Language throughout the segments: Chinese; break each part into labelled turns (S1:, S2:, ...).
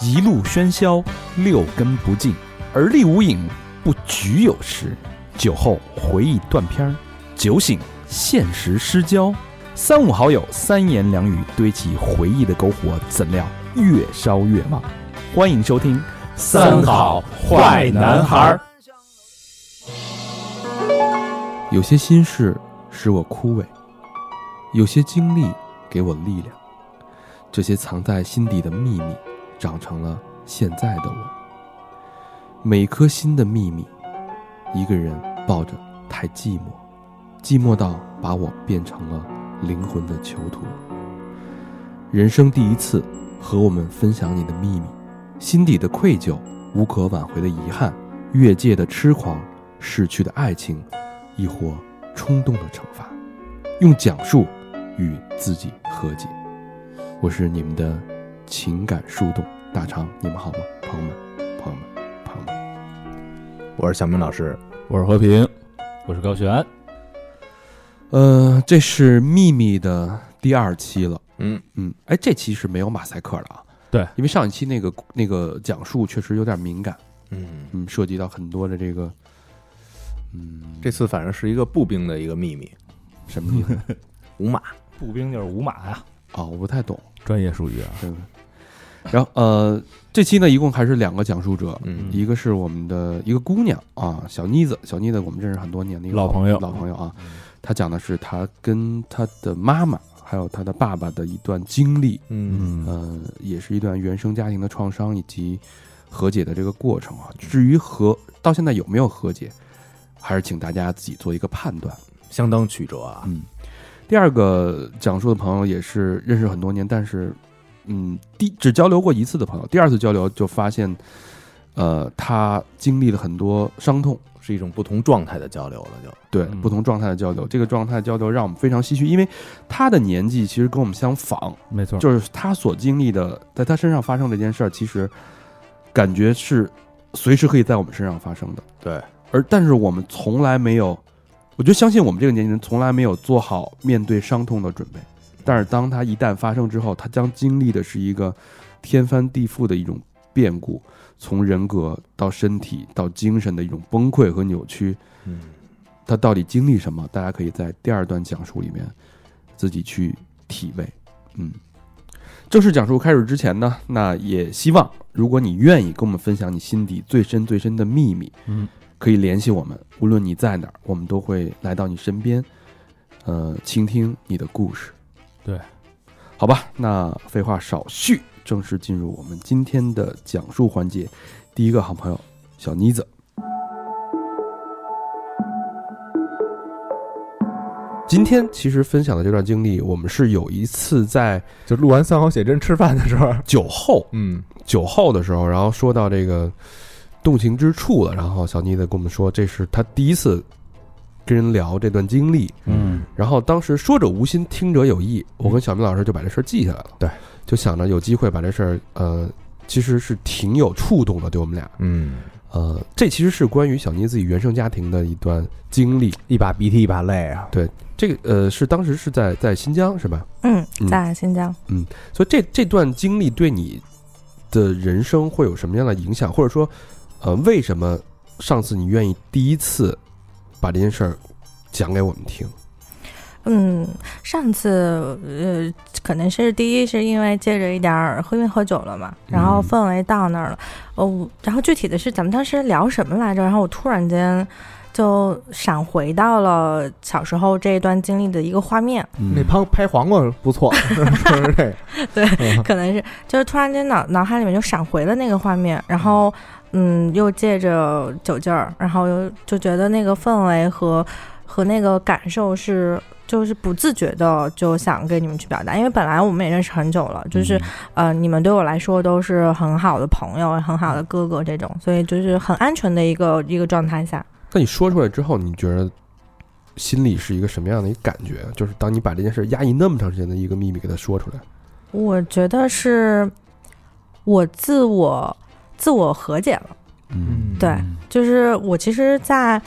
S1: 一路喧嚣，六根不净，而立无影，不局有时。酒后回忆断片儿，酒醒现实失焦。三五好友，三言两语堆起回忆的篝火，怎料越烧越旺。欢迎收听《
S2: 儿。
S3: 有些心事使我枯萎，有些经历给我力量。这些藏在心底的秘密，长成了现在的我。每颗心的秘密，一个人抱着太寂寞，寂寞到把我变成了灵魂的囚徒。人生第一次和我们分享你的秘密，心底的愧疚，无可挽回的遗憾，越界的痴狂，逝去的爱情。亦或冲动的惩罚，用讲述与自己和解。我是你们的情感树洞大肠，你们好吗，朋友们，朋友们，朋友们？
S2: 我是小明老师，
S4: 我是和平，我是高璇。
S3: 呃，这是秘密的第二期了。
S2: 嗯
S3: 嗯，哎，这期是没有马赛克的啊。
S4: 对，
S3: 因为上一期那个那个讲述确实有点敏感，
S2: 嗯，
S3: 嗯，涉及到很多的这个，嗯，
S2: 这次反正是一个步兵的一个秘密，
S3: 什么意思
S2: 五马
S4: 步兵就是五马呀，
S3: 哦，我不太懂。
S4: 专业术语啊。
S3: 对。然后呃，这期呢一共还是两个讲述者，
S2: 嗯
S3: 一个是我们的一个姑娘啊，小妮子，小妮子我们认识很多年的一个
S4: 老朋友
S3: 老朋友啊，她讲的是她跟她的妈妈还有她的爸爸的一段经历，
S2: 嗯
S3: 呃，也是一段原生家庭的创伤以及和解的这个过程啊。至于和到现在有没有和解，还是请大家自己做一个判断。
S2: 相当曲折啊，
S3: 嗯，第二个讲述的朋友也是认识很多年，但是，嗯，第只交流过一次的朋友，第二次交流就发现，呃，他经历了很多伤痛，
S2: 是一种不同状态的交流了，就
S3: 对、
S4: 嗯
S3: 不同状态的交流，这个状态的交流让我们非常唏嘘，因为他的年纪其实跟我们相仿，
S4: 没错，
S3: 就是他所经历的，在他身上发生这件事儿，其实感觉是随时可以在我们身上发生的，
S2: 对，
S3: 而但是我们从来没有，我就相信我们这个年纪人从来没有做好面对伤痛的准备。但是当它一旦发生之后，它将经历的是一个天翻地覆的一种变故，从人格到身体到精神的一种崩溃和扭曲。
S2: 嗯，
S3: 它到底经历什么？大家可以在第二段讲述里面自己去体味。嗯，正式讲述开始之前呢，那也希望如果你愿意跟我们分享你心底最深最深的秘密，
S4: 嗯，
S3: 可以联系我们，无论你在哪儿，我们都会来到你身边，呃，倾听你的故事。
S4: 对，
S3: 好吧，那废话少叙，正式进入我们今天的讲述环节。第一个好朋友小妮子。今天其实分享的这段经历，我们是有一次在
S5: 就录完三好写真吃饭的时候，
S3: 酒后
S5: 嗯，
S3: 酒后的时候，然后说到这个动情之处了，然后小妮子跟我们说，这是她第一次跟人聊这段经历，
S4: 嗯，
S3: 然后当时说者无心，听者有意，我跟小明老师就把这事儿记下来了，
S5: 对，
S3: 就想着有机会把这事儿，呃，其实是挺有触动的，对我们俩，
S5: 嗯，
S3: 呃，这其实是关于小妮自己原生家庭的一段经历，
S5: 一把鼻涕一把泪啊，
S3: 这个呃是当时是在在新疆是吧？
S6: 嗯
S3: 嗯，
S6: 在新疆，
S3: 所以这这段经历对你的人生会有什么样的影响，或者说，呃，为什么上次你愿意第一次把这件事儿讲给我们听？
S6: 嗯，上次呃，可能是第一是因为借着一点儿，因为喝酒了嘛，然
S3: 嗯
S6: 后氛围到那儿了，哦，然后具体的是咱们当时聊什么来着？然后我突然间就闪回到了小时候这一段经历的一个画面，
S2: 嗯
S5: 那帮拍黄瓜不 错，说是这个，
S6: 可能是就是突然间脑脑海里面就闪回了那个画面，然后嗯，又借着酒劲儿，然后又就觉得那个氛围和和那个感受是。就是不自觉的就想跟你们去表达，因为本来我们也认识很久了，就是、呃，你们对我来说都是很好的朋友、很好的哥哥这种，所以就是很安全的一个一个状态下。
S3: 那你说出来之后，你觉得心里是一个什么样的一个感觉？啊就是当你把这件事压抑那么长时间的一个秘密给它说出来，
S6: 我觉得是我自我自我和解了。
S3: 嗯
S6: 对，就是我其实在，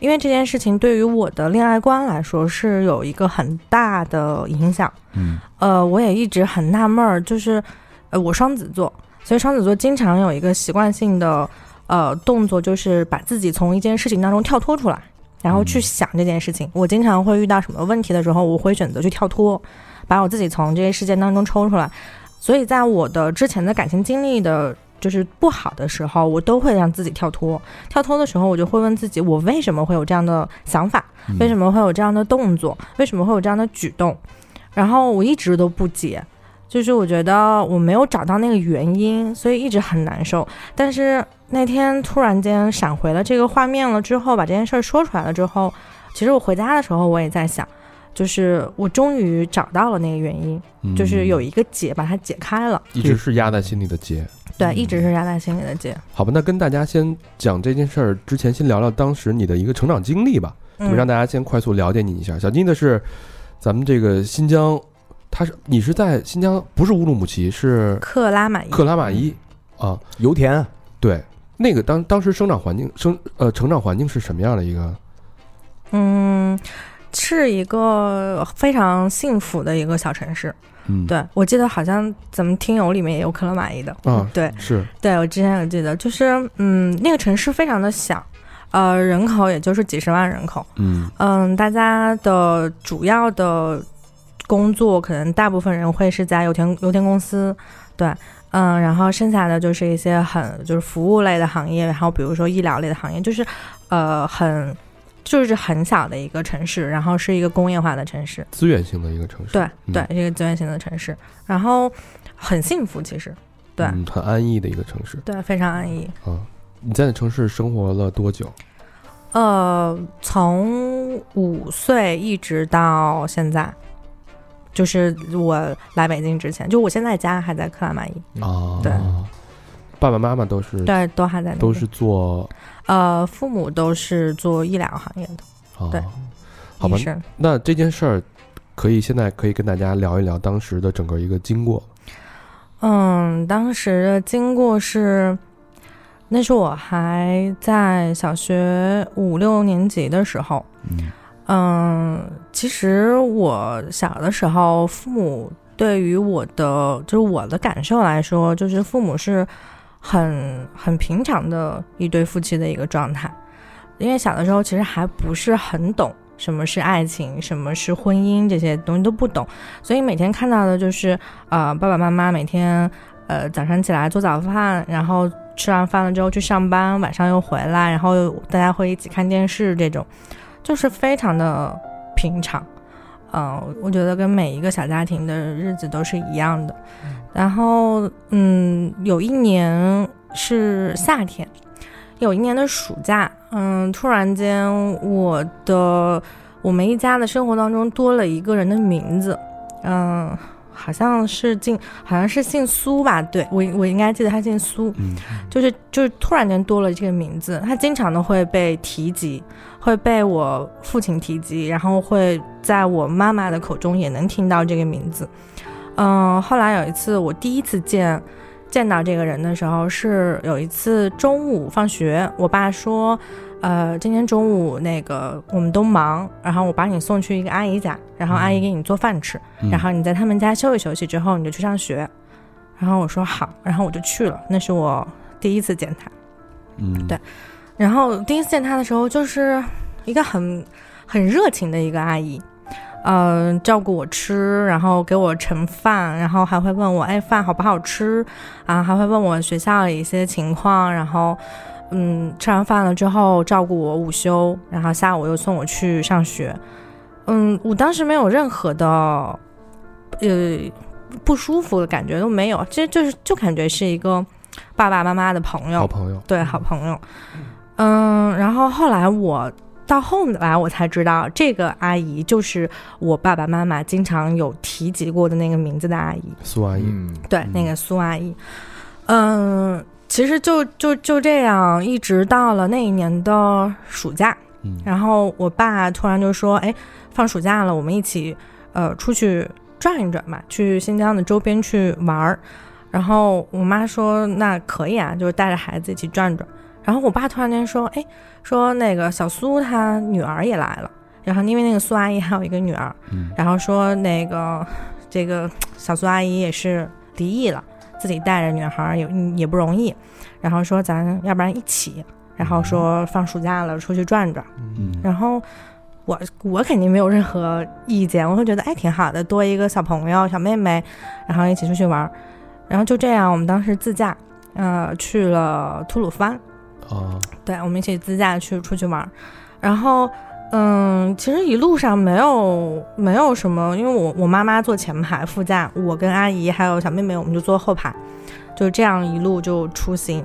S6: 因为这件事情对于我的恋爱观来说是有一个很大的影响。
S4: 嗯
S6: 呃，我也一直很纳闷儿，就是呃，我双子座，所以双子座经常有一个习惯性的呃动作，就是把自己从一件事情当中跳脱出来，然后去想这件事情。我经常会遇到什么问题的时候，我会选择去跳脱，把我自己从这些事件当中抽出来。所以在我的之前的感情经历的。就是不好的时候，我都会让自己跳脱。跳脱的时候，我就会问自己：我为什么会有这样的想法？为什么会有这样的动作？为什么会有这样的举动？然后我一直都不解，就是我觉得我没有找到那个原因，所以一直很难受。但是那天突然间闪回了这个画面了之后，把这件事儿说出来了之后，其实我回家的时候我也在想，就是我终于找到了那个原因，
S1: 嗯
S6: 就是有一个结把它解开了。
S3: 一直是压在心里的结。
S6: 对，一直是压在心里的结。
S3: 好吧，那跟大家先讲这件事儿之前，先聊聊当时你的一个成长经历吧，我
S6: 嗯
S3: 们让大家先快速了解你一下。小金的是咱们这个新疆，他是你是在新疆，不是乌鲁木齐，是
S6: 克拉满意。
S3: 克拉玛依
S6: 嗯
S3: 啊，
S5: 油田
S3: 对。那个当当时生长环境生呃成长环境是什么样的一个？
S6: 嗯，是一个非常幸福的一个小城市。
S1: 嗯，
S6: 对我记得好像咱们听友里面也有克拉玛依的。
S3: 啊
S6: 对
S3: 是
S6: 对，我之前有记得，就是嗯，那个城市非常的小，呃，人口也就是几十万人口。
S1: 嗯
S6: 嗯，大家的主要的工作可能大部分人会是在油田油田公司，对，嗯，然后剩下的就是一些很就是服务类的行业，然后比如说医疗类的行业，就是呃很就是很小的一个城市，然后是一个工业化的城市，
S3: 资源性的一个城市，
S6: 对
S3: 嗯
S6: 对，是一个资源型的城市，然后很幸福，其实对
S3: 嗯，很安逸的一个城市
S6: 对非常安逸。
S3: 啊。你在那城市生活了多久？
S6: 呃，从五岁一直到现在，就是我来北京之前，就我现在家还在克拉玛依，
S3: 啊，
S6: 对，
S3: 爸爸妈妈都是
S6: 对，都还在那边
S3: 嗯都是做
S6: 呃，父母都是做医疗行业的
S3: 啊，
S6: 对
S3: 好吧
S6: 医，生。
S3: 那这件事儿可以现在可以跟大家聊一聊当时的整个一个经过。
S6: 嗯，当时的经过是，那是我还在小学五六年级的时候，
S1: 嗯
S6: 嗯，其实我小的时候，父母对于我的就是我的感受来说，就是父母是很很平常的一对夫妻的一个状态，因为小的时候其实还不是很懂什么是爱情，什么是婚姻这些东西都不懂，所以每天看到的就是呃爸爸妈妈每天呃早上起来做早饭，然后吃完饭了之后去上班，晚上又回来，然后大家会一起看电视这种。就是非常的平常。嗯、我觉得跟每一个小家庭的日子都是一样的。然后，嗯，有一年是夏天，有一年的暑假，嗯，突然间我的我们一家的生活当中多了一个人的名字，嗯、好像是姓，好像是姓苏吧？对我，我应该记得他姓苏。
S1: 嗯
S6: 就是就是突然间多了这个名字，他经常的会被提及，会被我父亲提及，然后会在我妈妈的口中也能听到这个名字。嗯，后来有一次我第一次见见到这个人的时候，是有一次中午放学，我爸说，呃，今天中午那个我们都忙，然后我把你送去一个阿姨家，然后阿姨给你做饭吃，
S1: 嗯
S6: 然后你在他们家休息休息之后，你就去上学。然后我说好，然后我就去了，那是我第一次见他。
S1: 嗯
S6: 对然后第一次见他的时候，就是一个很很热情的一个阿姨，嗯、照顾我吃，然后给我盛饭，然后还会问我哎饭好不好吃啊，还会问我学校的一些情况，然后嗯吃完饭了之后照顾我午休，然后下午又送我去上学。嗯，我当时没有任何的呃不舒服的感觉都没有，这就是就感觉是一个爸爸妈妈的朋友，
S3: 好朋友，
S6: 对，好朋友。嗯，然后后来我到后来我才知道，这个阿姨就是我爸爸妈妈经常有提及过的那个名字的阿姨，
S3: 苏阿姨，
S2: 嗯，
S6: 对，那个苏阿姨。嗯，其实就就就这样，一直到了那一年的暑假，
S1: 嗯
S6: 然后我爸突然就说：“哎，放暑假了，我们一起呃出去转一转吧，去新疆的周边去玩儿。”然后我妈说：“那可以啊，就是带着孩子一起转转。”然后我爸突然间说：“哎，说那个小苏她女儿也来了。”然后因为那个苏阿姨还有一个女儿，
S1: 嗯
S6: 然后说那个这个小苏阿姨也是离异了，自己带着女孩儿也嗯也不容易，然后说咱要不然一起，然后说放暑假了出去转转，
S1: 嗯，
S6: 然后我我肯定没有任何意见，我会觉得哎挺好的，多一个小朋友小妹妹，然后一起出去玩儿，然后就这样，我们当时自驾呃去了吐鲁番，
S3: 啊，
S6: 对，我们一起自驾去出去玩儿，然后。嗯，其实一路上没有没有什么，因为我我妈妈坐前排副驾，我跟阿姨还有小妹妹，我们就坐后排，就这样一路就出行。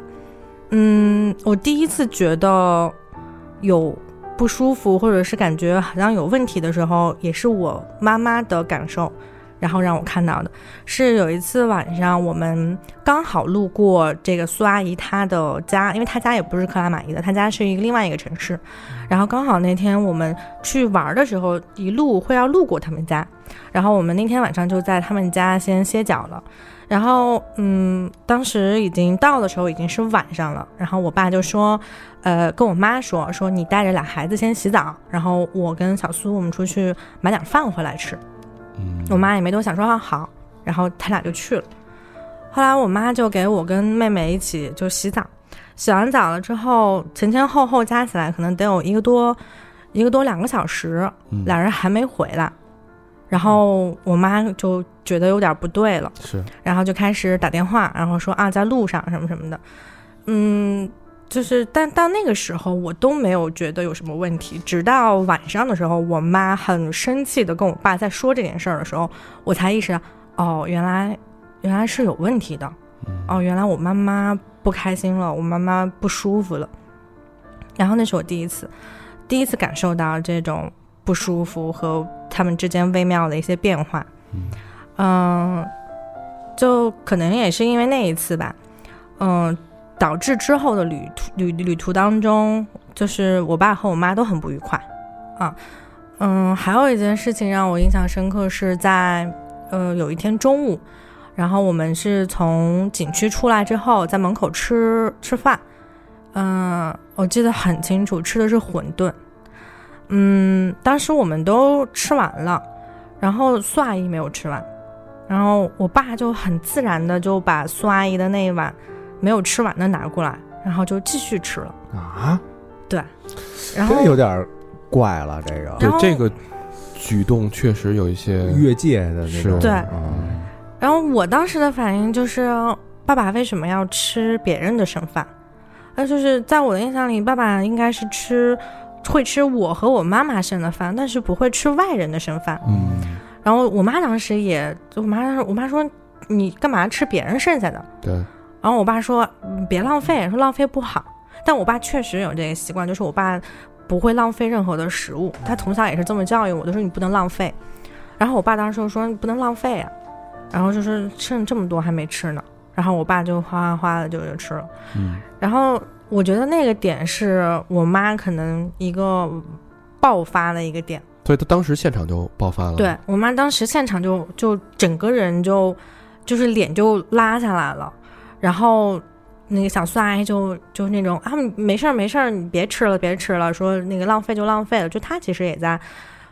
S6: 嗯，我第一次觉得有不舒服，或者是感觉好像有问题的时候，也是我妈妈的感受，然后让我看到的。是有一次晚上，我们刚好路过这个苏阿姨她的家，因为她家也不是克拉玛依的，她家是一个另外一个城市。然后刚好那天我们去玩的时候，一路会要路过他们家，然后我们那天晚上就在他们家先歇脚了。然后，嗯，当时已经到的时候已经是晚上了，然后我爸就说，呃，跟我妈说，说你带着俩孩子先洗澡，然后我跟小苏我们出去买点饭回来吃。我妈也没多想，说啊好，然后他俩就去了。后来我妈就给我跟妹妹一起就洗澡，洗完澡了之后，前前后后加起来可能得有一个多一个多两个小时，
S1: 嗯
S6: 俩人还没回来。然后我妈就觉得有点不对了，
S1: 是，
S6: 然后就开始打电话，然后说啊在路上什么什么的，嗯，就是但到那个时候我都没有觉得有什么问题，直到晚上的时候，我妈很生气的跟我爸在说这件事儿的时候，我才意识到哦原来原来是有问题的，哦原来我妈妈不开心了，我妈妈不舒服了，然后那是我第一次第一次感受到这种不舒服和他们之间微妙的一些变化，嗯。就可能也是因为那一次吧，嗯、导致之后的旅途旅旅途当中，就是我爸和我妈都很不愉快啊。嗯，还有一件事情让我印象深刻是在呃有一天中午，然后我们是从景区出来之后，在门口吃吃饭，嗯、我记得很清楚，吃的是馄饨。嗯，当时我们都吃完了，然后苏阿姨没有吃完，然后我爸就很自然的就把苏阿姨的那一碗没有吃完的拿过来，然后就继续吃了。
S5: 啊，
S6: 然后
S5: 真有点怪了，这个
S3: 对
S6: 然后
S3: 这个举动确实有一些
S5: 越界的那种，
S3: 是
S6: 对
S2: 啊
S5: 嗯
S6: 然后我当时的反应就是，爸爸为什么要吃别人的剩饭？那就是在我的印象里，爸爸应该是吃会吃我和我妈妈剩的饭，但是不会吃外人的剩饭。
S3: 嗯，
S6: 然后我妈当时也，我妈当时我妈说你干嘛吃别人剩下的？
S3: 对，
S6: 然后我爸说嗯别浪费，说浪费不好。但我爸确实有这个习惯，就是我爸不会浪费任何的食物，他从小也是这么教育我的，说你不能浪费。然后我爸当时就说你不能浪费啊，然后就是剩这么多还没吃呢，然后我爸就哗哗哗的就就吃了。
S1: 嗯
S6: 然后我觉得那个点是我妈可能一个爆发的一个点，
S3: 所以他当时现场就爆发了，
S6: 对，我妈当时现场就就整个人就就是脸就拉下来了，然后那个小苏阿姨就就那种啊没事儿没事儿，你别吃了别吃了，说那个浪费就浪费了，就她其实也在，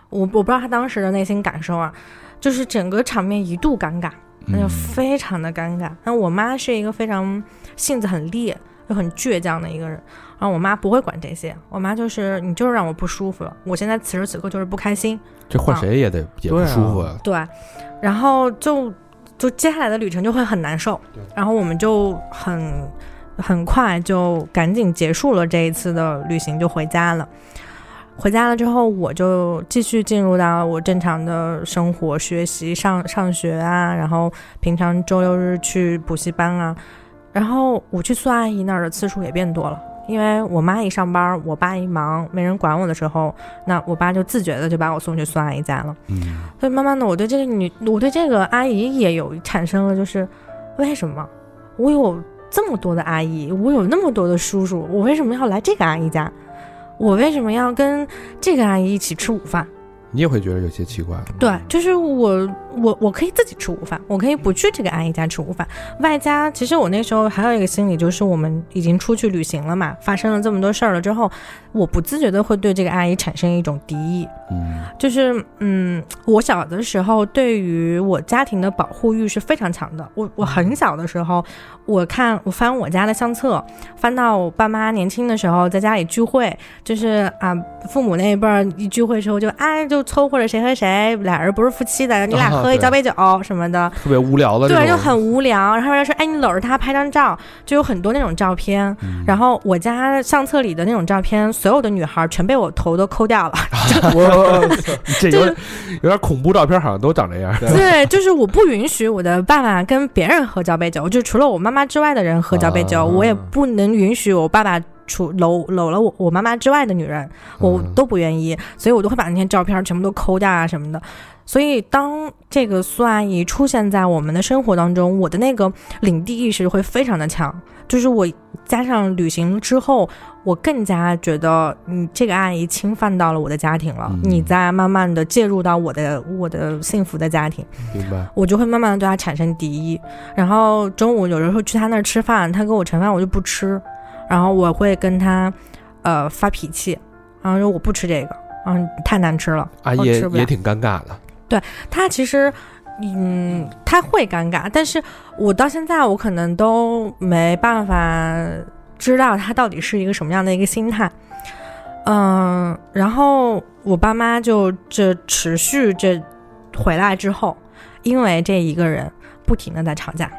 S6: 我我不知道她当时的内心感受啊，就是整个场面一度尴尬，那
S1: 嗯
S6: 就
S7: 嗯
S6: 非常的尴尬。那我妈是一个非常性子很烈又很倔强的一个人，然后我妈不会管这些，我妈就是你就是让我不舒服了，我现在此时此刻就是不开心。
S3: 这换谁也得也不
S5: 对啊
S3: 舒服啊，
S6: 对，然后就就接下来的旅程就会很难受，然后我们就很很快就赶紧结束了这一次的旅行，就回家了。回家了之后，我就继续进入到我正常的生活、学习、上上学啊，然后平常周六日去补习班啊，然后我去苏阿姨那儿的次数也变多了。因为我妈一上班，我爸一忙，没人管我的时候，那我爸就自觉的就把我送去苏阿姨家了。
S1: 嗯
S6: 所以慢慢的，我对这个女，我对这个阿姨也有产生了，就是为什么我有这么多的阿姨，我有那么多的叔叔，我为什么要来这个阿姨家？我为什么要跟这个阿姨一起吃午饭？
S3: 你也会觉得有些奇怪，
S6: 对，就是我，我我可以自己吃午饭，我可以不去这个阿姨家吃午饭。外加，其实我那时候还有一个心理，就是我们已经出去旅行了嘛，发生了这么多事儿了之后，我不自觉的会对这个阿姨产生一种敌意。
S3: 嗯，
S6: 就是嗯，我小的时候对于我家庭的保护欲是非常强的。我
S3: 嗯
S6: 我很小的时候，我看我翻我家的相册，翻到我爸妈年轻的时候在家里聚会，就是啊，父母那一辈儿一聚会的时候就哎就凑合着谁和谁，俩人不是夫妻的，你俩
S3: 啊
S6: 喝一
S3: 对
S6: 交杯酒什么的，
S3: 特别无聊的这
S6: 对，就
S3: 种
S6: 很无聊。然后人说哎你搂着他拍张照，就有很多那种照片。
S3: 嗯
S6: 然后我家相册里的那种照片，所有的女孩儿全被我头都抠掉了。
S3: 我这有
S6: 就
S3: 点有点恐怖照片，好像都长这样。
S6: 对，就是我不允许我的爸爸跟别人喝交杯酒，就除了我妈妈之外的人喝交杯酒，
S3: 啊
S6: 我也不能允许我爸爸除搂搂了我我妈妈之外的女人，我
S3: 嗯
S6: 都不愿意，所以我都会把那些照片全部都抠掉啊什么的。所以，当这个苏阿姨出现在我们的生活当中，我的那个领地意识会非常的强。就是我加上旅行之后，我更加觉得，嗯，这个阿姨侵犯到了我的家庭了。
S3: 嗯
S6: 你在慢慢的介入到我的我的幸福的家庭。
S3: 明白，
S6: 我就会慢慢的对他产生敌意。然后中午有时候去他那儿吃饭，他给我盛饭我就不吃，然后我会跟他呃发脾气，然后说我不吃这个，嗯，太难吃了。
S3: 阿姨
S6: 我
S3: 也
S6: 吃不了
S3: 也挺尴尬的。
S6: 他其实。嗯，他会尴尬，但是我到现在我可能都没办法知道他到底是一个什么样的一个心态。嗯，然后我爸妈就这持续这回来之后，因为这一个人不停的在吵架，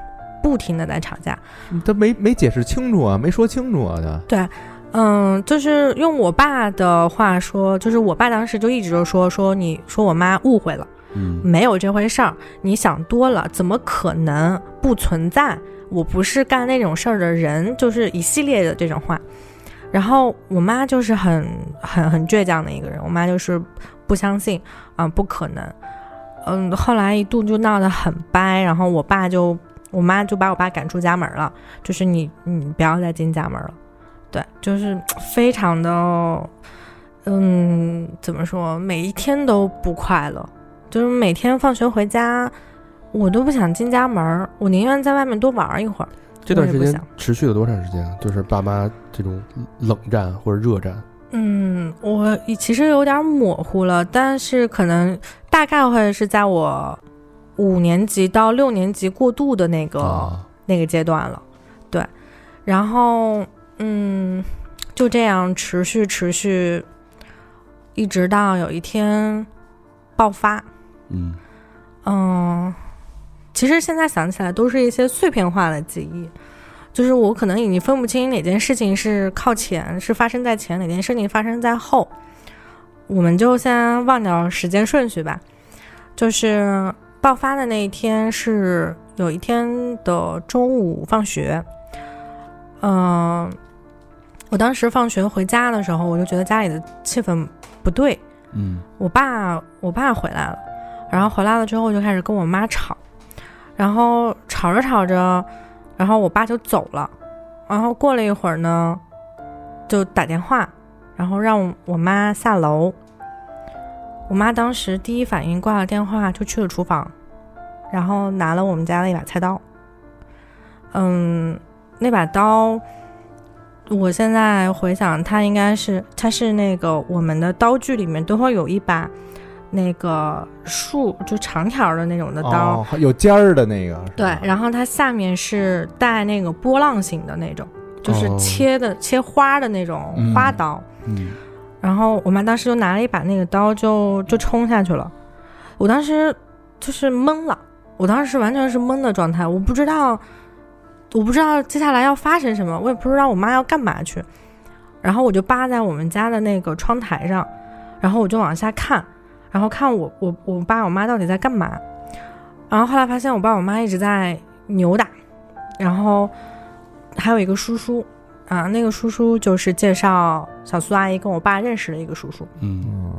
S6: 不停的在吵架。
S2: 他没没解释清楚啊，没说清楚啊，他
S6: 嗯，就是用我爸的话说，就是我爸当时就一直就说说你说我妈误会了。
S3: 嗯，
S6: 没有这回事儿，你想多了，怎么可能不存在？我不是干那种事儿的人，就是一系列的这种话。然后我妈就是很很很倔强的一个人，我妈就是不相信啊、不可能。嗯，后来一度就闹得很掰，然后我爸就我妈就把我爸赶出家门了，就是你你不要再进家门了。对，就是非常的，嗯，怎么说，每一天都不快乐。就是每天放学回家，我都不想进家门儿，我宁愿在外面多玩一会儿。
S3: 这段时
S6: 我也不
S3: 间
S6: 想
S3: 持续了多长时间啊？就是爸妈这种冷战或者热战，
S6: 嗯，我其实有点模糊了，但是可能大概会是在我五年级到六年级过渡的那个、
S3: 啊
S6: 那个阶段了。对，然后嗯，就这样持续持续，一直到有一天爆发。
S3: 嗯，
S6: 嗯，其实现在想起来都是一些碎片化的记忆，就是我可能已经分不清哪件事情是靠前，是发生在前，哪件事情发生在后。我们就先忘掉时间顺序吧，就是爆发的那一天是有一天的中午放学，嗯、我当时放学回家的时候，我就觉得家里的气氛不对，
S3: 嗯，
S6: 我爸我爸回来了，然后回来了之后就开始跟我妈吵，然后吵着吵着，然后我爸就走了，然后过了一会儿呢，就打电话，然后让我妈下楼。我妈当时第一反应挂了电话就去了厨房，然后拿了我们家的一把菜刀。嗯，那把刀，我现在回想，它应该是它是那个我们的刀具里面都会有一把那个竖就长条的那种的刀，
S2: 哦，有尖儿的那个，
S6: 对，然后它下面是带那个波浪形的那种，就是
S3: 哦
S6: 切的、切花的那种
S2: 嗯
S6: 花刀。
S3: 嗯
S6: 然后我妈当时就拿了一把那个刀就就冲下去了，我当时就是懵了，我当时完全是懵的状态，我不知道，我不知道接下来要发生什么，我也不知道我妈要干嘛去。然后我就扒在我们家的那个窗台上，然后我就往下看，然后看我我我爸我妈到底在干嘛。然后后来发现我爸我妈一直在扭打，然后还有一个叔叔啊，那个叔叔就是介绍小苏阿姨跟我爸认识的一个叔叔。
S3: 嗯，
S2: 嗯，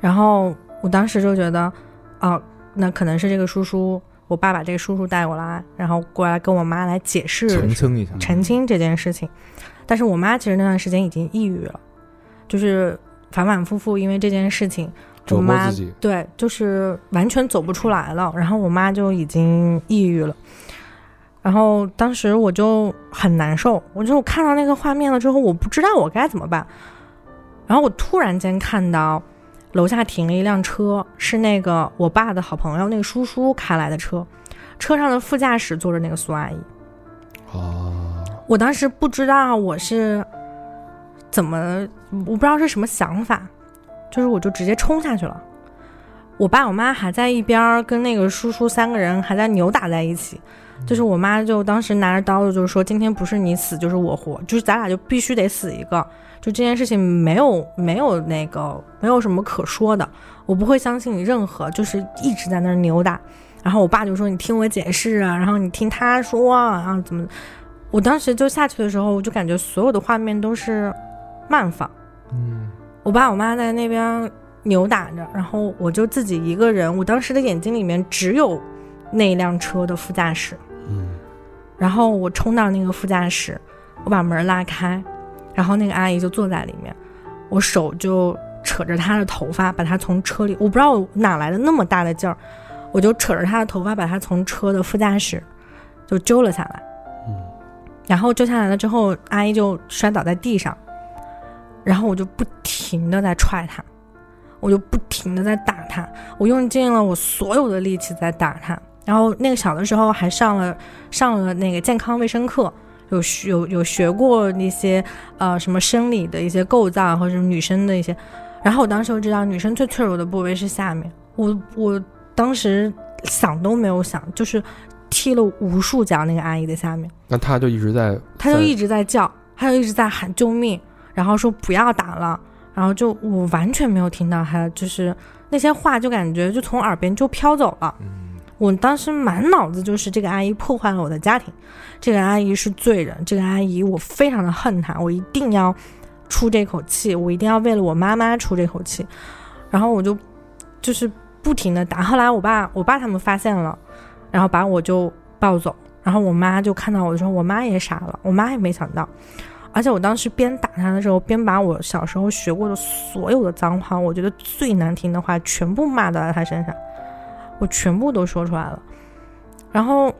S6: 然后我当时就觉得，哦、那可能是这个叔叔，我爸把这个叔叔带过来，然后过来跟我妈来解释
S2: 澄清一下，
S6: 澄清这件事情。但是我妈其实那段时间已经抑郁了，就是反反复复因为这件事情
S3: 折
S6: 我
S3: 磨
S6: 妈
S3: 自己，
S6: 对，就是完全走不出来了。然后我妈就已经抑郁了，然后当时我就很难受，我就看到那个画面了之后，我不知道我该怎么办。然后我突然间看到楼下停了一辆车，是那个我爸的好朋友那个叔叔开来的车，车上的副驾驶坐着那个苏阿姨。
S3: 啊，
S6: 我当时不知道我是怎么，我不知道是什么想法，就是我就直接冲下去了。我爸我妈还在一边儿跟那个叔叔三个人还在扭打在一起，就是我妈就当时拿着刀子就说：“今天不是你死就是我活，就是咱俩就必须得死一个。”就这件事情没有没有那个没有什么可说的，我不会相信你任何，就是一直在那儿扭打。然后我爸就说：“你听我解释啊，然后你听他说啊，然后怎么我当时就下去的时候，我就感觉所有的画面都是慢放。
S2: 嗯，
S6: 我爸我妈在那边扭打着，然后我就自己一个人。我当时的眼睛里面只有那辆车的副驾驶，
S3: 嗯，
S6: 然后我冲到那个副驾驶，我把门拉开，然后那个阿姨就坐在里面，我手就扯着她的头发，把她从车里，我不知道我哪来的那么大的劲儿，我就扯着她的头发，把她从车的副驾驶就揪了下来。
S3: 嗯
S6: 然后救下来了之后，阿姨就摔倒在地上，然后我就不停的在踹她，我就不停的在打她，我用尽了我所有的力气在打她。然后那个小的时候还上了上了那个健康卫生课，有学有有学过那些呃什么生理的一些构造啊或者是女生的一些，然后我当时就知道女生最脆弱的部位是下面，我我当时想都没有想，就是踢了无数脚那个阿姨的下面。
S3: 那他就一直在，
S6: 他就
S3: 在
S6: 一直在叫，他就一直在喊救命，然后说不要打了，然后就我完全没有听到他，就是那些话就感觉就从耳边就飘走了。我当时满脑子就是这个阿姨破坏了我的家庭，这个阿姨是罪人，这个阿姨我非常的恨她，我一定要出这口气，我一定要为了我妈妈出这口气。然后我就就是不停的打，后来我爸我爸他们发现了，然后把我就抱走，然后我妈就看到我的时候，我妈也傻了，我妈也没想到。而且我当时边打他的时候，边把我小时候学过的所有的脏话，我觉得最难听的话，全部骂到了他身上，我全部都说出来了。然后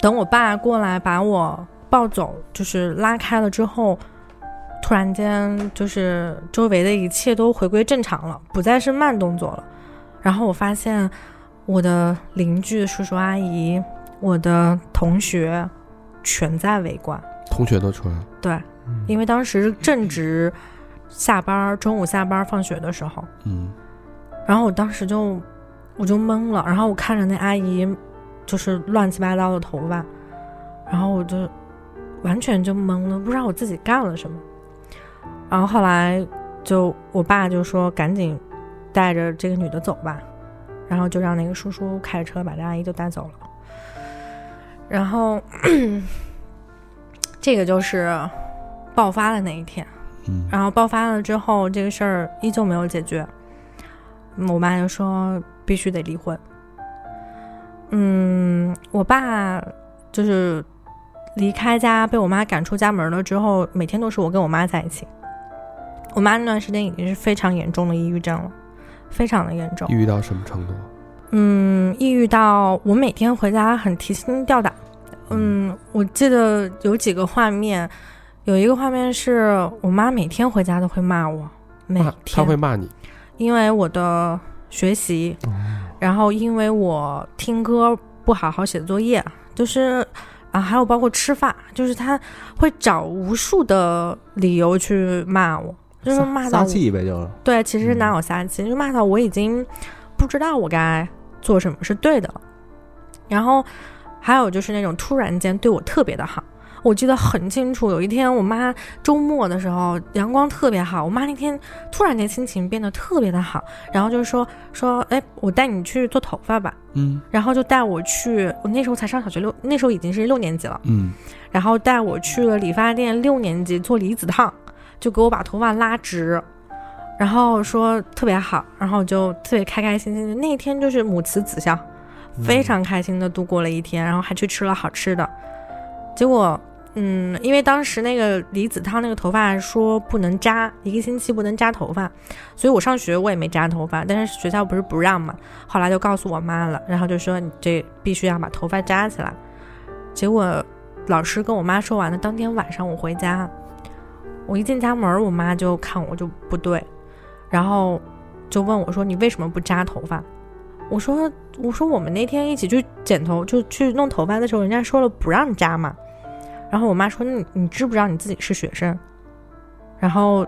S6: 等我爸过来把我抱走，就是拉开了之后，突然间就是周围的一切都回归正常了，不再是慢动作了。然后我发现我的邻居叔叔阿姨、我的同学全在围观。
S3: 同学都出来了，
S6: 对，
S2: 嗯
S6: 因为当时正值下班儿，中午下班儿放学的时候，
S3: 嗯，
S6: 然后我当时就我就懵了，然后我看着那阿姨就是乱七八糟的头发，然后我就完全就懵了，不知道我自己干了什么。然后后来就我爸就说赶紧带着这个女的走吧，然后就让那个叔叔开着车把这阿姨就带走了。然后 这个就是爆发的那一天。
S3: 嗯
S6: 然后爆发了之后，这个事儿依旧没有解决。嗯我妈就说必须得离婚。嗯，我爸就是离开家，被我妈赶出家门了之后，每天都是我跟我妈在一起。我妈那段时间已经是非常严重的抑郁症了，非常的严重
S3: 抑。郁到什么程度？
S6: 嗯，抑郁到我每天回家很提心吊胆。嗯，我记得有几个画面，有一个画面是我妈每天回家都会骂我，每
S2: 啊
S3: 骂他
S6: 天
S3: 会骂你，
S6: 因为我的学习，
S2: 哦
S6: 然后因为我听歌不好好写作业，就是啊，还有包括吃饭，就是他会找无数的理由去骂我，就是骂到
S2: 撒
S6: 我
S2: 气呗，就是
S6: 对，其实是拿我撒气，就骂到我已经不知道我该做什么是对的了。然后还有就是那种突然间对我特别的好，我记得很清楚，有一天我妈周末的时候阳光特别好，我妈那天突然间心情变得特别的好，然后就说说，哎，我带你去做头发吧，
S3: 嗯
S6: 然后就带我去，我那时候才上小学六，那时候已经是六年级了。
S3: 嗯，
S6: 然后带我去了理发店六年级做离子烫，就给我把头发拉直，然后说特别好，然后就特别开开心心的。那一天就是母慈子孝，非常开心的度过了一天，然后还去吃了好吃的。结果嗯，因为当时那个离子烫那个头发说不能扎，一个星期不能扎头发，所以我上学我也没扎头发，但是学校不是不让嘛，后来就告诉我妈了，然后就说你这必须要把头发扎起来。结果老师跟我妈说完了，当天晚上我回家，我一进家门，我妈就看我就不对，然后就问我说你为什么不扎头发？我说我说我们那天一起去剪头就去弄头发的时候，人家说了不让扎嘛。然后我妈说：“那你你知不知道你自己是学生？”然后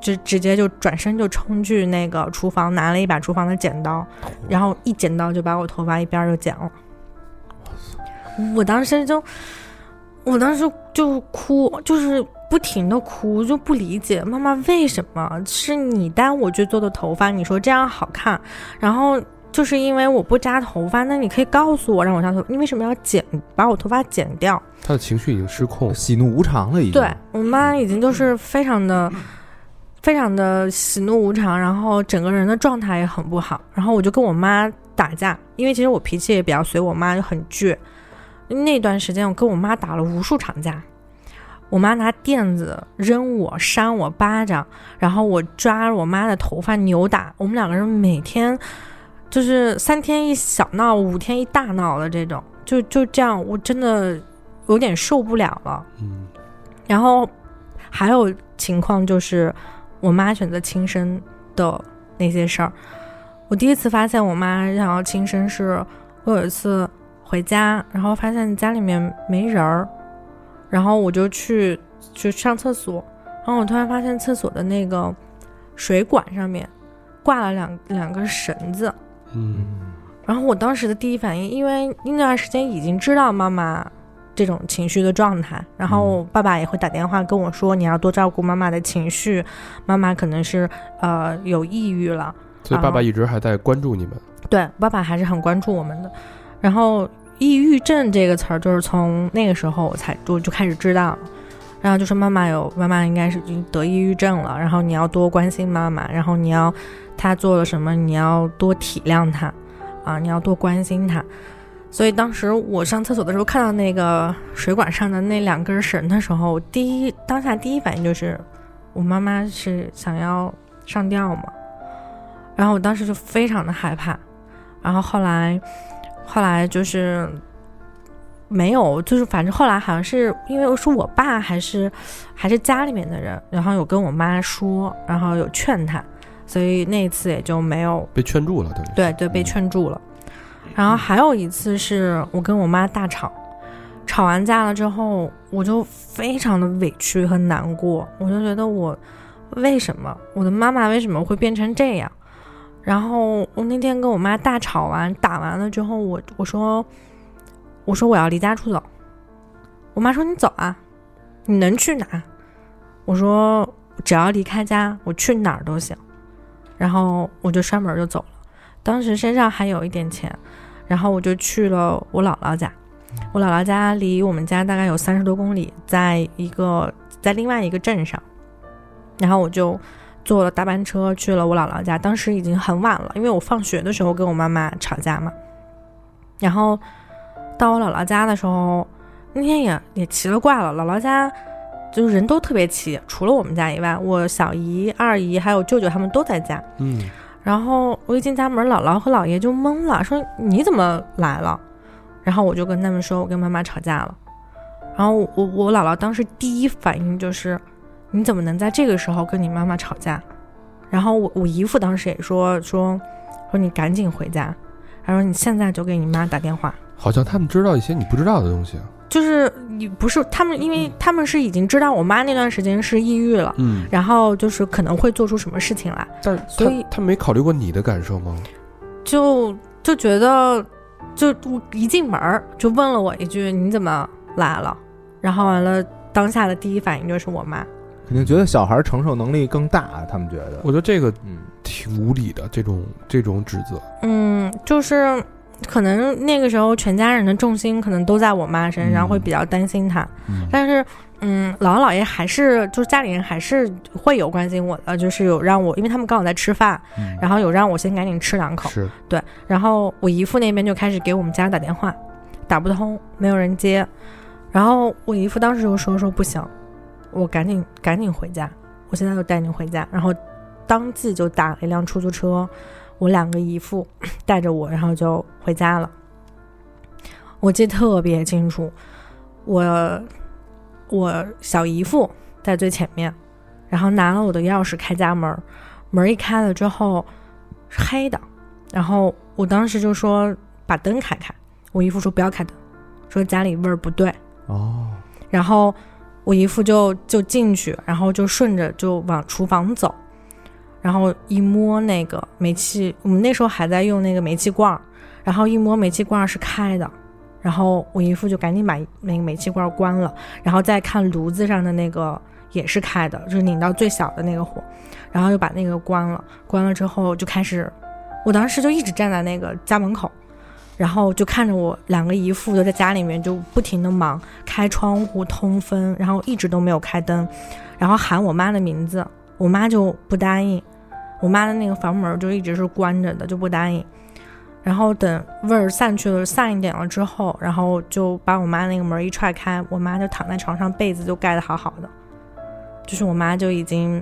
S6: 就直接就转身就冲去那个厨房，拿了一把厨房的剪刀，然后一剪刀就把我头发一边儿就剪了。我当时就，我当时就哭，就是不停的哭，就不理解妈妈为什么是你带我去做的头发，你说这样好看，然后。就是因为我不扎头发，那你可以告诉我，让我扎头，你为什么要剪，把我头发剪掉？
S3: 他的情绪已经失控，
S2: 喜怒无常了已经。
S6: 对我妈已经就是非常的、非常的喜怒无常，然后整个人的状态也很不好。然后我就跟我妈打架，因为其实我脾气也比较随，我妈就很倔。那段时间我跟我妈打了无数场架，我妈拿垫子扔我、扇我巴掌，然后我抓着我妈的头发扭打，我们两个人每天就是三天一小闹，五天一大闹的这种，就就这样，我真的有点受不了了。
S3: 嗯，
S6: 然后还有情况就是，我妈选择轻生的那些事儿。我第一次发现我妈想要轻生是，我有一次回家，然后发现家里面没人儿，然后我就去去上厕所，然后我突然发现厕所的那个水管上面挂了两两根绳子，
S3: 嗯，
S6: 然后我当时的第一反应，因为那段时间已经知道妈妈这种情绪的状态，然后爸爸也会打电话跟我说，你要多照顾妈妈的情绪，妈妈可能是呃有抑郁了。
S3: 所以爸
S6: 啊
S3: 爸一直还在关注你们。
S6: 对，爸爸还是很关注我们的。然后抑郁症这个词儿，就是从那个时候我才我就开始知道了。然后就是妈妈有妈妈应该是已经得抑郁症了，然后你要多关心妈妈，然后你要她做了什么，你要多体谅她，啊，你要多关心她。所以当时我上厕所的时候看到那个水管上的那两根绳的时候，我第一当下第一反应就是我妈妈是想要上吊嘛，然后我当时就非常的害怕，然后后来，后来就是没有，就是反正后来好像是因为是我爸还是还是家里面的人，然后有跟我妈说，然后有劝她，所以那一次也就没有
S3: 被劝住了，等于
S6: 对对，被劝住了。然后还有一次是我跟我妈大吵，吵完架了之后，我就非常的委屈和难过，我就觉得我为什么我的妈妈为什么会变成这样？然后我那天跟我妈大吵完打完了之后，我我说我说我要离家出走，我妈说你走啊，你能去哪？我说只要离开家，我去哪儿都行。然后我就摔门就走了。当时身上还有一点钱，然后我就去了我姥姥家。我姥姥家离我们家大概有三十多公里，在一个在另外一个镇上。然后我就坐了大班车去了我姥姥家，当时已经很晚了，因为我放学的时候跟我妈妈吵架嘛。然后到我姥姥家的时候，那天也也奇了怪了，姥姥家就是人都特别齐，除了我们家以外，我小姨、二姨还有舅舅他们都在家。
S3: 嗯，
S6: 然后我一进家门，姥姥和姥爷就懵了，说你怎么来了？然后我就跟他们说，我跟妈妈吵架了。然后我我我姥姥当时第一反应就是，你怎么能在这个时候跟你妈妈吵架？然后我我姨父当时也说说说你赶紧回家，他说你现在就给你妈打电话。
S3: 好像他们知道一些你不知道的东西。啊
S6: 就是你不是他们，因为他们是已经知道我妈那段时间是抑郁了，
S3: 嗯，
S6: 然后就是可能会做出什么事情来，
S3: 但是
S6: 所以
S3: 他他没考虑过你的感受吗？
S6: 就就觉得，就我一进门儿就问了我一句：“你怎么来了？”然后完了，当下的第一反应就是我妈。
S2: 肯定觉得小孩承受能力更大，啊他们觉得。
S3: 我觉得这个
S2: 嗯，
S3: 挺无理的，这种这种指责。
S6: 嗯，就是可能那个时候全家人的重心可能都在我妈身上，
S3: 嗯
S6: 会比较担心她。
S4: 嗯
S6: 但是，嗯，姥姥姥爷还是就是家里人还是会有关心我的，就是有让我，因为他们刚好在吃饭，
S4: 嗯
S6: 然后有让我先赶紧吃两口。
S3: 是，
S6: 然后我姨父那边就开始给我们家打电话，打不通，没有人接。然然后我姨夫当时就说说不行，我赶紧赶紧回家，我现在就带你回家。然后当即就打了一辆出租车，我两个姨父带着我，然后就回家了。我记得特别清楚，我我小姨父在最前面，然后拿了我的钥匙开家门儿，门儿一开了之后是黑的，然后我当时就说把灯开开，我姨父说不要开灯，说家里味儿不对，
S2: 哦，
S6: 然后我姨父就就进去，然后就顺着就往厨房走，然后一摸那个煤气，我们那时候还在用那个煤气罐儿，然后一摸煤气罐儿是开的，然后我姨父就赶紧把那个煤气罐儿关了，然后再看炉子上的那个也是开的，就是拧到最小的那个火，然后又把那个关了，关了之后就开始，我当时就一直站在那个家门口。然后就看着我两个姨父就在家里面就不停的忙，开窗户通风，然后一直都没有开灯，然后喊我妈的名字，我妈就不答应，我妈的那个房门就一直是关着的，就不答应。然后等味儿散去了，散一点了之后，然后就把我妈那个门一踹开，我妈就躺在床上，被子就盖得好好的，就是我妈就已经，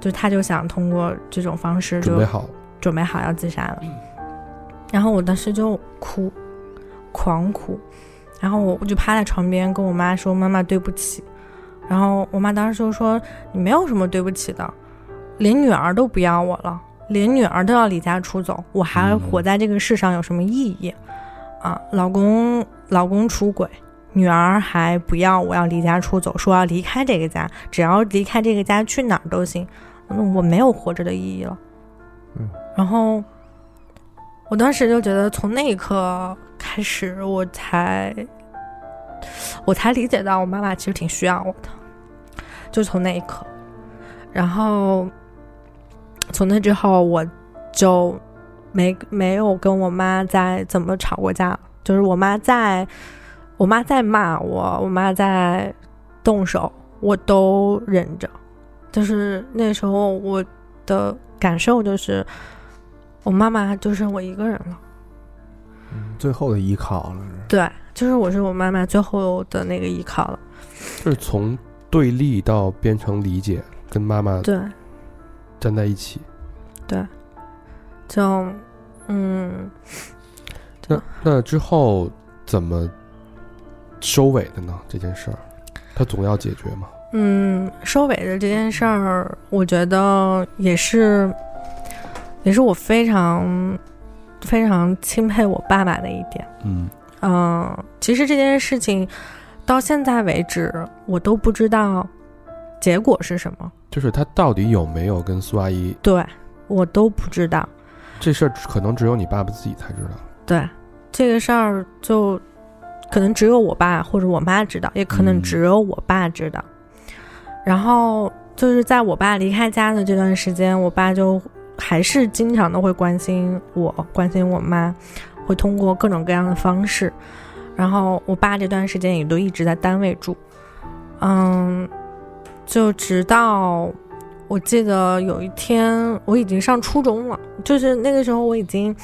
S6: 就她就想通过这种方式就
S3: 准备好了，
S6: 准备好要自杀了，然后我当时就哭，狂哭，然后我我就趴在床边跟我妈说：“妈妈，对不起。”然后我妈当时就说：“你没有什么对不起的，连女儿都不要我了，连女儿都要离家出走，我还活在这个世上有什么意义？啊，老公老公出轨，女儿还不要我要离家出走，说要离开这个家，只要离开这个家去哪儿都行，那我没有活着的意义了。”
S2: 嗯，
S6: 然后我当时就觉得，从那一刻开始，我才我才理解到我妈妈其实挺需要我的，就从那一刻。然后从那之后，我就没没有跟我妈再怎么吵过架了。就是我妈在，我妈在骂我，我妈在动手，我都忍着。就是那时候我的感受就是，我妈妈就剩我一个人了。
S2: 嗯最后的依靠了是。
S6: 对，就是我是我妈妈最后的那个依靠了。
S3: 就是从对立到变成理解，跟妈妈
S6: 对，
S3: 站在一起。
S6: 就嗯，
S3: 那那之后怎么收尾的呢？这件事儿，他总要解决嘛。
S6: 嗯，收尾的这件事儿，我觉得也是，也是我非常非常钦佩我爸爸的一点。
S1: 嗯，
S6: 嗯，其实这件事情到现在为止，我都不知道结果是什么，
S3: 就是他到底有没有跟苏阿姨
S6: 对我都不知道。
S3: 这事儿，可能只有你爸爸自己才知道。
S6: 对，这个事儿就可能只有我爸或者我妈知道，也可能
S1: 嗯
S6: 只有我爸知道。然后就是在我爸离开家的这段时间，我爸就还是经常的会关心我，关心我妈，会通过各种各样的方式。然后我爸这段时间也都一直在单位住，嗯，就直到我记得有一天我已经上初中了，就是那个时候我已经，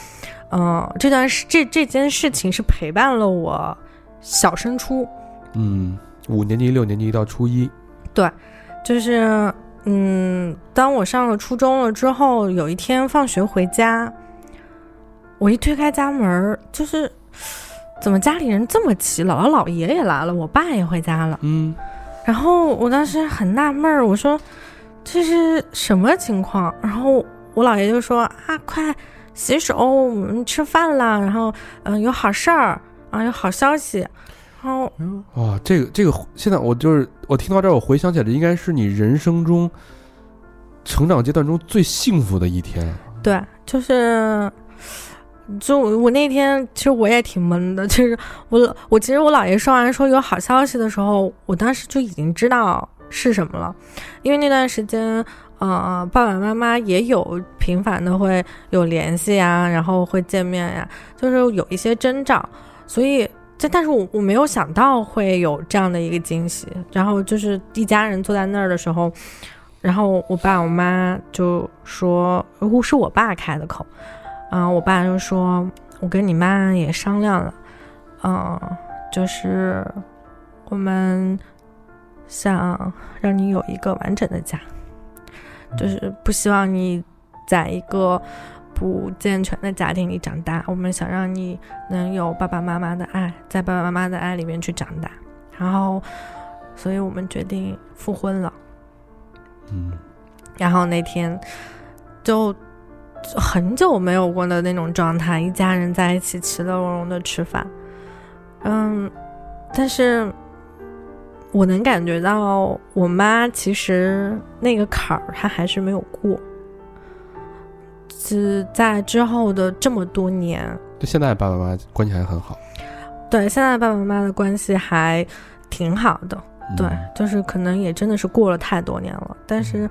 S6: 呃，这段事这这件事情是陪伴了我小升初，
S3: 嗯，五年级、六年级到初一，
S6: 就是嗯，当我上了初中了之后，有一天放学回家，我一推开家门儿，就是怎么家里人这么齐，姥姥姥爷也来了，我爸也回家了。
S3: 嗯，
S6: 然后我当时很纳闷儿，我说这是什么情况？然后我姥爷就说啊，快洗手，我们吃饭啦。然后嗯、呃有好事儿啊，有好消息。然后
S2: 嗯，
S3: 啊，这个这个，现在我就是我听到这儿，我回想起来，应该是你人生中成长阶段中最幸福的一天。啊
S6: 对，就是，就我那天其实我也挺闷的，就是我我其实我姥爷说完说有好消息的时候，我当时就已经知道是什么了，因为那段时间。呃，爸爸妈妈也有频繁的会有联系呀，然后会见面呀，就是有一些征兆，所以这但是我我没有想到会有这样的一个惊喜，然后就是一家人坐在那儿的时候，然后我爸我妈就说，呃是我爸开的口，啊、我爸就嗯说，我跟你妈也商量了，嗯、就是我们想让你有一个完整的家，就是不希望你在一个不健全的家庭里长大。我们想让你能有爸爸妈妈的爱，在爸爸妈妈的爱里面去长大。然后，所以我们决定复婚了。
S1: 嗯，
S6: 然后那天就就很久没有过的那种状态，一家人在一起其乐融融的吃饭。嗯，但是我能感觉到我妈其实那个坎儿她还是没有过。是在之后的这么多年，
S3: 就现在爸爸妈妈关系还很好，
S6: 对现在爸爸妈妈的关系还挺好的，
S4: 嗯
S6: 对，就是可能也真的是过了太多年了。但是，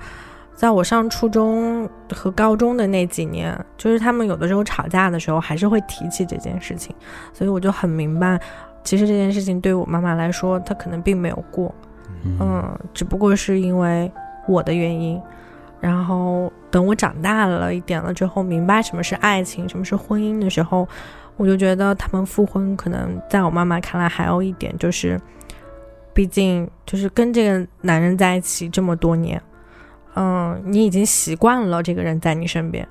S6: 在我上初中和高中的那几年，就是他们有的时候吵架的时候，还是会提起这件事情，所以我就很明白，其实这件事情对我妈妈来说，她可能并没有过，嗯，只不过是因为我的原因。然后等我长大了一点了之后，明白什么是爱情，什么是婚姻的时候，我就觉得他们复婚可能在我妈妈看来还有一点就是，毕竟就是跟这个男人在一起这么多年，嗯，你已经习惯了这个人在你身边，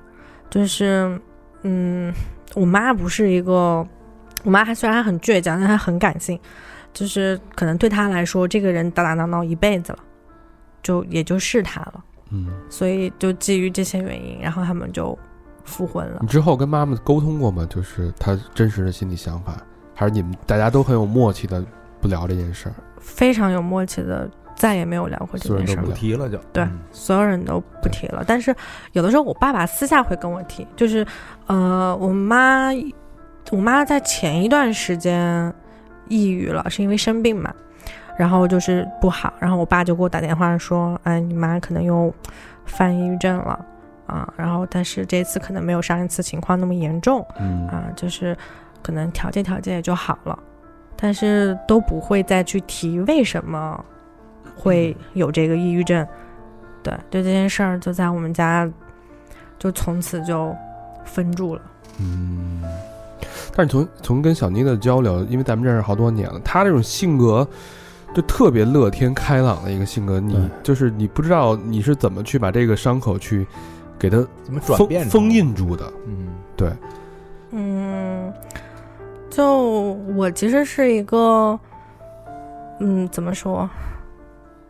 S6: 就是，嗯，我妈不是一个，我妈她虽然很倔强，但她很感性，就是可能对她来说，这个人打打闹闹一辈子了，就也就是她了，
S1: 嗯，
S6: 所以就基于这些原因，然后他们就复婚了
S3: 你。之后跟妈妈沟通过吗？就是她真实的心理想法，还是你们大家都很有默契的不聊这件事儿？
S6: 非常有默契的，再也没有聊过这件事儿
S3: 所有人都
S2: 不
S6: 了。
S2: 提了就
S6: 对
S2: 嗯
S6: 所有人都不提了。但是有的时候我爸爸私下会跟我提，就是呃，我妈，我妈在前一段时间抑郁了，是因为生病嘛，然后就是不好，然后我爸就给我打电话说，哎，你妈可能又犯抑郁症了。啊，然后但是这次可能没有上一次情况那么严重，
S1: 嗯
S6: 啊，就是可能调节调节也就好了，但是都不会再去提为什么会
S3: 嗯
S6: 有这个抑郁症。对，对这件事儿就在我们家就从此就分住了。
S3: 嗯，但是从从跟小妮的交流，因为咱们认识好多年了，她这种性格就特别乐天开朗的一个性格，你
S2: 对
S3: 就是你不知道你是怎么去把这个伤口去给它
S2: 怎么转
S3: 封
S2: 变成
S3: 封印住的。
S2: 嗯，
S3: 对，
S6: 嗯，就我其实是一个，嗯，怎么说？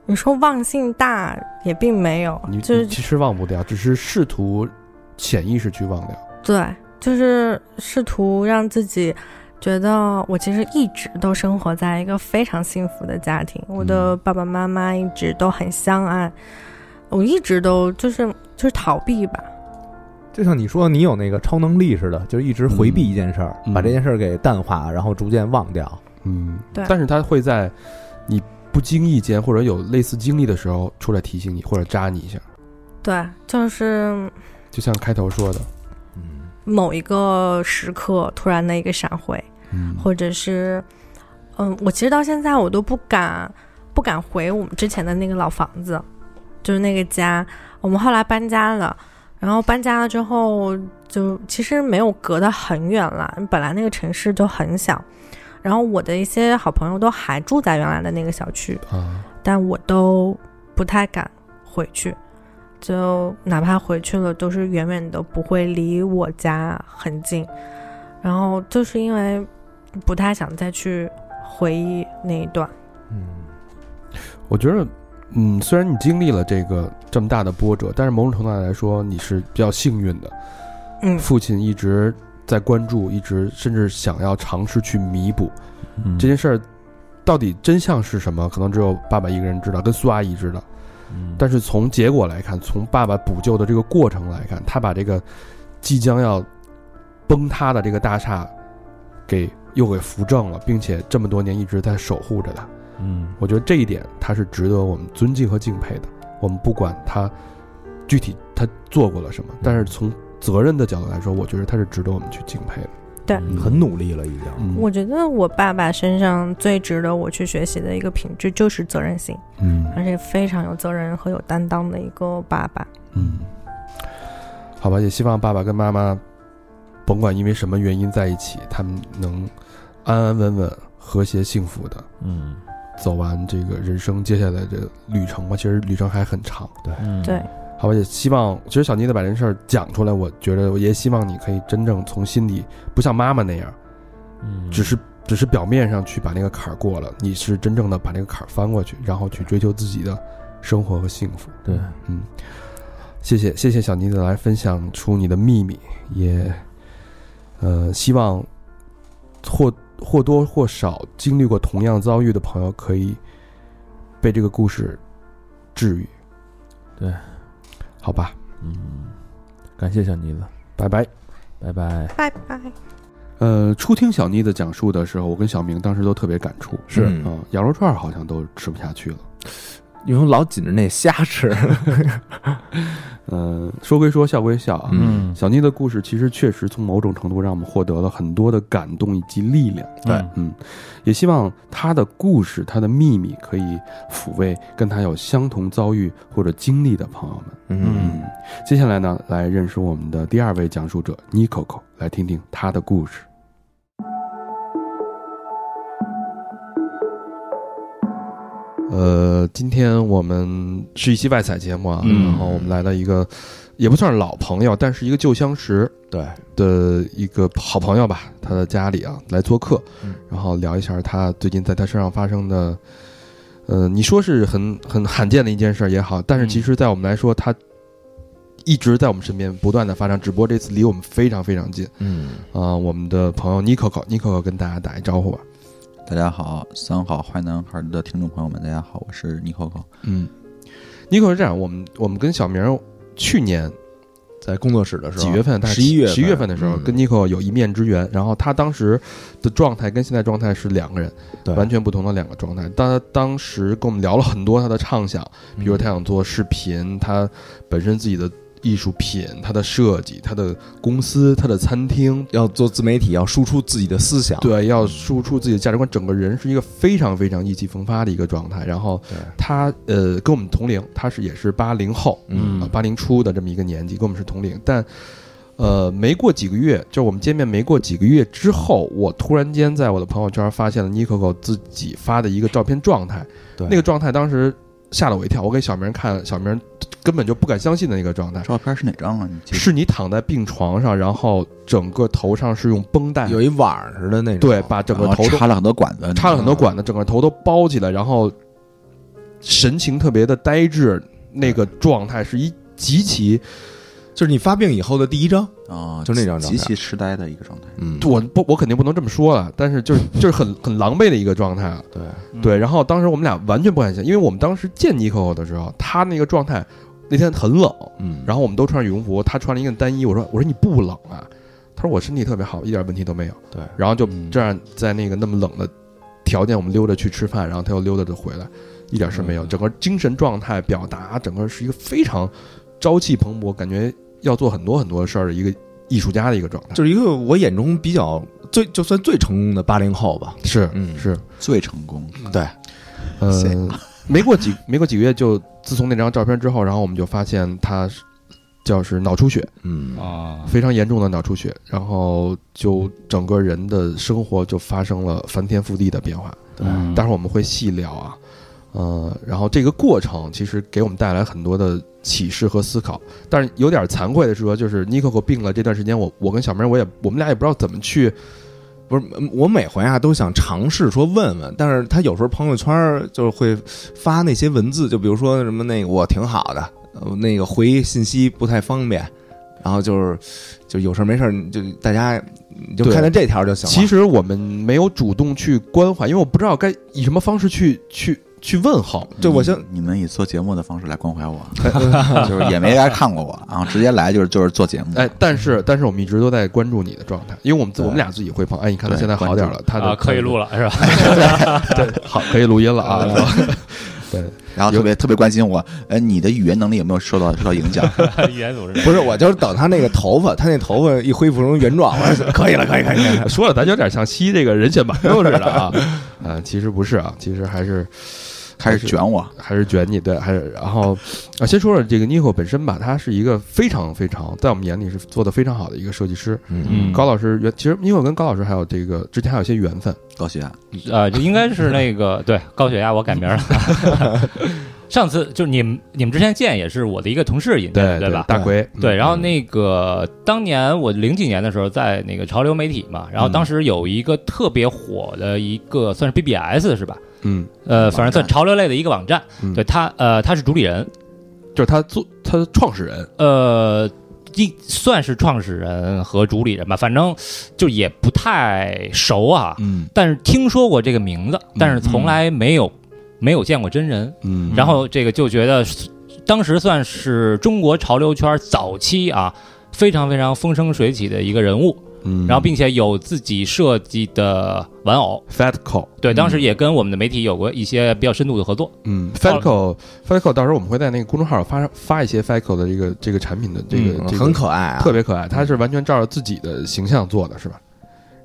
S6: 你说忘性大也并没有，
S3: 你
S6: 就是
S3: 你其实忘不掉，只是试图潜意识去忘掉。
S6: 对，就是试图让自己觉得我其实一直都生活在一个非常幸福的家庭，我的爸爸妈妈一直都很相爱，我一直都就是就是逃避吧，
S2: 就像你说你有那个超能力似的，就是一直回避一件事儿，
S1: 嗯
S2: 把这件事儿给淡化，然后逐渐忘掉。
S3: 嗯，
S6: 对
S3: 但是他会在你不经意间或者有类似经历的时候出来提醒你，或者扎你一下，
S6: 对，就是
S3: 就像开头说的，
S2: 嗯，
S6: 某一个时刻突然的一个闪回，
S1: 嗯
S6: 或者是，嗯，我其实到现在我都不敢不敢回我们之前的那个老房子，就是那个家。我们后来搬家了，然后搬家了之后就其实没有隔得很远了，本来那个城市就很小，然后我的一些好朋友都还住在原来的那个小区，
S3: 啊，
S6: 但我都不太敢回去，就哪怕回去了，都是远远的，不会离我家很近。然后就是因为不太想再去回忆那一段，
S2: 嗯，
S3: 我觉得，嗯，虽然你经历了这个这么大的波折，但是某种程度上来说，你是比较幸运的。
S6: 嗯，
S3: 父亲一直在关注，一直甚至想要尝试去弥补这件事儿，到底真相是什么？可能只有爸爸一个人知道，跟苏阿姨知道。但是从结果来看，从爸爸补救的这个过程来看，他把这个即将要崩塌的这个大厦给又给扶正了，并且这么多年一直在守护着它。
S4: 嗯
S3: 我觉得这一点他是值得我们尊敬和敬佩的。我们不管他具体他做过了什么，但是从责任的角度来说，我觉得他是值得我们去敬佩的。
S6: 对
S2: 嗯很努力了已经。
S3: 嗯，
S6: 我觉得我爸爸身上最值得我去学习的一个品质就是责任心，
S1: 嗯
S6: 而且非常有责任和有担当的一个爸爸。
S1: 嗯
S3: 好吧，也希望爸爸跟妈妈，甭管因为什么原因在一起，他们能安安稳稳、和谐幸福的
S4: 嗯
S3: 走完这个人生接下来的旅程吧。其实旅程还很长，
S4: 嗯
S6: 对，
S3: 好吧，也希望，其实小妮子把这事儿讲出来，我觉得我也希望你可以真正从心里，不像妈妈那样，
S4: 嗯
S3: 只是只是表面上去把那个坎儿过了，你是真正的把那个坎儿翻过去，然后去追求自己的生活和幸福。
S2: 对，
S3: 嗯，谢谢谢谢小妮子来分享出你的秘密，也呃希望或或多或少经历过同样遭遇的朋友可以被这个故事治愈。
S4: 对，
S3: 好吧，
S4: 嗯，感谢小妮子，
S3: 拜拜。
S4: 拜拜。
S6: 拜拜。
S3: 呃，初听小妮子讲述的时候，我跟小明当时都特别感触。
S2: 是
S3: 啊、
S4: 嗯
S3: 羊肉串儿好像都吃不下去了。
S2: 因为我老紧着那虾 吃，
S3: 呃，说归说，笑归笑啊。
S4: 嗯
S3: 小妮的故事其实确实从某种程度让我们获得了很多的感动以及力量。
S4: 对，
S3: 嗯，也希望她的故事、她的秘密可以抚慰跟她有相同遭遇或者经历的朋友们。
S2: 嗯，
S3: 嗯，接下来呢，来认识我们的第二位讲述者 n i c o 来听听她的故事。呃，今天我们是一期外采节目啊，
S4: 嗯
S3: 然后我们来了一个，也不算是老朋友，但是一个旧相识
S5: 对
S3: 的一个好朋友吧，他的家里啊来做客，
S2: 嗯
S3: 然后聊一下他最近在他身上发生的，呃，你说是很很罕见的一件事儿也好，但是其实，在我们来说，他一直在我们身边不断的发生，只不过这次离我们非常非常近
S2: 嗯，
S3: 啊、我们的朋友 Nico Nico 跟大家打一招呼吧，
S7: 大家好，三好坏男孩的听众朋友们，大家好，我是尼可可。
S3: 嗯，Nico 是这样，我们我们跟小明儿去年
S2: 在工作室的时候，
S3: 几月份？
S2: 十一月
S3: 十一月份的时候，
S2: 嗯
S3: 跟 Nico 有一面之缘。然后他当时的状态跟现在状态是两个人，
S2: 对
S3: 完全不同的两个状态。他当时跟我们聊了很多他的畅想，
S2: 嗯
S3: 比如他想做视频，他本身自己的艺术品、他的设计、他的公司、他的餐厅，
S2: 要做自媒体，要输出自己的思想，
S3: 对，要输出自己的价值观，整个人是一个非常非常意气风发的一个状态。然后
S2: 对
S3: 他呃跟我们同龄，他是也是八零后，
S2: 嗯
S3: 啊八零初的这么一个年纪，跟我们是同龄，但。呃，没过几个月，就是我们见面没过几个月之后，我突然间在我的朋友圈发现了 Nico 自己发的一个照片状态，
S2: 对
S3: 那个状态当时吓了我一跳，我给小明看，小明根本就不敢相信的那个状态，
S7: 照片是哪张啊？你记得
S3: 是你躺在病床上，然后整个头上是用绷带
S2: 有一碗似的那种，
S3: 对把整个
S7: 然后
S3: 头都
S7: 插了很多管子，
S3: 插了很多管子，整个头都包起来，然后神情特别的呆滞，那个状态是一极其
S2: 就是你发病以后的第一张，
S7: 啊，
S2: 就那张照
S7: 极
S2: 片
S7: 其痴呆的一个状态。
S2: 嗯，
S3: 我不我肯定不能这么说了，但是就是就是很很狼狈的一个状态了。
S2: 对
S3: 对，然后当时我们俩完全不敢相信，因为我们当时见 Nico 的时候，他那个状态那天很冷，
S2: 嗯，
S3: 然后我们都穿着羽绒服，他穿了一个单衣。我说我说你不冷啊？他说我身体特别好，一点问题都没有。
S2: 对
S3: 然后就
S7: 嗯
S3: 这样在那个那么冷的条件，我们溜达去吃饭，然后他又溜达着回来，一点事没有。整个精神状态、表达，整个是一个非常朝气蓬勃，感觉要做很多很多事儿的一个艺术家的一个状态。
S2: 就是一个我眼中比较最就算最成功的八零后吧，
S3: 是
S2: 嗯
S3: 是，
S7: 最成功，
S2: 对，
S7: 谢
S3: 呃，没过几没过几个月，就自从那张照片之后，然后我们就发现他是叫是脑出血。
S2: 嗯，
S4: 啊，
S3: 非常严重的脑出血，然后就整个人的生活就发生了翻天覆地的变化。
S4: 对
S3: 待会儿我们会细聊啊，呃，然后这个过程其实给我们带来很多的启示和思考。但是有点惭愧的是说，就是 Nico 病了这段时间，我我跟小明我也我们俩也不知道怎么去，
S2: 不是，我每回啊都想尝试说问问，但是他有时候朋友圈儿就是会发那些文字，就比如说什么那个我挺好的，呃那个回信息不太方便，然后就是就有事儿没事儿你就大家你就
S3: 对
S2: 看见这条就行了。
S3: 其实我们没有主动去关怀，因为我不知道该以什么方式去去去问候。
S2: 就我先
S7: 嗯你们以做节目的方式来关怀我，
S8: 哎
S7: 就是也没来看过我，然后直接来就是就是做节目。
S3: 哎，但是但是我们一直都在关注你的状态，因为我们自
S2: 对
S3: 我们俩自己会碰。哎，你看他
S7: 对
S3: 现在好点了，他的
S4: 啊，可以录了是 吧？
S3: 对，好，可以录音了啊。
S7: 然后特别特别关心我，哎，你的语言能力有没有受 到受到影响？
S4: 语言总是
S2: 不是，我就是等他那个头发，他那头发一恢复成原状，我说可以了，可以，可以，可以。
S3: 说 了，咱就有点像吸这个人血馒头似的啊。呃，其实不是啊，其实还是，
S7: 开始卷我，
S3: 还是卷你对，还是然后啊，先说说这个 Nico 本身吧，他是一个非常非常在我们眼里是做的非常好的一个设计师。
S2: 嗯
S3: 高老师原其实 Nico 跟高老师还有这个之前还有一些缘分，
S7: 高血压，
S4: 啊，这应该是那个对高血压，我改名了。 上次就是你们你们之前见也是我的一个同事引荐的，
S3: 对
S4: 吧？
S3: 大嗯奎，
S4: 对，然后那个当年我零几年的时候在那个潮流媒体嘛，然后
S7: 嗯
S4: 当时有一个特别火的一个算是 BBS 是吧？
S3: 嗯，
S4: 呃，反正
S7: 网站
S4: 算潮流类的一个网站，
S3: 嗯
S4: 对他呃他是主理人，
S3: 就是他做他的创始人，
S4: 呃，一算是创始人和主理人吧，反正就也不太熟啊，
S3: 嗯
S4: 但是听说过这个名字，但是从来没有、没有见过真人，
S3: 嗯
S4: 然后这个就觉得当时算是中国潮流圈早期啊。非常非常风生水起的一个人物，
S3: 嗯
S4: 然后并且有自己设计的玩偶，
S3: Fatco，
S4: 对，当时也跟我们的媒体有过一些比较深度的合作，
S3: 嗯，Fatco Fatco，到时候我们会在那个公众号发发一些 Fatco 的这个这个产品的这
S4: 嗯
S3: 个、这个
S2: 很可爱啊，
S3: 特别可爱，它是完全照着自己的形象做的，是吧？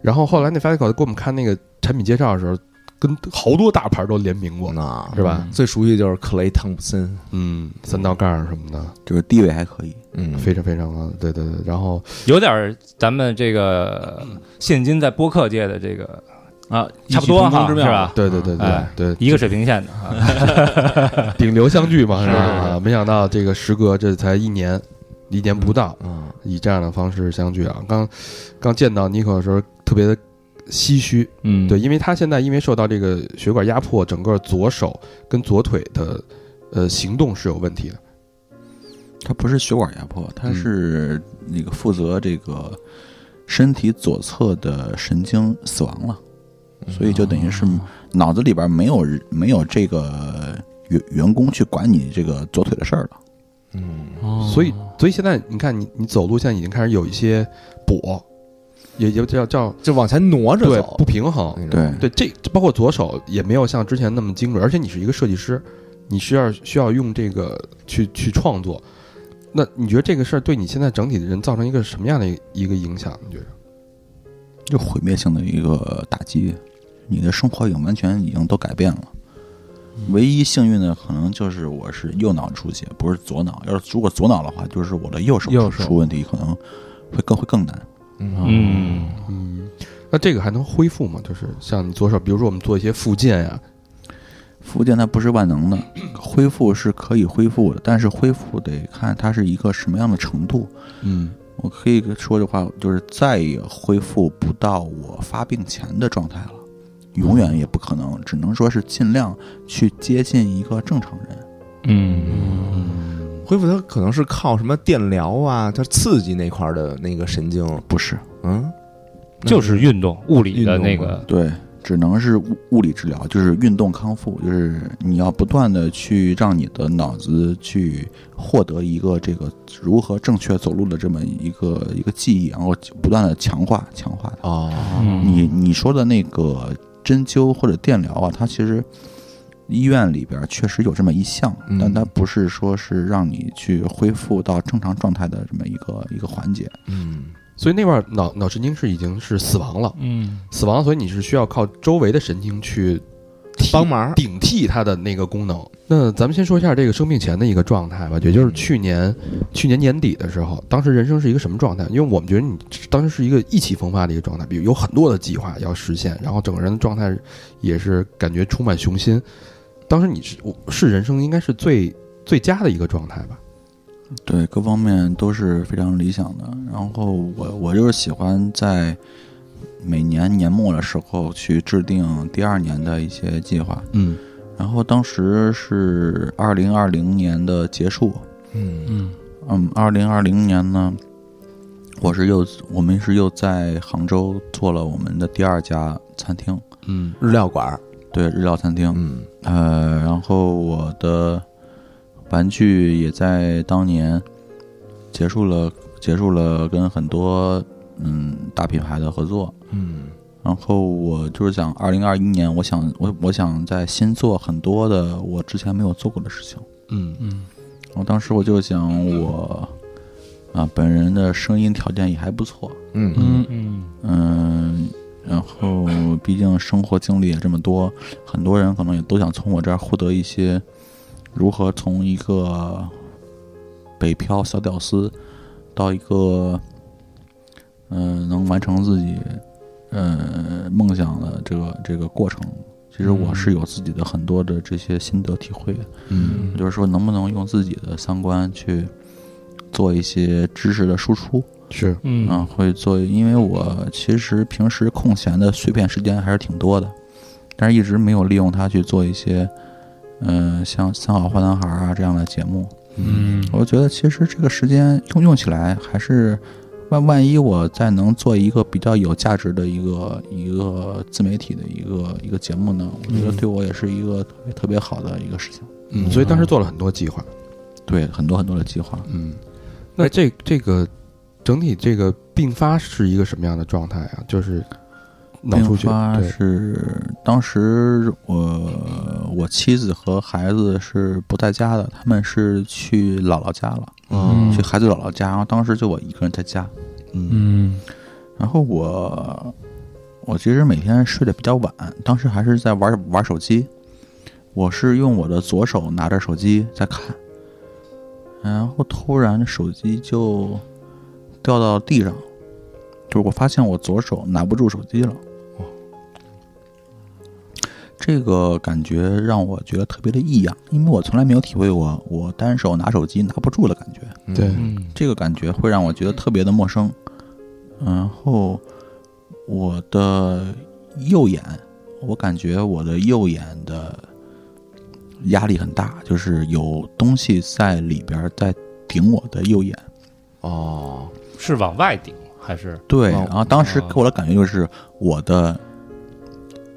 S3: 然后后来那 Fatco 给我们看那个产品介绍的时候，跟好多大牌都联名过，
S2: 呢，
S3: 是吧？
S2: 嗯啊
S4: 嗯
S2: 最熟悉就是克雷汤普森，
S3: 嗯，三道杠儿什么的，
S7: 就是地位还可以，
S2: 嗯
S3: 非常非常的，对对对。然后
S4: 有点儿咱们这个现今在播客界的这个
S7: 啊，
S4: 差不多
S7: 异曲同
S4: 哈，
S7: 工
S4: 是
S7: 之妙
S4: 吧？
S3: 对对对对、
S4: 哎
S3: 对，
S4: 一个水平线的啊，
S3: 顶流相聚嘛，是吧？
S4: 是是
S3: 啊没想到这个时隔这才一年，一年不到，
S2: 嗯，
S3: 以这样的方式相聚啊。刚刚见到 Nico 的时候，特别的唏嘘，
S4: 嗯
S3: 对，，因为他现在因为受到这个血管压迫，整个左手跟左腿的呃行动是有问题的。
S7: 他不是血管压迫，他是那个负责这个身体左侧的神经死亡了，所以就等于是脑子里边没有没有这个员员工去管你这个左腿的事儿了。
S2: 嗯
S8: 哦
S3: 所以，所以现在你看你，你走路现在已经开始有一些跛，也也叫叫
S2: 就往前挪着
S3: 对
S2: 走嗯
S3: 不，平衡。
S2: 那种
S7: 对，
S3: 对，这这包括左手也没有像之前那么精准，而且你是一个设计师，你需要需要用这个去去创作。那你觉得这个事儿对你现在整体的人造成一个什么样的一一个影响？你觉得？
S7: 就毁灭性的一个打击，你的生活已经完全已经都改变了。
S3: 嗯
S7: 唯一幸运的可能就是我是右脑出血，不是左脑。要是如果左脑的话，就是我的右手
S3: 右
S7: 出
S3: 手
S7: 出问题，可能会更会更难。
S4: 嗯，
S3: 嗯，那这个还能恢复吗？就是像你左手，比如说我们做一些复健啊呀、
S7: 复健它不是万能的，恢复是可以恢复的，但是恢复得看它是一个什么样的程度。
S3: 嗯
S7: 我可以说的话，就是再也恢复不到我发病前的状态了，永远也不可能，只能说是尽量去接近一个正常人。
S2: 恢复它可能是靠什么电疗啊，它刺激那块儿的那个神经，
S7: 不是，
S2: 嗯，
S4: 就是运动物理的那
S2: 运动
S4: 个，
S7: 对，只能是物物理治疗，就是运动康复，就是你要不断的去让你的脑子去获得一个这个如何正确走路的这么一个一个记忆，然后不断的强化强化它。
S2: 哦，
S8: 嗯
S1: 嗯
S7: 你你说的那个针灸或者电疗啊，它其实医院里边确实有这么一项，
S2: 嗯
S7: 但它不是说是让你去恢复到正常状态的这么一个一个环节。
S2: 嗯，
S3: 所以那块儿脑脑神经是已经是死亡了，
S4: 嗯，
S3: 死亡，所以你是需要靠周围的神经去替
S2: 帮忙，
S3: 顶替它的那个功能。那咱们先说一下这个生病前的一个状态吧，也就是去年去年年底的时候，当时人生是一个什么状态？因为我们觉得你当时是一个意气风发的一个状态，比如有很多的计划要实现，然后整个人的状态也是感觉充满雄心。当时你是我是人生应该是最最佳的一个状态吧？
S7: 对，各方面都是非常理想的。然后我我就是喜欢在每年年末的时候去制定第二年的一些计划。
S3: 嗯
S7: 然后当时是二零二零年的结束，
S2: 嗯
S3: 嗯
S7: 嗯，二零二零年呢，我是又我们是又在杭州做了我们的第二家餐厅，
S3: 嗯
S2: 日料馆儿，
S7: 对日料餐厅。
S2: 嗯
S7: 呃，然后我的玩具也在当年结束了，结束了跟很多嗯大品牌的合作。
S2: 嗯
S7: 然后我就是想，二零二一年，我想我我想在新做很多的我之前没有做过的事情。
S3: 嗯嗯
S7: 然后当时我就想我，啊，本人的声音条件也还不错，
S2: 嗯
S4: 嗯
S7: 嗯，然后毕竟生活经历也这么多，很多人可能也都想从我这儿获得一些如何从一个北漂小屌丝到一个嗯、呃能完成自己呃梦想的这个这个过程。其实我是有自己的很多的这些心得体会的，
S2: 嗯
S7: 就是说能不能用自己的三观去做一些知识的输出，
S5: 是
S4: 嗯
S7: 嗯，会做，因为我其实平时空闲的碎片时间还是挺多的，但是一直没有利用它去做一些，嗯、像《三好坏男孩》啊这样的节目。
S2: 嗯
S7: 我觉得其实这个时间用用起来还是，万万一我再能做一个比较有价值的一个一个自媒体的一个一个节目呢，我觉得
S2: 嗯
S7: 对我也是一个特别特别好的一个事情。
S2: 嗯，
S3: 所以当时做了很多计划。
S7: 对，很多很多的计划。
S3: 嗯，那这这个整体这个并发是一个什么样的状态啊？就是脑出
S7: 并
S3: 血，
S7: 发
S3: 对，
S7: 是当时我我妻子和孩子是不在家的，他们是去姥姥家了，
S3: 嗯
S7: 去孩子姥姥家。然后当时就我一个人在家，
S2: 嗯
S7: 然后我我其实每天睡得比较晚，当时还是在玩玩手机，我是用我的左手拿着手机在看，然后突然手机就掉到地上，就是我发现我左手拿不住手机了。这个感觉让我觉得特别的异样，因为我从来没有体会过我单手拿手机拿不住的感觉。
S3: 对
S4: 嗯
S7: 这个感觉会让我觉得特别的陌生。然后我的右眼，我感觉我的右眼的压力很大，就是有东西在里边儿在顶我的右眼。
S2: 哦，
S4: 是往外顶还是
S7: 对，
S2: 哦
S7: 然后啊当时给我的感觉就是我的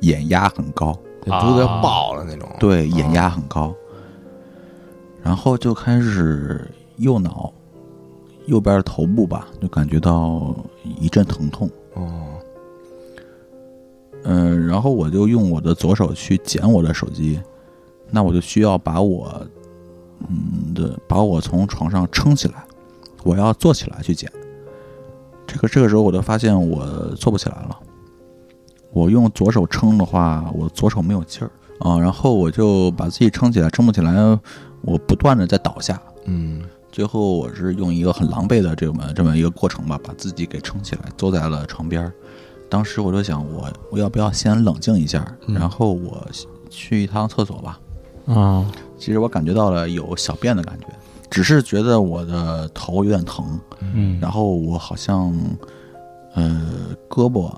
S7: 眼压很高，
S2: 这珠子要爆了那种，
S7: 对，眼
S2: 哦
S7: 压很高，然后就开始右脑右边的头部吧，就感觉到一阵疼痛。
S2: 哦，
S7: 嗯，然后我就用我的左手去捡我的手机，那我就需要把我，嗯的，把我从床上撑起来，我要坐起来去捡。这个这个时候我就发现我坐不起来了，我用左手撑的话，我左手没有劲儿啊，然后我就把自己撑起来，撑不起来，我不断的在倒下，
S2: 嗯
S7: 最后我是用一个很狼狈的这么这么一个过程吧，把自己给撑起来，坐在了床边儿。当时我就想我，我要不要先冷静一下，
S3: 嗯
S7: 然后我去一趟厕所吧。
S3: 啊，
S7: 其实我感觉到了有小便的感觉，只是觉得我的头有点疼，
S4: 嗯
S7: 然后我好像呃胳膊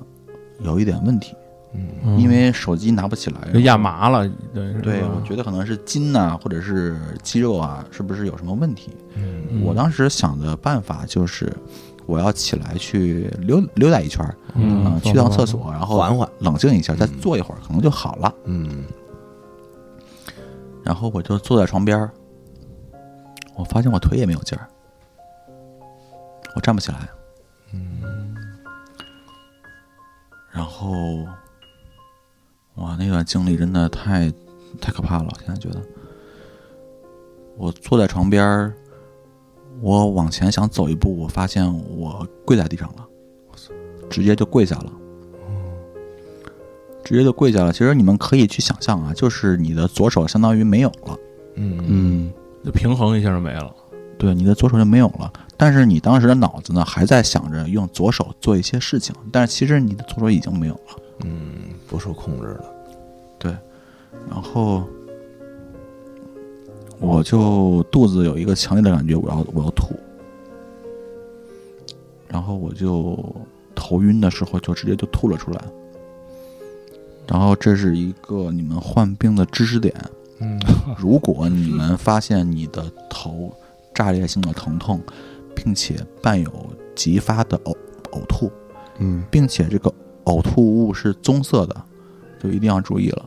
S7: 有一点问题，
S2: 嗯
S3: 嗯
S7: 因为手机拿不起来，
S8: 压麻了，对
S7: 对，
S2: 嗯
S7: 我觉得可能是筋呐、或者是肌肉啊，是不是有什么问题？
S2: 嗯
S7: 我当时想的办法就是，我要起来去溜溜达一圈儿，
S4: 嗯
S7: 啊、去趟厕所，然后
S2: 缓缓，
S7: 冷静一下，再
S2: 嗯
S7: 坐一会儿，可能就好了。
S2: 嗯
S7: 然后我就坐在床边儿，我发现我腿也没有劲儿，我站不起来。然后，哇，那段经历真的太太可怕了！现在觉得，我坐在床边儿，我往前想走一步，我发现我跪在地上了，直接就跪下了。直接就跪下了。其实你们可以去想象啊，就是你的左手相当于没有了，
S2: 嗯
S3: 嗯，
S8: 就平衡一下就没了。
S7: 对，你的左手就没有了。但是你当时的脑子呢，还在想着用左手做一些事情，但是其实你的左手已经没有了。
S2: 嗯，不受控制了，
S7: 然后我就肚子有一个强烈的感觉，我要我要吐。然后我就头晕的时候，就直接就吐了出来。然后这是一个你们患病的知识点，
S2: 嗯
S7: 如果你们发现你的头炸裂性的疼痛，并且伴有急发的呕呕吐，
S3: 嗯，
S7: 并且这个呕吐物是棕色的，就一定要注意了。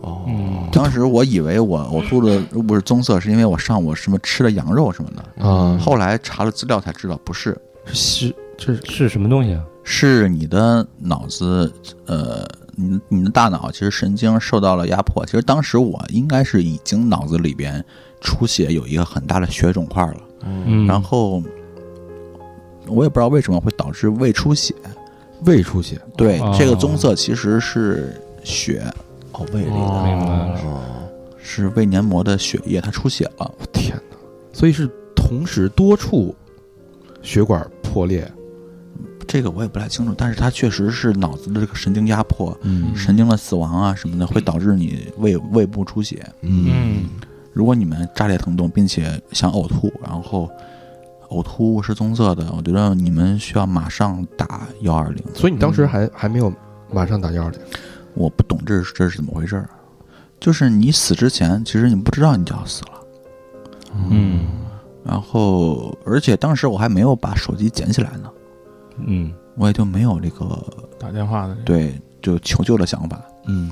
S2: 哦
S4: 嗯
S7: 当时我以为我呕吐的如果是棕色，是因为我上午什么吃了羊肉什么的，
S3: 啊
S7: 后来查了资料才知道不是，
S3: 是这
S4: 是什么东西啊？
S7: 是你的脑子，呃，你你的大脑其实神经受到了压迫。其实当时我应该是已经脑子里边出血有一个很大的血肿块了，
S4: 嗯
S7: 然后我也不知道为什么会导致胃出血，
S3: 胃出血，
S7: 对，
S4: 哦
S7: 这个棕色其实是血，
S2: 哦，胃里
S4: 哦明白了
S2: 哦，
S7: 是胃黏膜的血液，它出血了。
S3: 我天哪！所以是同时多处血管破裂，
S7: 这个我也不太清楚，但是它确实是脑子的这个神经压迫、
S3: 嗯
S7: 神经的死亡啊什么的，会导致你胃胃部出血。
S4: 嗯，
S7: 如果你们炸裂疼痛，并且想呕吐，然后呕吐是棕色的，我觉得你们需要马上打幺二零。
S3: 所以你当时还、还没有马上打幺二零，
S7: 我不懂这是这是怎么回事儿，就是你死之前，其实你不知道你就要死了。
S4: 嗯
S7: 然后，而且当时我还没有把手机捡起来呢，
S4: 嗯
S7: 我也就没有这个
S8: 打电话的，
S7: 对就求救的想法。
S3: 嗯，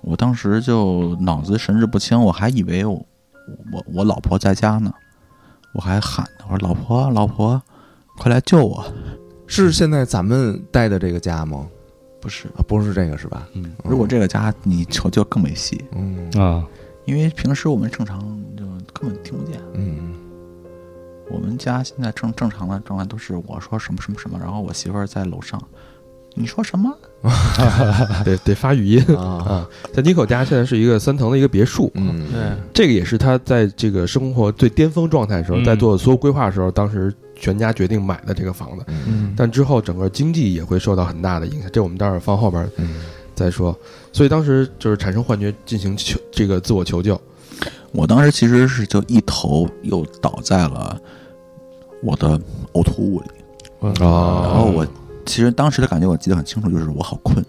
S7: 我当时就脑子神志不清，我还以为我我我老婆在家呢，我还喊她，我说老婆老婆，快来救我！
S2: 是现在咱们待的这个家吗？
S7: 不是，
S2: 啊，不是这个是吧？
S3: 嗯，
S7: 如果这个家你求救更没戏，
S2: 嗯
S4: 啊，
S7: 因为平时我们正常就根本听不见。
S2: 嗯
S7: 我们家现在正正常的状态都是我说什么什么什么，然后我媳妇儿在楼上，你说什么？
S3: 得得发语音。
S2: 嗯啊，
S3: 啊，在妮可家现在是一个三层的一个别墅，
S2: 嗯
S8: 对，
S3: 这个也是他在这个生活最巅峰状态的时候，
S4: 嗯
S3: 在做所有规划的时候，当时全家决定买的这个房子。
S2: 嗯
S3: 但之后整个经济也会受到很大的影响，这我们待会儿放后边
S2: 嗯
S3: 再说。所以当时就是产生幻觉，进行求这个自我求救。
S7: 我当时其实是就一头又倒在了我的呕吐物里。然后
S3: 哦，
S4: 啊
S7: 我其实当时的感觉我记得很清楚，就是我好困，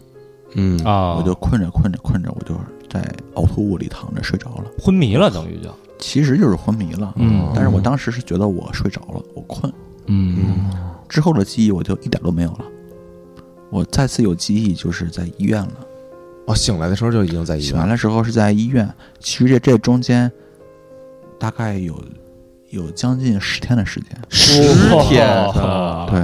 S3: 嗯
S4: 啊，
S7: 我就困着困着困着，我就在呕吐物里躺着睡着了，
S4: 昏迷了，等于就
S7: 其实就是昏迷了。
S4: 嗯
S7: 但是我当时是觉得我睡着了，我困。
S4: 嗯
S7: 之后的记忆我就一点都没有了。我再次有记忆就是在医院了，
S2: 哦，醒来的时候就已经在医
S7: 醒
S2: 院
S7: 来
S2: 了，
S7: 的时候是在医院。其实这这中间大概有有将近十天的时间，
S4: 十
S3: 天
S4: 哦
S7: 对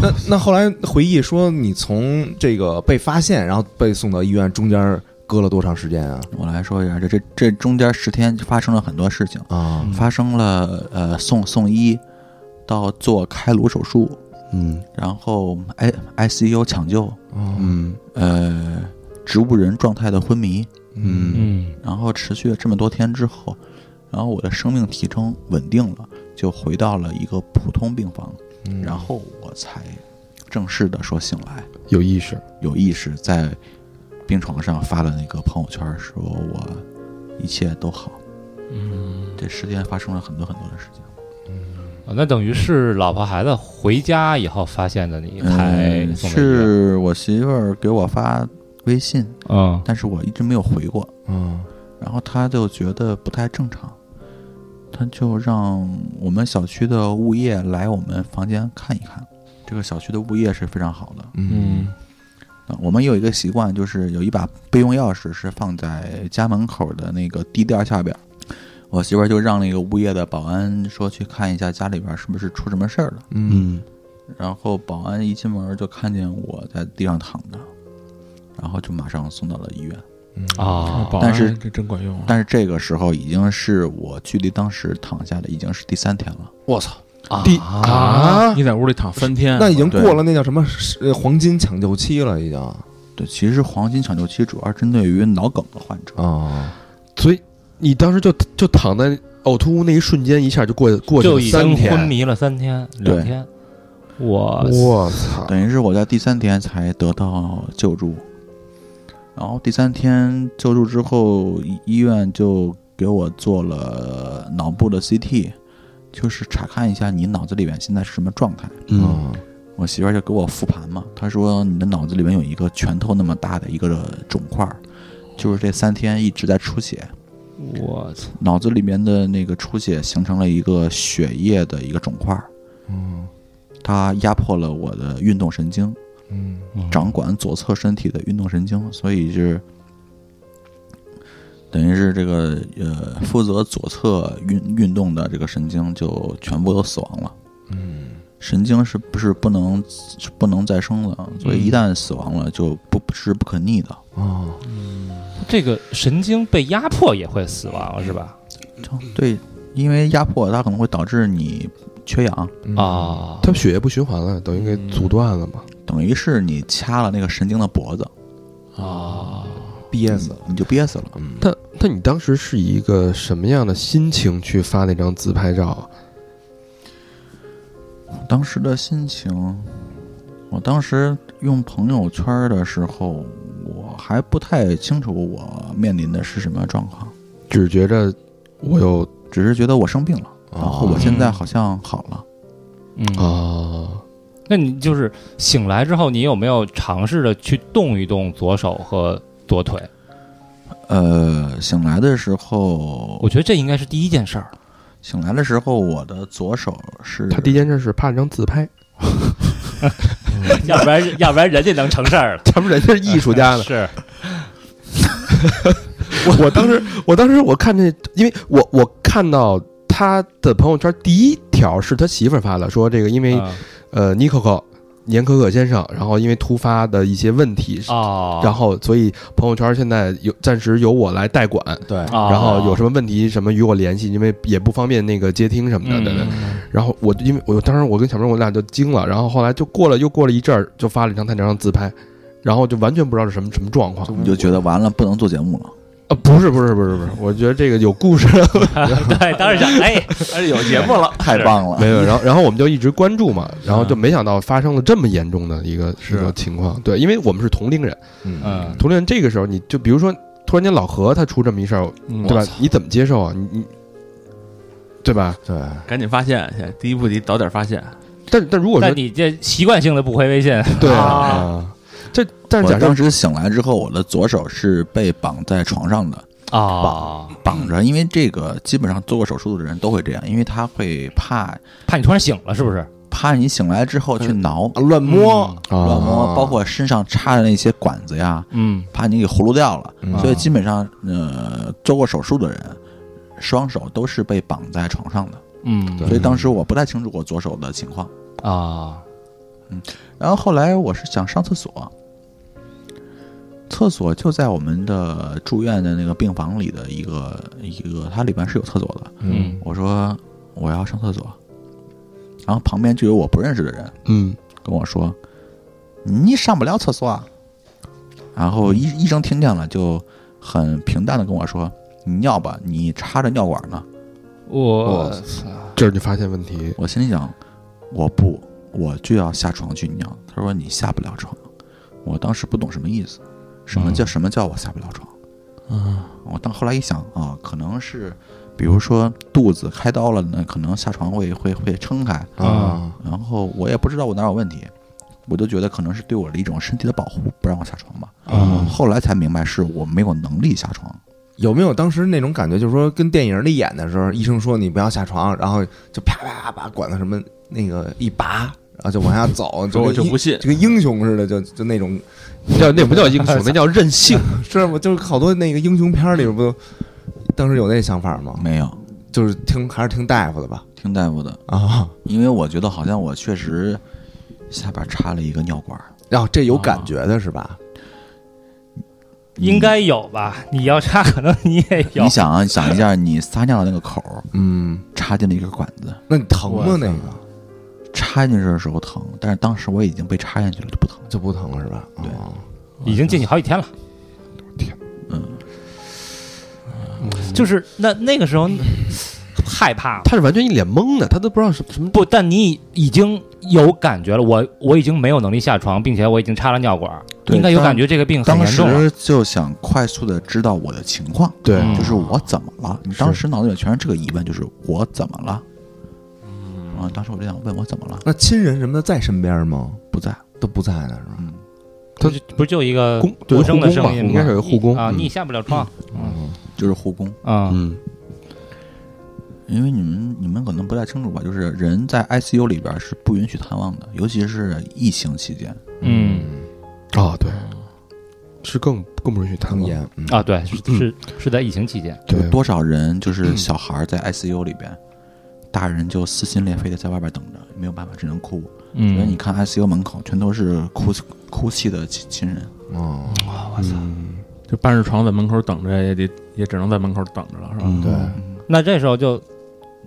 S2: 那那后来回忆说，你从这个被发现，然后被送到医院，中间隔了多长时间啊？
S7: 我来说一下，这这这中间十天发生了很多事情。
S2: 啊，
S7: 发生了呃送送医到做开颅手术，
S3: 嗯
S7: 然后 I I C U 抢救，
S3: 嗯
S7: 呃植物人状态的昏迷，
S3: 嗯
S4: 嗯
S7: 然后持续了这么多天之后，然后我的生命体征稳定了，就回到了一个普通病房，
S2: 嗯
S7: 然后我才正式的说醒来，
S3: 有意识。
S7: 有意识在病床上发了那个朋友圈，说我一切都好。嗯，这十天发生了很多很多的事情。
S4: 啊那等于是老婆孩子回家以后发现的你才
S7: 嗯
S4: 送的医院
S7: 是我媳妇儿给我发微信，
S4: 嗯
S7: 但是我一直没有回过。
S2: 嗯
S7: 然后她就觉得不太正常，她就让我们小区的物业来我们房间看一看。这个小区的物业是非常好的。
S2: 嗯
S7: 那啊我们有一个习惯，就是有一把备用钥匙是放在家门口的那个地垫下边儿。我媳妇儿就让那个物业的保安说去看一下家里边儿是不是出什么事儿了。
S2: 嗯
S7: 然后保安一进门就看见我在地上躺着，然后就马上送到了医院。
S2: 嗯
S4: 啊
S8: 保安
S7: 但是
S8: 这真管用啊，
S7: 但是这个时候已经是我距离当时躺下的已经是第三天了，
S2: 我操，
S3: 第
S2: 啊
S8: 你在屋里躺三天，
S2: 那已经
S7: 对
S2: 过了那叫什么呃黄金抢救期了，已经
S7: 对，其实黄金抢救期主要针对于脑梗的患者，
S2: 啊，
S3: 所以你当时就就躺在呕吐物那一瞬间，一下就过过去
S4: 就
S3: 了
S4: 已
S3: 三
S4: 经昏
S3: 天。
S4: 迷了三天两天，我
S3: 我操！
S7: 等于是我在第三天才得到救助，然后第三天救助之后，医医院就给我做了脑部的 CT，就是查看一下你脑子里面现在是什么状态。
S3: 嗯
S2: 啊
S7: 我媳妇儿就给我复盘嘛，她说你的脑子里面有一个拳头那么大的一个肿块儿，就是这三天一直在出血，
S4: 我操
S7: 脑子里面的那个出血形成了一个血液的一个肿块儿，
S2: 嗯
S7: 它压迫了我的运动神经，
S2: 嗯
S7: 掌管左侧身体的运动神经，所以是等于是这个呃负责左侧运运动的这个神经就全部都死亡了。
S2: 嗯
S7: 神经是不是不能是不能再生的？所以一旦死亡了，就不是不可逆的。
S2: 啊，
S4: 这个神经被压迫也会死亡是吧？
S7: 对，因为压迫它可能会导致你缺氧，
S2: 嗯
S4: 啊，
S3: 嗯他血液不循环了，等于给
S4: 嗯
S3: 阻断了嘛。
S7: 等于是你掐了那个神经的脖子，
S4: 啊，
S2: 憋死了，
S7: 你就憋死了。
S2: 嗯，
S3: 但但你当时是以一个什么样的心情去发那张自拍照？
S7: 当时的心情，我当时用朋友圈的时候，我还不太清楚我面临的是什么状况，
S3: 只觉着我有
S7: 只是觉得我生病了，
S2: 啊
S7: 然后我现在好像好了。
S4: 嗯
S3: 啊，
S4: 那你就是醒来之后，你有没有尝试着去动一动左手和左腿？
S3: 哦
S7: 呃，醒来的时候
S4: 我，觉得这应该是第一件 事儿。
S7: 醒来的时候，我的左手是
S3: 他第一件事是拍了张自拍，
S4: 要不然，要不然人家能成事儿 了。
S3: 他们人家是 艺术家呢。
S4: 是，
S3: 我我当时，我当时我看这，因为我我看到他的朋友圈第一条是他媳妇儿发的，说这个因为、
S4: 嗯
S3: 呃尼可可严可可先生，然后因为突发的一些问题，
S4: 哦，
S3: 然后所以朋友圈现在有暂时由我来代管，
S2: 对，
S4: 哦
S3: 然后有什么问题什么与我联系，因为也不方便那个接听什么的，
S4: 嗯
S3: 对对。然后我就因为我当时我跟小明我俩就惊了，然后后来就过了又过了一阵儿，就发了一张他那张自拍，然后就完全不知道是什么什么状况
S7: 你就觉得完了，不能做节目了。
S3: 啊！不是不是不是不是，我觉得这个有故事，
S4: 对，当时想， 哎，
S7: 有节目了，太棒 了！
S3: 没有。然后然后我们就一直关注嘛，然后就没想到发生了这么严重的一个一个情况，对，因为我们是同龄人，
S4: 嗯，
S3: 同龄人这个时候你就比如说突然间老何他出这么一事儿，
S8: 嗯
S3: 对吧？你怎么接受啊？你你。对吧？
S2: 对，
S8: 赶紧发现去，第一步得早点发现。
S3: 但但如果说
S4: 但你这习惯性的不回微信，
S3: 对啊，这但是
S7: 我
S3: 假设
S7: 当时醒来之后，我的左手是被绑在床上的，
S4: 啊，
S7: 绑着，因为这个基本上做过手术的人都会这样，因为他会怕
S4: 怕你突然醒了是不是？
S7: 怕你醒来之后去挠、
S2: 啊乱摸，
S3: 哦嗯
S7: 乱摸，
S2: 啊
S7: 包括身上插的那些管子呀，
S4: 嗯，
S7: 怕你给葫芦掉了。
S2: 嗯
S7: 所以基本上，呃，做过手术的人，双手都是被绑在床上的。
S4: 嗯
S7: 所以当时我不太清楚我左手的情况。
S4: 啊，
S7: 然后后来我是想上厕所，厕所就在我们的住院的那个病房里的一个一个，它里边是有厕所的。
S4: 嗯
S7: 我说我要上厕所，然后旁边就有我不认识的人
S3: 嗯，
S7: 跟我说：“你上不了厕所。”啊。”然后医医生听见了，就很平淡的跟我说：“你尿吧，你插着尿管呢。
S4: 我
S3: 这儿就发现问题”，
S7: 我心里想：“我不，我就要下床去尿。”他说：“你下不了床。”我当时不懂什么意思，什么叫什么叫我下不了床？
S8: 嗯，
S7: 我当后来一想啊，可能是比如说肚子开刀了呢，可能下床会会会撑开，
S2: 啊，
S7: 然后我也不知道我哪有问题，我就觉得可能是对我的一种身体的保护，不让我下床吧。
S4: 啊
S2: 嗯
S7: 后来才明白是我没有能力下床，
S2: 有没有当时那种感觉，就是说跟电影里演的时候，医生说你不要下床，然后就啪啪啪把管子什么那个一拔，然后就往下走，就
S8: 说我
S2: 跟
S8: 就
S2: 英
S8: 不信，
S2: 就跟英雄似的，就就那种
S3: 叫那不叫英雄， 那叫任性。
S2: 是不？就是好多那个英雄片里边不都当时有那想法吗？
S7: 没有
S2: 就是听还是听大夫的吧
S7: 听大夫的，
S2: 啊，
S7: 因为我觉得好像我确实下边插了一个尿管儿，
S2: 然后这有感觉的是吧？
S4: 应该有吧？你要差，可能你也有
S7: 你。想啊，想一下，你撒尿的那个口儿
S2: 嗯，
S7: 插进了一个管子，
S2: 那你疼吗？那个
S7: 插进去的时候疼，但是当时我已经被插进去了，就不疼了。
S2: 就不疼了是吧？
S7: 对
S2: 哦
S4: 已经进去好几天了。
S7: 嗯，
S4: 就是那那个时候害怕
S3: 他是完全一脸懵的，他都不知道什么什么。
S4: 不？但你已经有感觉了，我我已经没有能力下床，并且我已经插了尿管，
S7: 对
S4: 应该有
S7: 当
S4: 感觉这个病很
S7: 当
S4: 严重啊了。
S7: 时就想快速的知道我的情况，
S3: 对
S4: 嗯
S7: 就是我怎么了？你当时脑子里全是这个疑问，就是我怎么了？啊，当时我就想问我怎么了，
S2: 那亲人什么的在身边吗？
S7: 不在，
S2: 都不在呢是吧？
S7: 嗯，
S4: 不是不是就一个
S3: 公对
S4: 无声的
S3: 护工吧
S4: 声音吗，
S3: 应该是有护工
S4: 你啊，
S3: 嗯
S4: 你下不了床
S7: 就是护工，
S4: 啊，
S3: 嗯，
S7: 因为你们你们可能不太清楚吧，就是人在 ICU 里边是不允许探望的，尤其是疫情期间，
S4: 嗯
S3: 啊，对，
S8: 嗯
S3: 是更更不允许谈
S2: 更
S3: 了。
S2: 严嗯
S4: 啊，对，是是是在疫情期间，
S3: 对
S7: 有，多少人就是小孩在 ICU 里边，大人就撕心裂肺的在外边等着，没有办法，只能哭。所以你
S4: 嗯，
S7: 看 ICU 门口全都是哭哭泣的亲亲人，
S2: 哦，
S8: 就半日床在门口等着，也得也只能在门口等着了，是吧？
S3: 嗯，
S2: 对，
S7: 嗯
S4: 那这时候就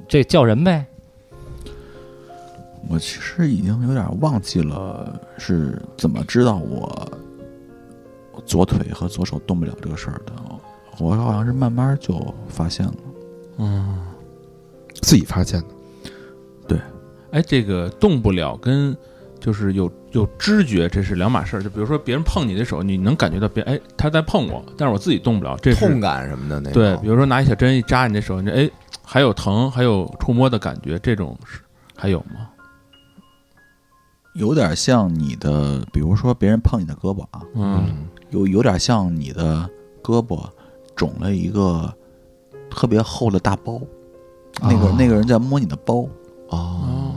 S4: 这叫人呗，
S7: 我其实已经有点忘记了是怎么知道我左腿和左手动不了这个事儿的。我好像是慢慢就发现了。
S8: 嗯，
S3: 自己发现的。
S8: 哎，这个动不了跟就是有有知觉，这是两码事儿。就比如说别人碰你的手，你能感觉到别哎他在碰我，但是我自己动不了，这是
S2: 痛感什么的那
S8: 对，
S2: 种
S8: 比如说拿一小针一扎你这手，你这哎还有疼，还有触摸的感觉，这种是还有吗？
S7: 有点像你的，比如说别人碰你的胳膊啊，
S8: 嗯，
S7: 有有点像你的胳膊肿了一个特别厚的大包，那个、
S4: 啊
S8: 哦
S7: 那个人在摸你的包，
S2: 哦，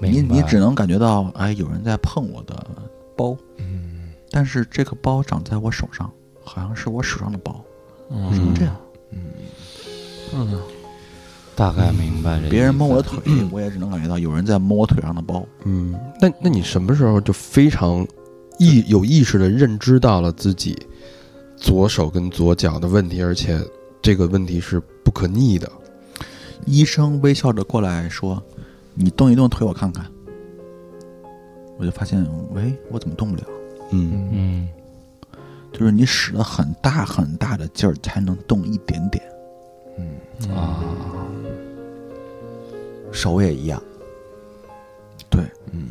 S7: 你
S4: 明白
S7: 你只能感觉到哎有人在碰我的包，
S2: 嗯，
S7: 但是这个包长在我手上，好像是我手上的包，为什么
S8: 嗯
S7: 这样？
S8: 嗯，
S4: 大概明白这意思。
S7: 别人摸我的腿，我也只能感觉到有人在摸我腿上的包。
S3: 嗯，那那你什么时候就非常
S8: 嗯
S3: 意有意识的认知到了自己左手跟左脚的问题，而且这个问题是不可逆的？
S7: 医生微笑着过来说：“你动一动腿，我看看。”我就发现，喂，我怎么动不了？
S3: 嗯
S4: 嗯，
S7: 就是你使了很大很大的劲儿才能动一点点。
S2: 手也一样，
S7: 对，嗯，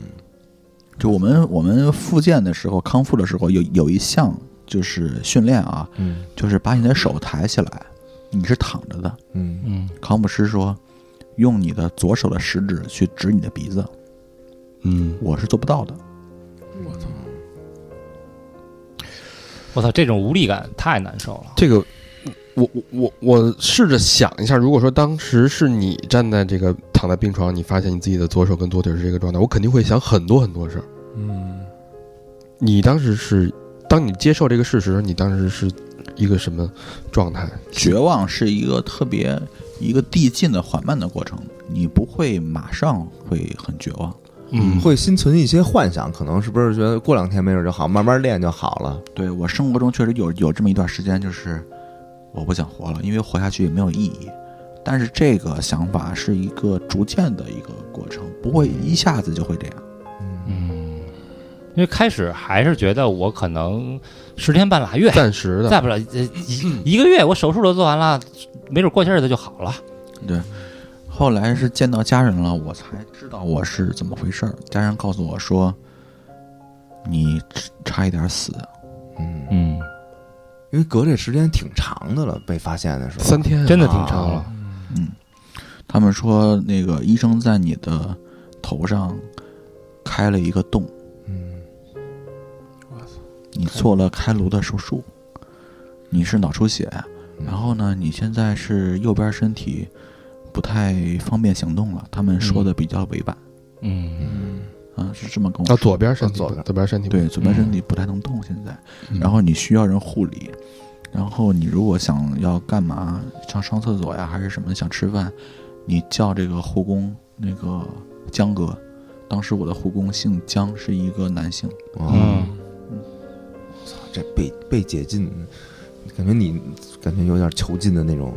S7: 就我们我们复健的时候，康复的时候有有一项就是训练啊，
S2: 嗯
S7: 就是把你的手抬起来，你是躺着的。
S2: 嗯
S4: 嗯，
S7: 康复师说，用你的左手的食指去指你的鼻子，
S3: 嗯，
S7: 我是做不到的。
S4: 我操，这种无力感太难受了。
S3: 这个我我我我试着想一下，如果说当时是你站在这个躺在病床，你发现你自己的左手跟左腿是这个状态，我肯定会想很多很多事儿。
S8: 嗯，
S3: 你当时是，当你接受这个事实的时候，你当时是一个什么状态？
S7: 绝望是一个特别一个递进的缓慢的过程，你不会马上会很绝望。
S3: 嗯
S2: 会心存一些幻想，可能是不是觉得过两天没准就好，慢慢练就好了，
S7: 对我生活中确实有有这么一段时间，就是我不想活了，因为活下去也没有意义。但是这个想法是一个逐渐的一个过程，不会一下子就会这样。
S4: 嗯，因为开始还是觉得我可能十天半拉月，
S3: 暂时的，
S4: 再不了呃一一个月，我手术都做完了，没准过些日子就好了。
S7: 后来是见到家人了，我才知道我是怎么回事儿。家人告诉我说，你差一点死，
S2: 嗯，
S4: 嗯，
S2: 因为隔这时间挺长的了，被发现的时候，
S3: 三天啊
S4: 真的挺长了。
S7: 他们说那个医生在你的头上开了一个洞，
S2: 嗯，
S7: 你做了开颅的手术，你是脑出血，
S2: 嗯
S7: 然后呢，你现在是右边身体不太方便行动了。他们说的比较委婉，
S4: 嗯
S7: 啊，是这么跟我
S3: 啊，
S7: 说。
S3: 左边身体，
S2: 啊左边
S3: 左边身体，
S7: 对，左边身体不太能动现在，
S3: 嗯
S7: 然后你需要人护理，然后你如果想要干嘛，想上厕所呀，还是什么想吃饭，你叫这个护工那个江哥，当时我的护工姓江，是一个男性，
S2: 哦，这被被解禁，感觉你感觉有点囚禁的那种，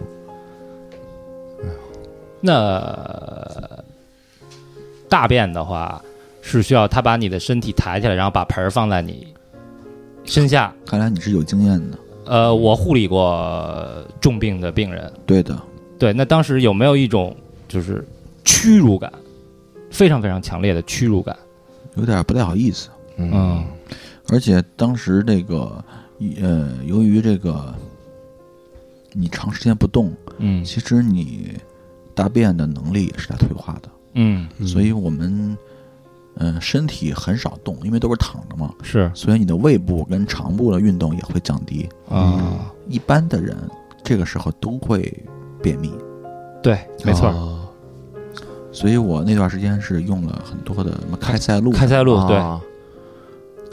S4: 那大便的话是需要他把你的身体抬起来，然后把盆儿放在你身下。
S7: 看来你是有经验的，
S4: 呃，我护理过重病的病人，
S7: 对的，
S4: 对，那当时有没有一种就是屈辱感，非常非常强烈的屈辱感？
S7: 有点不太好意思。
S4: 嗯
S7: 而且当时这个，呃，由于这个你长时间不动，
S4: 嗯
S7: 其实你大便的能力也是在退化的，
S4: 嗯，
S3: 嗯
S7: 所以我们，嗯、身体很少动，因为都是躺着嘛，
S4: 是
S7: 所以你的胃部跟肠部的运动也会降低。
S4: 啊，
S7: 一般的人这个时候都会便秘，
S4: 对，没错儿，
S3: 哦
S7: 所以我那段时间是用了很多的什么开塞露，
S4: 开塞
S8: 哦
S4: 露，对，
S2: 啊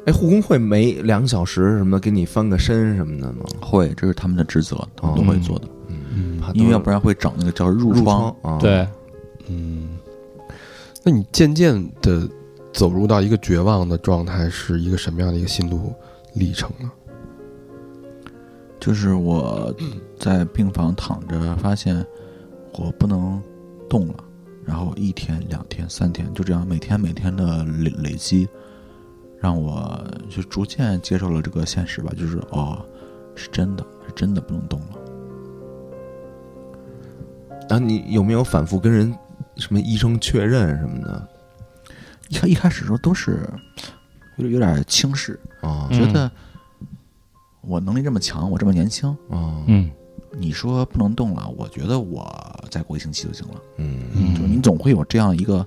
S2: 哎，护工会每两小时什么给你翻个身什么的吗？嗯
S7: 会，这是他们的职责，他哦嗯们都会做的，
S2: 怕都
S7: 因为要不然会长那个叫褥
S2: 褥
S7: 疮。
S2: 啊，
S4: 对，
S3: 嗯，那你渐渐的走入到一个绝望的状态，是一个什么样的一个心路历程呢？
S7: 就是我在病房躺着，发现我不能动了，然后一天、两天、三天，就这样每天每天的累累积，让我就逐渐接受了这个现实吧，就是哦，是真的，是真的不能动了。
S2: 然后你有没有反复跟人什么医生确认什么的？
S7: 一开一开始的时候都是有点有点轻视，
S2: 啊
S7: 觉得我能力这么强，我这么年轻，
S2: 啊
S4: 嗯
S7: 你说不能动了，我觉得我再过一星期就行了。
S2: 嗯
S4: 嗯
S7: 就是你总会有这样一个，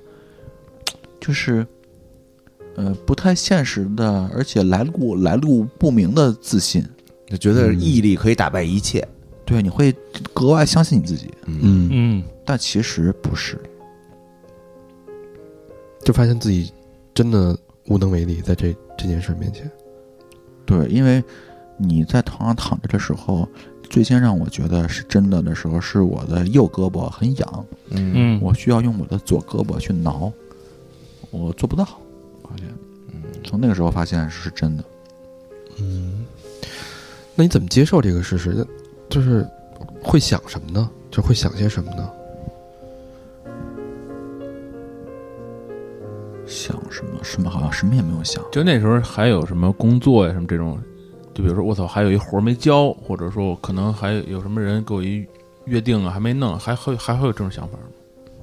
S7: 就是，呃，不太现实的，而且来路来路不明的自信。
S2: 就觉得毅力可以打败一切。
S7: 对，你会格外相信你自己，
S2: 嗯，
S4: 嗯
S7: 但其实不是。
S3: 就发现自己真的无能为力，在这这件事儿面前，
S7: 对，因为你在床上躺着的时候，最先让我觉得是真的的时候，是我的右胳膊很痒，
S2: 嗯
S4: 嗯，
S7: 我需要用我的左胳膊去挠，我做不到。发现，
S4: 嗯
S7: 从那个时候发现是真的。
S3: 嗯，那你怎么接受这个事实？就是会想什么呢？就会想些什么呢？
S7: 想什么什么好像什么也没有想。
S8: 就那时候还有什么工作呀，什么这种，就比如说我操，还有一活儿没交，或者说我可能还有什么人给我一约定啊，还没弄，还会还会有这种想法吗？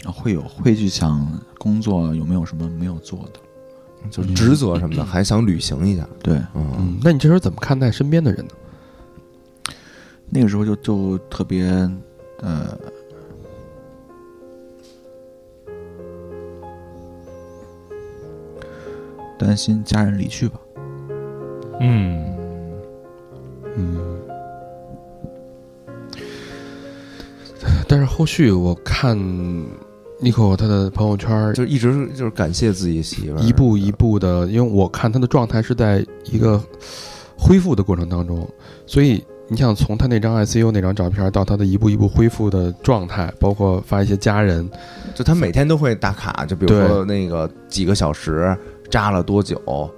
S7: 啊，会有会去想工作有没有什么没有做的，
S2: 就是职责什么的，还想履行一下。
S7: 对，
S2: 嗯
S3: 嗯，那你这时候怎么看待身边的人呢？
S7: 那个时候就就特别，呃，担心家人离去吧，
S4: 嗯
S3: 嗯，但是后续我看 Nico 他的朋友圈儿
S2: 就一直是就是感谢自己媳妇儿，
S3: 一步一步的，因为我看他的状态是在一个恢复的过程当中，所以你想从他那张 ICU 那张照片到他的一步一步恢复的状态，包括发一些家人，
S2: 就他每天都会打卡，就比如说那个几个小时扎了多久，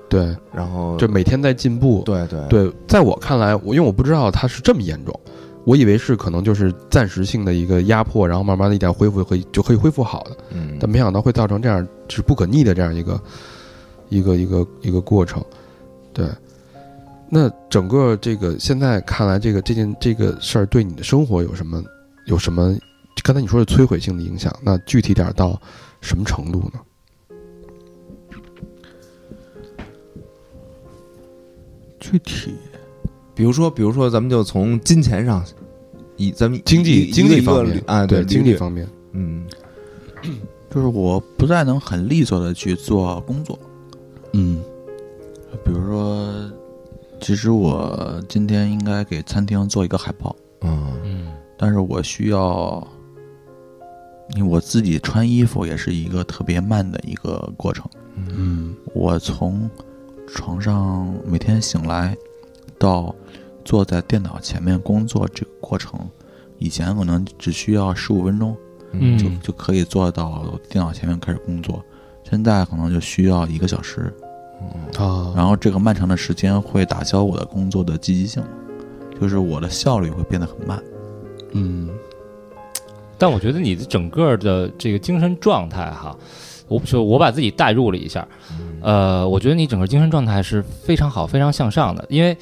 S3: 对，
S2: 然后
S3: 就每天在进步。
S2: 对对，
S3: 对，在我看来，我因为我不知道他是这么严重，我以为是可能就是暂时性的一个压迫，然后慢慢的一点恢复会就可以恢复好的。
S2: 嗯，
S3: 但没想到会造成这样是不可逆的这样一个一个一个一个过程。对，那整个这个现在看来，这个这件这个事儿对你的生活有什么有什么？刚才你说是摧毁性的影响，那具体点儿到什么程度呢？
S7: 具体
S2: 比如说比如说咱们就从金钱上，以咱们
S3: 经济
S2: 一
S3: 经济
S2: 一个
S3: 方面
S2: 啊，
S3: 对经济
S2: 方，
S3: 方面，
S2: 嗯
S7: 就是我不再能很利索的去做工作，
S3: 嗯
S7: 比如说，其实我今天应该给餐厅做一个海报。
S2: 嗯
S4: 嗯
S7: 但是我需要，因为我自己穿衣服也是一个特别慢的一个过程。
S3: 嗯
S7: 我从床上每天醒来，到坐在电脑前面工作这个过程，以前可能只需要十五分钟
S4: 嗯
S7: 就、就可以做到电脑前面开始工作，现在可能就需要一个小时。
S3: 啊，
S7: 然后这个漫长的时间会打消我的工作的积极性，就是我的效率会变得很慢。
S3: 嗯
S4: 但我觉得你的整个的这个精神状态哈，我就我把自己代入了一下，呃，我觉得你整个精神状态是非常好、非常向上的。因为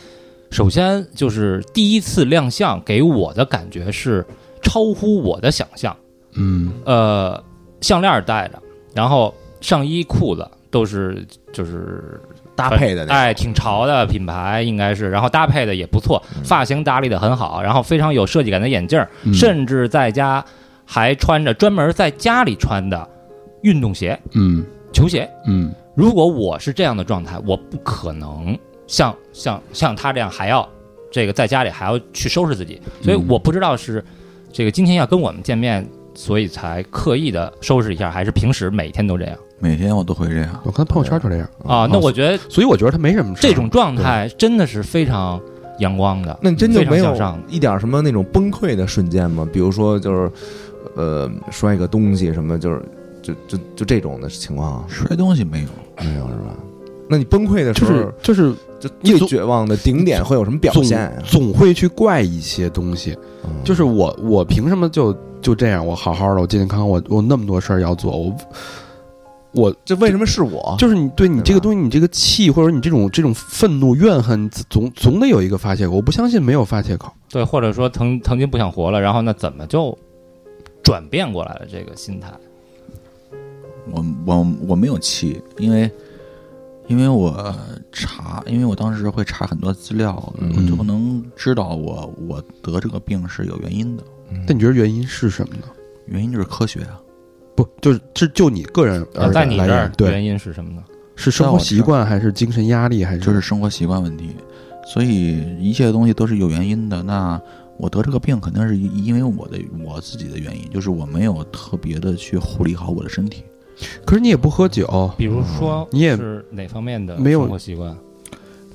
S4: 首先就是第一次亮相给我的感觉是超乎我的想象，
S3: 嗯
S4: 呃，项链戴着，然后上衣、裤子都是就是
S2: 搭配的那
S4: 哎，挺潮的品牌应该是，然后搭配的也不错，发型打理的很好，然后非常有设计感的眼镜儿，
S3: 嗯
S4: 甚至在家还穿着专门在家里穿的运动鞋、
S3: 嗯
S4: 球鞋。
S3: 嗯
S4: 如果我是这样的状态，我不可能像像像他这样还要这个在家里还要去收拾自己，所以
S3: 嗯
S4: 我不知道是这个今天要跟我们见面，所以才刻意的收拾一下，还是平时每天都这样
S7: 每天我都会这样。
S3: 我看朋友圈就这样，
S4: 啊？那我觉得
S3: 所以我觉得他没什么事儿
S4: 这种状
S3: 嗯
S4: 态真的是非常阳光的，
S2: 那你真就
S4: 非常
S2: 没有
S4: 向上的
S2: 一点什么那种崩溃的瞬间吗？比如说就是，呃，摔个东西什么，就是就就就这种的情况
S7: 摔东西没有，
S2: 没有是吧？那你崩溃的时
S3: 就
S2: 候，
S3: 是就是
S2: 就
S3: 你
S2: 最
S3: 总
S2: 绝望的顶点会有什么表
S3: 总
S2: 现呀、
S3: 总会去怪一些东西，
S2: 嗯
S3: 就是我我凭什么就就这样？我好好的，我健健康康，我我那么多事儿要做，我我
S2: 这为什么是
S7: 哦
S2: 我？
S3: 就是你对你
S2: 对
S3: 这个
S2: 吧
S3: 东西，你这个气或者你这种这种愤怒、怨恨，总总得有一个发泄口。我不相信没有发泄口。
S4: 对，或者说曾曾经不想活了，然后那怎么就转变过来了这个心态？
S7: 我我我没有气，因为因为我查，因为我当时会查很多资料，
S2: 嗯
S7: 我就能知道我我得这个病是有原因的，
S3: 但你觉得原因是什么呢？
S7: 原因就是科学啊，
S3: 不，就是这就你个人
S4: 呃
S3: 而
S4: 在你
S3: 来
S4: 这
S3: 源
S4: 儿
S3: 对，
S4: 原因是什么呢？
S3: 是生活习惯还是精神压力还是
S7: 就是生活习惯问题，所以一切东西都是有原因的。那我得这个病肯定是因因为我的我自己的原因，就是我没有特别的去护理好我的身体。
S3: 可是你也不喝酒，
S4: 比如说
S3: 嗯你也
S4: 是哪方面的
S3: 没有
S4: 生活习惯？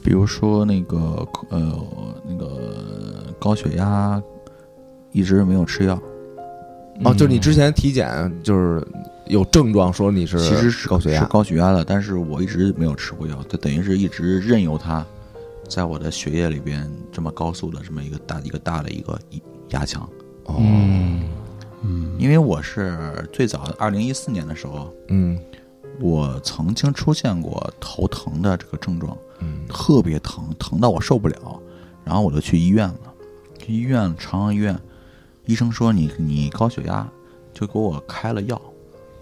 S7: 比如说那个呃那个高血压，一直没有吃药，
S2: 哦，就是你之前体检就是有症状说你是
S7: 其实是
S2: 高血
S7: 是
S2: 压，
S7: 高血压的，但是我一直没有吃过药，它等于是一直任由它在我的血液里边这么高速的这么一个大一个大的一个一压强。
S2: 哦，
S4: 嗯，
S3: 嗯，
S7: 因为我是最早二零一四年的时候，
S2: 嗯
S7: 我曾经出现过头疼的这个症状，
S2: 嗯
S7: 特别疼，疼到我受不了，然后我就去医院了，去医院长安医院，医生说你你高血压，就给我开了药。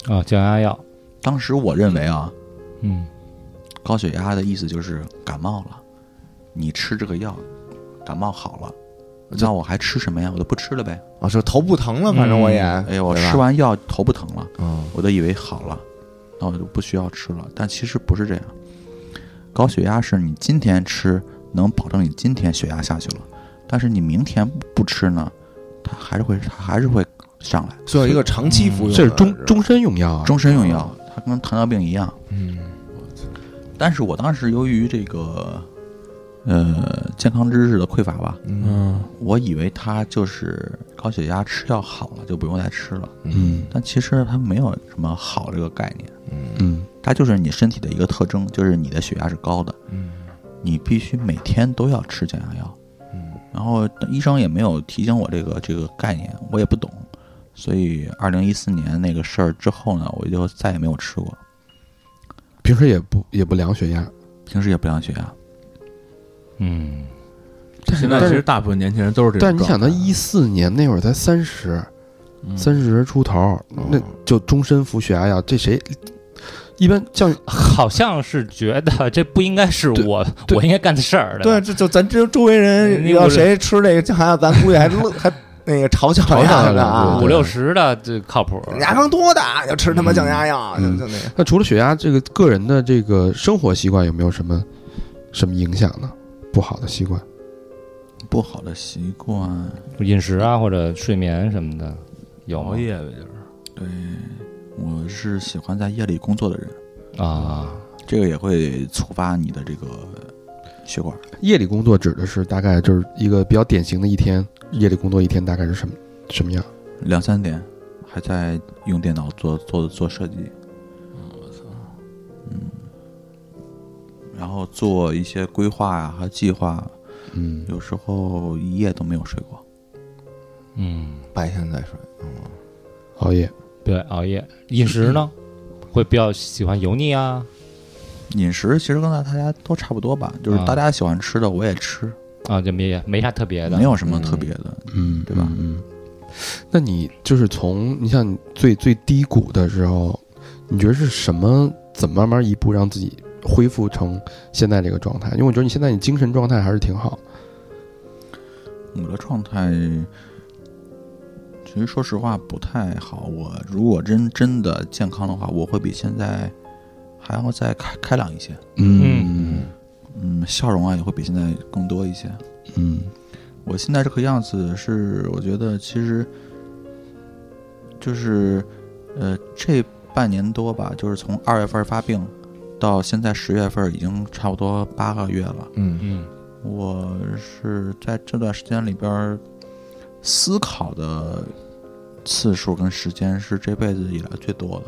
S4: 啊，降压药，
S7: 当时我认为啊，
S4: 嗯，
S7: 高血压的意思就是感冒了，你吃这个药，感冒好了，那我还吃什么呀？我就不吃了呗。
S2: 哦，就头不疼了，反正我也，
S7: 哎呀，我
S2: 对吧
S7: 吃，完药头不疼了，
S2: 嗯
S7: 我都以为好了，那我就不需要吃了。但其实不是这样，高血压是你今天吃能保证你今天血压下去了，但是你明天不不吃呢，它还是会它还是会上来，
S2: 需要一个长期服用的，
S3: 嗯这是终
S2: 吧
S3: 终身用药啊。
S7: 终身用药，它跟糖尿病一样。
S2: 嗯
S7: 但是我当时由于这个呃健康知识的匮乏吧，
S2: 嗯
S7: 我以为它就是高血压吃药好了就不用再吃了，
S3: 嗯
S7: 但其实它没有什么好这个概念，
S3: 嗯，
S7: 它就是你身体的一个特征，就是你的血压是高的，
S2: 嗯
S7: 你必须每天都要吃降压药。
S2: 嗯
S7: 然后医生也没有提醒我这个这个概念，我也不懂，所以二零一四年那个事儿之后呢，我就再也没有吃过，
S3: 平时也不也不量血压，
S7: 平时也不量血压。
S4: 嗯，
S3: 但
S8: 现在其实大部分年轻人都是这种
S3: 但是你想，他
S8: 状态啊嗯
S3: 一四年那会儿才三十，三十出头，
S8: 哦
S3: 那就终身服血压药，这谁一般像
S4: 好像是觉得这不应该是
S3: 对
S4: 我
S3: 对
S4: 我应该干的事儿，
S2: 对，啊
S4: 吧，
S2: 这就咱这周围人
S4: 你
S2: 要
S4: 我这
S2: 呃谁吃这个降压，咱估计还乐还那个嘲笑
S3: 嘲笑
S2: 人家呢
S3: 人
S2: 啊
S3: 家
S4: 五，六十的这靠谱，
S2: 你牙刚多大就吃他妈降压药，就
S3: 嗯
S2: 就那个。
S3: 那除了血压，这个个人的这个生活习惯有没有什么什么影响呢？不好的习惯，
S7: 不好的习惯，
S4: 饮食啊或者睡眠什么的有
S8: 熬
S4: 吗？
S8: 夜呗，就是
S7: 对我是喜欢在夜里工作的人，
S4: 啊，
S7: 这个也会触发你的这个血管。
S3: 夜里工作指的是大概就是一个比较典型的一天，夜里工作一天大概是什么什么样？
S7: 两三点还在用电脑做做做设计，嗯，然后做一些规划呀、和计划，
S3: 嗯，
S7: 有时候一夜都没有睡过。
S4: 嗯，
S2: 白天再睡，
S3: 熬夜，
S4: 对，熬夜，饮食呢会比较喜欢油腻啊
S7: 饮食其实跟大家都差不多吧，就是
S4: 啊
S7: 大家喜欢吃的我也吃，
S4: 啊，就没没啥特别的，
S7: 没有什么特别的。
S3: 嗯，
S7: 对吧
S3: 嗯，那你就是从你像你最最低谷的时候，你觉得是什么？怎么慢慢一步让自己恢复成现在这个状态？因为我觉得你现在你精神状态还是挺好。
S7: 我的状态，其实说实话不太好。我如果真真的健康的话，我会比现在还要再开开朗一些，
S4: 嗯
S7: 嗯，笑容啊也会比现在更多一些。
S3: 嗯
S7: 我现在这个样子是，我觉得其实呃就是，呃，这半年多吧，就是从二月份发病到现在十月份，已经差不多八个月了。
S2: 嗯
S4: 嗯
S7: 我是在这段时间里边儿思考的次数跟时间是这辈子以来最多的。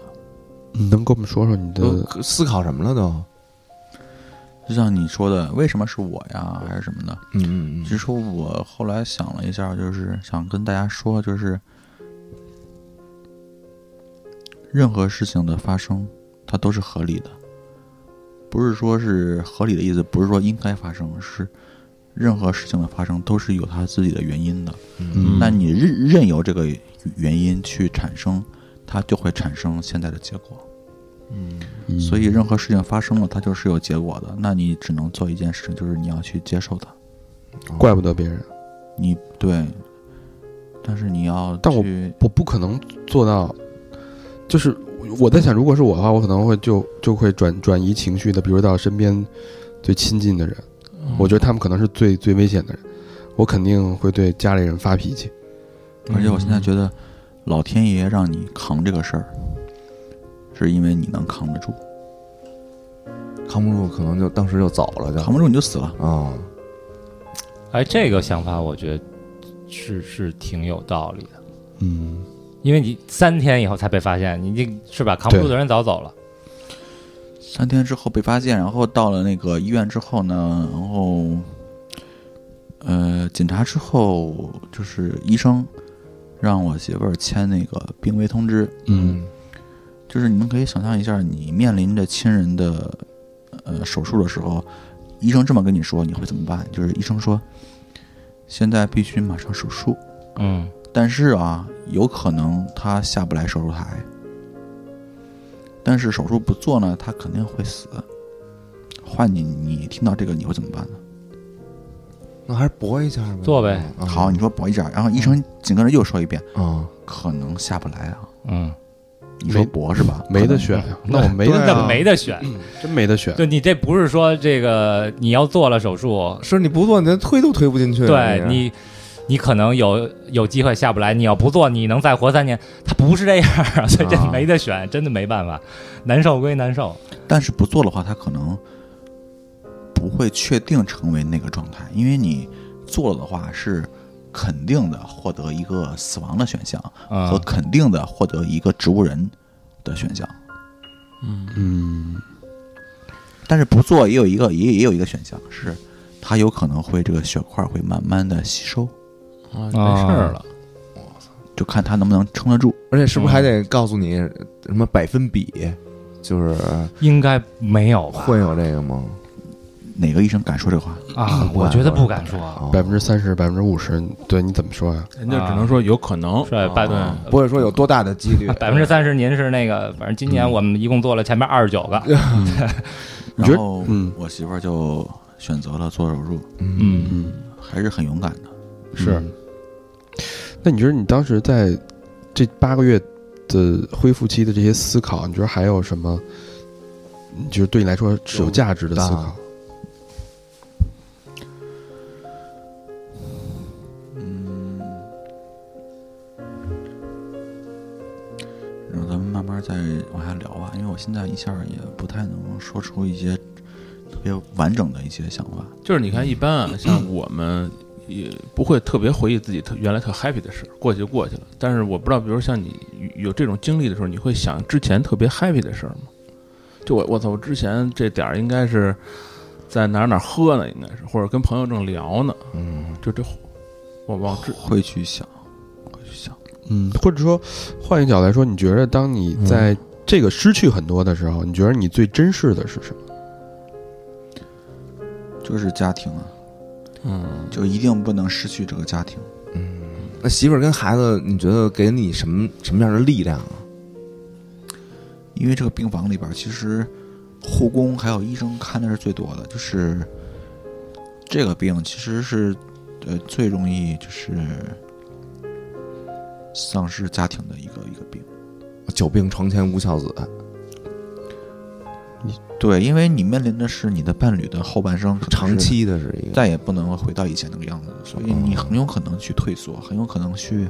S3: 嗯你能跟我们说说你的
S2: 都思考什么了都？
S7: 就像你说的，为什么是我呀，还是什么的？
S2: 嗯嗯
S7: 其实我后来想了一下，就是想跟大家说，就是任何事情的发生，它都是合理的，不是说是合理的意思，不是说应该发生，是任何事情的发生都是有它自己的原因的。
S2: 嗯
S7: 那你任任由这个原因去产生，它就会产生现在的结果。
S8: 嗯，
S7: 所以任何事情发生了，它就是有结果的。那你只能做一件事情，就是你要去接受它。
S3: 怪不得别人，
S7: 你对，但是你要
S3: 但我
S7: 去
S3: 我不可能做到。就是我在想，如果是我的话，我可能会就就会转转移情绪的，比如到身边最亲近的人，我觉得他们可能是最最危险的人，我肯定会对家里人发脾气。
S7: 而且我现在觉得，老天爷让你扛这个事儿，是因为你能扛得住，
S2: 扛不住可能就当时就走了，就
S7: 扛不住你就死了。
S2: 啊，
S4: 哎，这个想法我觉得是是挺有道理的，
S3: 嗯，
S4: 因为你三天以后才被发现，你这是吧？扛不住的人早走了。
S7: 三天之后被发现，然后到了那个医院之后呢，然后，呃，检查之后就是医生让我媳妇儿签那个病危通知，
S3: 嗯，
S7: 就是你们可以想象一下，你面临着亲人的呃手术的时候，医生这么跟你说，你会怎么办？就是医生说，现在必须马上手术，
S4: 嗯，
S7: 但是啊，有可能他下不来手术台，但是手术不做呢，他肯定会死。换你，你听到这个你会怎么办呢？
S2: 那还是搏一下呗，
S4: 做呗
S3: 哦
S2: 啊。
S7: 好，你说保一下，然后医生紧跟着又说一遍，
S2: 啊，
S7: 可能下不来啊。
S4: 嗯，
S7: 你说
S3: 没
S7: 搏是吧？
S3: 没
S7: 可
S3: 得
S7: 能
S3: 选呀，那我没得
S2: 对
S4: 那
S2: 啊
S4: 没得选。
S3: 真没得选。
S4: 就你这不是说这个你要做了手术，
S2: 是你不做，你连推都推不进去。啊
S4: 对你，你可能有有机会下不来。你要不做，你能再活三年。他不是这样啊，所以这
S2: 啊
S4: 没得选，真的没办法。难受归难受，
S7: 但是不做的话，他可能不会确定成为那个状态，因为你做了的话是肯定的获得一个死亡的选项和
S4: 嗯，
S7: 肯定的获得一个植物人的选项，
S3: 嗯，
S7: 但是不做也有一个也也有一个选项是，它有可能会这个血块会慢慢的吸收，
S8: 啊，没事儿了，
S7: 就看它能不能撑得住。
S2: 而且是
S4: 嗯
S2: 不是还得告诉你什么百分比，就是
S4: 应该没有吧？
S2: 会有这个吗？
S7: 哪个医生敢说这话？
S4: 啊，
S2: 会
S4: 我觉得不敢
S2: 啊
S4: 说，
S3: 百分之三十、百分之五十，对你怎么说啊呀？
S8: 人家只能说有可能。
S4: 是啊拜
S8: 对
S4: 顿。
S2: 不会说有多大的几率，
S4: 百分之三十，您是那个，反正今年我们一共做了前面二十九个，
S3: 你觉得
S7: 然后
S3: 嗯
S7: 我媳妇儿就选择了做手术，
S4: 嗯，
S3: 嗯，
S7: 还是很勇敢的。
S3: 是。那你觉得你当时在这八个月的恢复期的这些思考，你觉得还有什么？就是对你来说是有价值的思考？
S7: 然后咱们慢慢再往下聊啊吧，因为我现在一下也不太能说出一些特别完整的一些想法。
S8: 就是你看，一般 啊，像我们也不会特别回忆自己特原来特 happy 的事，过去就过去了。但是我不知道，比如像你有这种经历的时候，你会想之前特别 happy 的事儿吗？就我我操，我之前这点儿应该是在哪儿哪儿喝呢，应该是或者跟朋友正聊呢，
S2: 嗯，
S8: 就这我往之
S7: 会去想，会去想。
S3: 嗯，或者说换一个角度来说，你觉得当你在这个失去很多的时候，你觉得你最珍视的是什么？
S7: 就是家庭啊，
S8: 嗯，
S7: 就一定不能失去这个家庭。
S2: 那媳妇儿跟孩子，你觉得给你什么什么样的力量啊？
S7: 因为这个病房里边儿，其实护工还有医生看的是最多的，就是这个病其实是呃最容易就是丧失家庭的一个一个病。
S2: 久病床前无孝子，
S7: 对，因为你面临的是你的伴侣的后半生，可能
S2: 长
S7: 是
S2: 期的是一个，
S7: 再也不能回到以前那个样子，所以你很有可能去退缩，很有可能去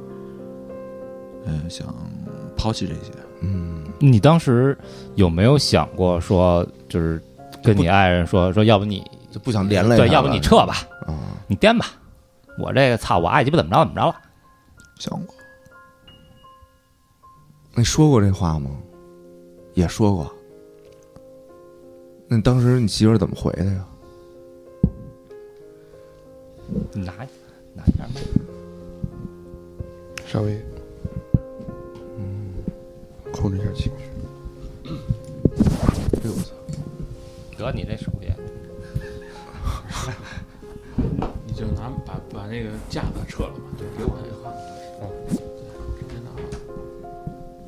S7: 呃想抛弃这些。
S2: 嗯，
S4: 你当时有没有想过说，就是跟你爱人说说，要不你
S2: 就不想连累他了，
S4: 对，要不你撤吧，
S2: 啊，
S4: 你颠吧，我这个操，我爱鸡巴怎么着怎么着了。
S7: 想过
S2: 那你说过这话吗？也说过，那当时你媳妇儿怎么回的呀？
S4: 你拿拿一下麦，
S3: 稍微，嗯，控制一下情绪。
S2: 哎呦我操！
S4: 得你这手艺，
S8: 你就拿把把那个架子撤了吧，对，给我那个话，对，直接拿好。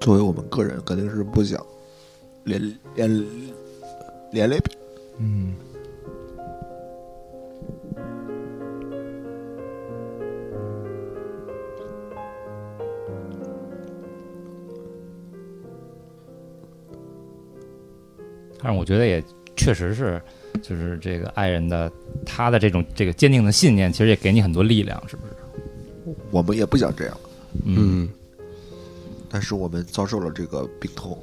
S7: 作为我们个人，肯定是不想连连连累别
S2: 嗯，
S4: 但是我觉得也确实是，就是这个爱人的他的这种这个坚定的信念，其实也给你很多力量，是不是？
S7: 我们也不想这样，
S4: 嗯，
S7: 但是我们遭受了这个病痛。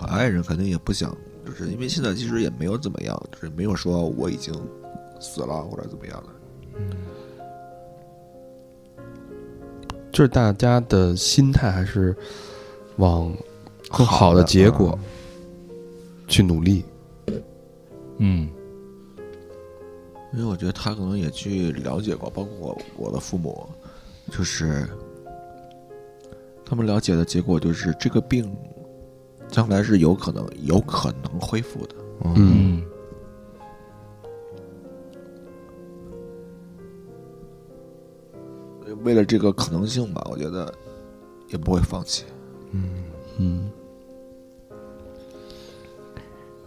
S7: 我爱人肯定也不想，就是因为现在其实也没有怎么样，就是没有说我已经死了或者怎么样的。
S3: 就是大家的心态还是往更好的嗯结果去努力。
S4: 嗯，
S7: 因为我觉得他可能也去了解过，包括我我的父母，就是他们了解的结果就是这个病将来是有可能有可能恢复的。
S3: 嗯，
S4: 嗯，
S7: 为了这个可能性吧，我觉得也不会放弃。
S9: 嗯，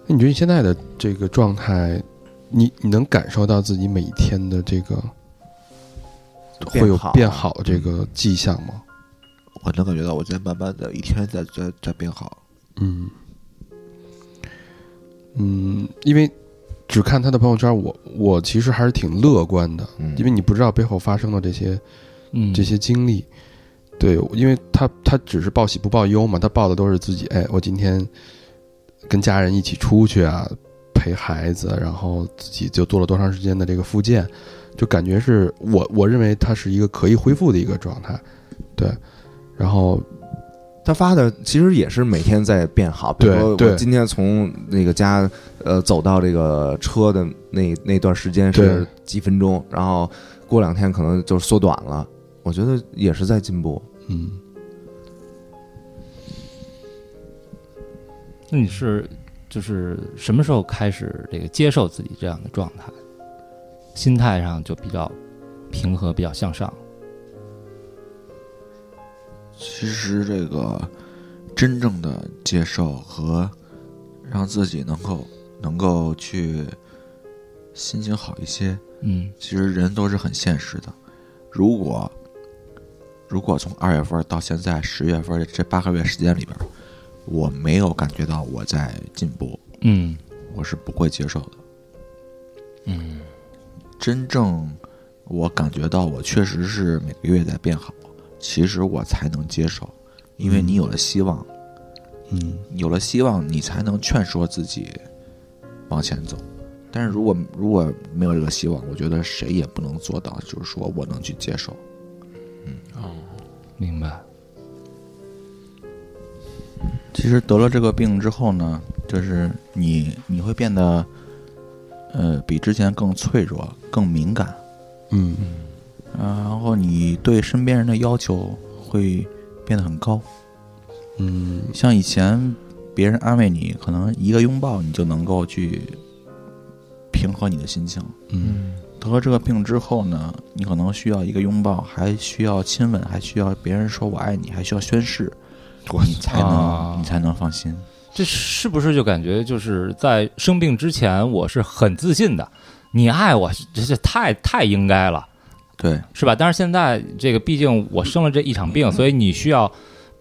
S3: 那你觉得你现在的这个状态，你你能感受到自己每天的这个会有变好啊这个迹象吗？
S7: 我能感觉到我在慢慢的一天在在在变好。
S3: 嗯，嗯，因为只看他的朋友圈，我我其实还是挺乐观的，
S2: 嗯
S3: 因为你不知道背后发生的这些
S4: 嗯
S3: 这些经历。对，因为他他只是报喜不报忧嘛，他报的都是自己。哎，我今天跟家人一起出去啊，陪孩子，然后自己就做了多长时间的这个复健，就感觉是我我认为它是一个可以恢复的一个状态。对，然后
S2: 他发的其实也是每天在变好，比如
S3: 对
S2: 说我
S3: 对
S2: 今天从那个家呃走到这个车的那那段时间是
S3: 对
S2: 几分钟，然后过两天可能就缩短了。我觉得也是在进步。
S3: 嗯，
S4: 那你是就是什么时候开始这个接受自己这样的状态，心态上就比较平和，比较向上？
S7: 其实这个真正的接受和让自己能够能够去心情好一些，
S4: 嗯
S7: 其实人都是很现实的。如果如果从二月份到现在十月份这八个月时间里边，我没有感觉到我在进步，
S4: 嗯
S7: 我是不会接受的。
S4: 嗯
S7: 真正我感觉到我确实是每个月在变好，其实我才能接受，因为你有了希望，
S9: 嗯，
S7: 有了希望，你才能劝说自己往前走。但是如果如果没有这个希望，我觉得谁也不能做到，就是说我能去接受。
S4: 明白。嗯
S7: 其实得了这个病之后呢，就是你你会变得，呃，比之前更脆弱、更敏感，
S3: 嗯
S7: 然后你对身边人的要求会变得很高。
S3: 嗯
S7: 像以前别人安慰你，可能一个拥抱你就能够去平和你的心情。
S3: 嗯
S7: 得了这个病之后呢，你可能需要一个拥抱，还需要亲吻，还需要别人说我爱你，还需要宣誓，你才能、
S4: 啊
S7: 你才能放心。
S4: 这是不是就感觉就是在生病之前，我是很自信的，你爱我，这这太太应该了，
S7: 对，
S4: 是吧？但是现在这个，毕竟我生了这一场病，所以你需要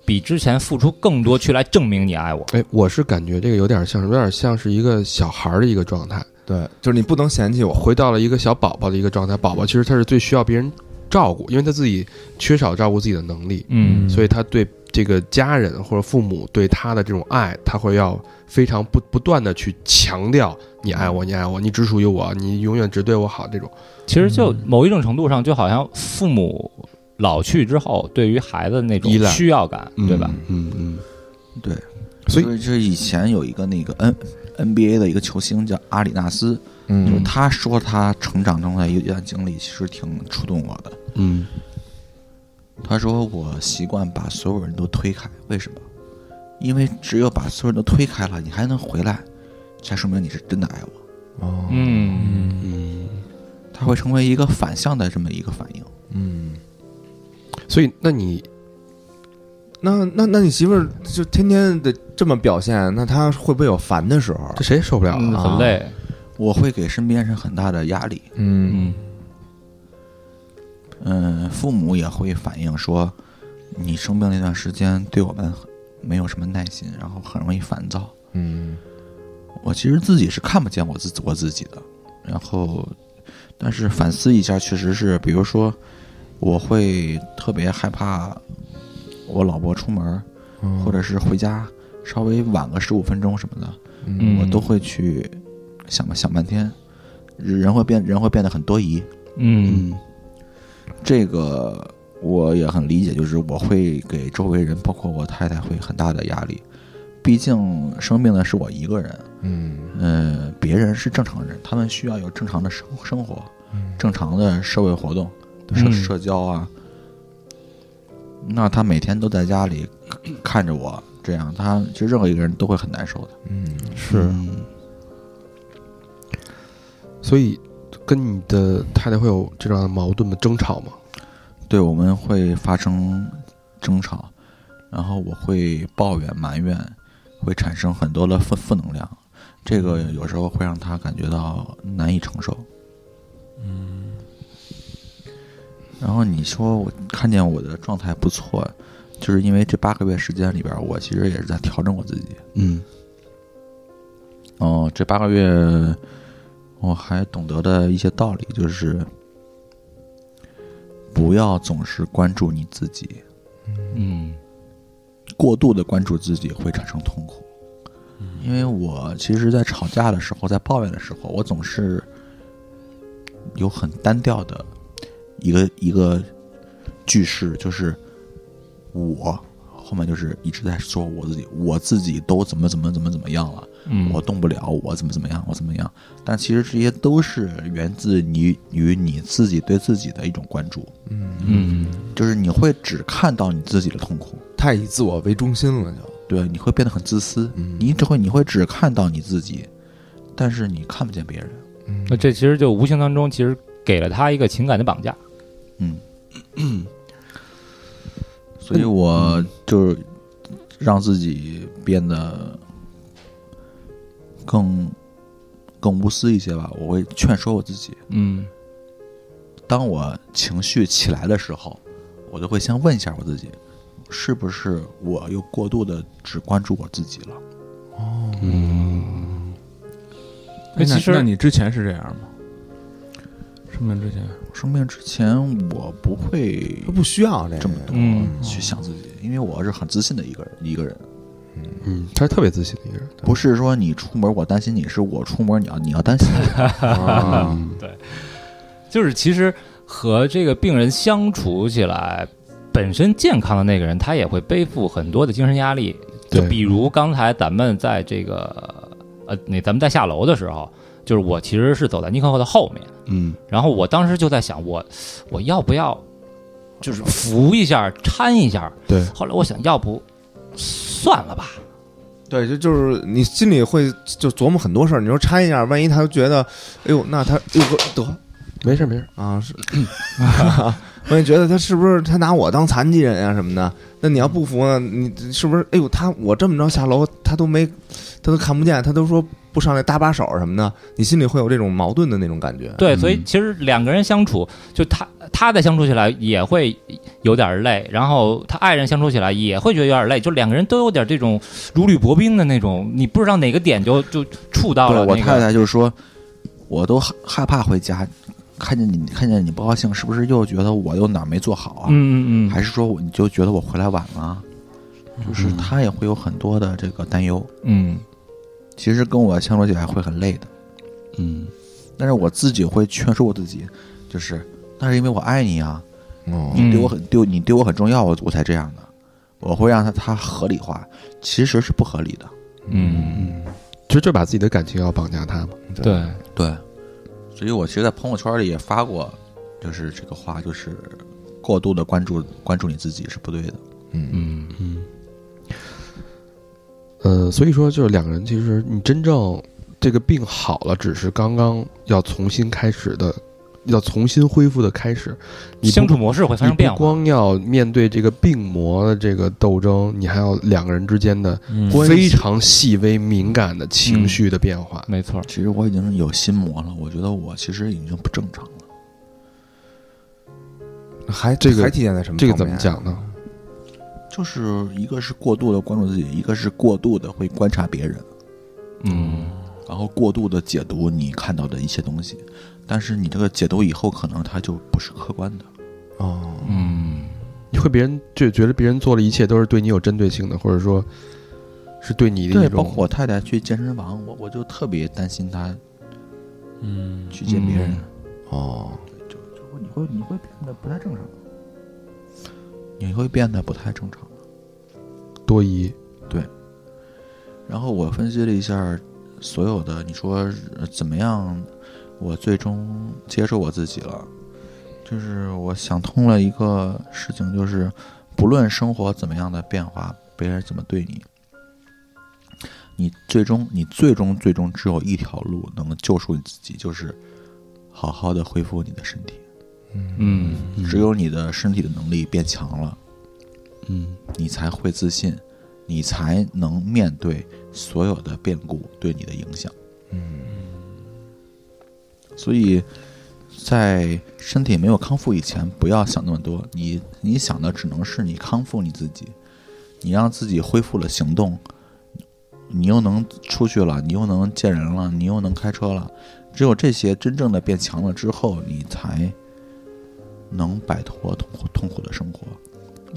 S4: 比之前付出更多去来证明你爱我。
S3: 哎，我是感觉这个有点像什么？有点像是一个小孩儿的一个状态，
S2: 对，就是你不能嫌弃我，
S3: 回到了一个小宝宝的一个状态。宝宝其实他是最需要别人
S10: 照顾，因为他自己缺少照顾自己的能力，
S4: 嗯
S10: 所以他对这个家人或者父母对他的这种爱，他会要非常不不断的去强调你爱我，你爱我，你只属于我，你永远只对我好这种。
S4: 其实就某一种程度上，就好像父母老去之后，对于孩子的那种
S10: 依赖
S4: 需要感，对吧？
S10: 嗯嗯，
S7: 所
S10: 所以
S7: 以这以前有一个那个 N NBA 的一个球星叫阿里纳斯，就是
S2: 嗯
S7: 他说他成长中的一段经历，其实挺触动我的。
S10: 嗯
S7: 他说我习惯把所有人都推开，为什么？因为只有把所有人都推开了，你还能回来，才说明你是真的爱我。
S2: 哦，
S4: 嗯，
S10: 嗯，
S7: 他会成为一个反向的这么一个反应。
S2: 嗯，
S10: 所以那你
S2: 那那那你媳妇儿就天天的这么表现，那她会不会有烦的时候
S10: 这？谁也受不了
S4: 嗯
S10: 啊？
S4: 很累，
S7: 我会给身边人很大的压力，
S2: 嗯
S4: 嗯
S7: 嗯，父母也会反映说，你生病那段时间对我们没有什么耐心，然后很容易烦躁。
S2: 嗯
S7: 我其实自己是看不见我自我自己的，然后，但是反思一下，确实是，比如说，我会特别害怕我老婆出门，
S2: 嗯
S7: 或者是回家稍微晚个十五分钟什么的，
S4: 嗯，
S7: 我都会去想吧想半天，人会变，人会变得很多疑。
S4: 嗯
S10: 嗯
S7: 这个我也很理解，就是我会给周围人，包括我太太，会很大的压力。毕竟生病的是我一个人，
S2: 嗯
S7: 嗯，别人是正常人，他们需要有正常的生生活，正常的社会活动、社
S4: 嗯
S7: 社交啊。那他每天都在家里看着我这样，他其实任何一个人都会很难受的。
S2: 嗯
S4: 是
S10: 所以跟你的太太会有这样的矛盾的争吵吗？
S7: 对，我们会发生争吵，然后我会抱怨、埋怨，会产生很多的负负能量，这个有时候会让他感觉到难以承受。嗯。然后你说我看见我的状态不错，就是因为这八个月时间里边儿，我其实也是在调整我自己。
S10: 嗯
S7: 哦，这八个月我还懂得的一些道理就是，不要总是关注你自己，
S4: 嗯
S7: 过度的关注自己会产生痛苦。因为我其实，在吵架的时候，在抱怨的时候，我总是有很单调的一个一个句式，就是我后面就是一直在说我自己，我自己都怎么怎么怎么怎么样了。
S4: 嗯，
S7: 我动不了，我怎么怎么样，我怎么样。但其实这些都是源自你于你自己对自己的一种关注，
S4: 嗯
S7: 就是你会只看到你自己的痛苦，
S2: 太以自我为中心了，就
S7: 对，你会变得很自私，
S3: 嗯
S7: 你只会你会只看到你自己，但是你看不见别人。
S3: 嗯
S4: 那这其实就无形当中，其实给了他一个情感的绑架。
S7: 嗯，所以我就是让自己变得更更无私一些吧。我会劝说我自己，
S4: 嗯
S7: 当我情绪起来的时候，我都会先问一下我自己，是不是我又过度的只关注我自己了？
S4: 那其实
S8: 哎那你之前是这样吗？生病之前，
S7: 生病之前，我不会
S1: 哦
S2: 她不需要这
S7: 这么
S2: 个。
S7: 多
S4: 嗯
S7: 去想自己，因为我是很自信的一个人，一个人，
S10: 嗯，他是特别自信的一个人。
S7: 不是说你出门我担心你，是我出门你要你要担心我。
S4: 就是其实和这个病人相处起来，本身健康的那个人他也会背负很多的精神压力。就
S10: 对
S4: 比如刚才咱们在这个呃，那咱们在下楼的时候，就是我其实是走在尼克后的后面，
S10: 嗯
S4: 然后我当时就在想，我我要不要就是扶一下、搀一下？
S10: 对
S4: 后来我想要不算了吧，
S2: 对，就就是你心里会就琢磨很多事儿，你说掺一下，万一她觉得，哎呦，那她哎呦得，
S10: 没事没事，
S2: 啊，是，我也觉得他是不是他拿我当残疾人呀、什么的？那你要不服呢？你是不是？哎呦，他我这么着下楼，他都没，他都看不见，他都说不上来搭把手什么的，你心里会有这种矛盾的那种感觉。
S4: 对，所
S7: 嗯
S4: 以其实两个人相处，就他他在相处起来也会有点累，然后他爱人相处起来也会觉得有点累，就两个人都有点这种如履薄冰的那种，你不知道哪个点就就触到
S7: 对
S4: 了
S7: 我
S4: 那
S7: 太
S4: 个。
S7: 太就说，我都害害怕回家，看见你看见你不高兴，是不是又觉得我又哪儿没做好啊？
S4: 嗯嗯嗯，
S7: 还是说我你就觉得我回来晚了？就是他也会有很多的这个担忧，
S4: 嗯
S7: 其实跟我相处起来会很累的。
S10: 嗯，
S7: 但是我自己会劝说我自己，就是那是因为我爱你啊，
S2: 哦
S7: 你对我很对我你对我很重要，我我才这样的。我会让他他合理化，其实是不合理的。
S4: 嗯，
S3: 其实就把自己的感情要绑架他嘛。
S4: 对，
S7: 对，所以我其实，在朋友圈里也发过，就是这个话，就是过度的关注关注你自己是不对的。
S4: 嗯
S3: 嗯，所以说就是两个人，其实你真正这个病好了，只是刚刚要重新开始的，要重新恢复的开始。你不
S4: 相处模式会发
S3: 你
S4: 生变
S3: 不
S4: 化，
S3: 光要面对这个病魔的这个斗争，你还要两个人之间的
S4: 嗯
S3: 非常细微、敏感的情绪的变化。
S4: 没错，
S7: 其实我已经有心魔了，我觉得我其实已经不正常了。
S2: 还
S3: 这个
S2: 还体现在什么？
S3: 这个怎么？讲呢？
S7: 就是一个是过度的关注自己，一个是过度的会观察别人，
S4: 嗯
S7: 然后过度的解读你看到的一些东西。但是你这个解读以后，可能它就不是客观的。
S2: 哦，
S4: 嗯
S3: 你会别人就觉得别人做了一切都是对你有针对性的，或者说是对你的
S7: 对，
S3: 一
S7: 包
S3: 种
S7: 括我太太去健身房，我我就特别担心她
S11: 嗯，
S7: 去见别人。
S4: 嗯
S2: 哦，
S7: 你会你会变得不太正常，你会变得不太正常。
S3: 多疑。
S7: 然后我分析了一下所有的，你说呃怎么样？我最终接受我自己了，就是我想通了一个事情，就是不论生活怎么样的变化，别人怎么对你，你最终你最终最终只有一条路能救赎你自己，就是好好的恢复你的身体。
S4: 嗯
S7: 只有你的身体的能力变强了，
S10: 嗯，
S7: 你才会自信，你才能面对所有的变故对你的影响。嗯，所以在身体没有康复以前，不要想那么多。你你想的只能是你康复你自己，你让自己恢复了行动，你又能出去了，你又能见人了，你又能开车了。只有这些真正的变强了之后，你才能摆脱痛苦痛苦的生活。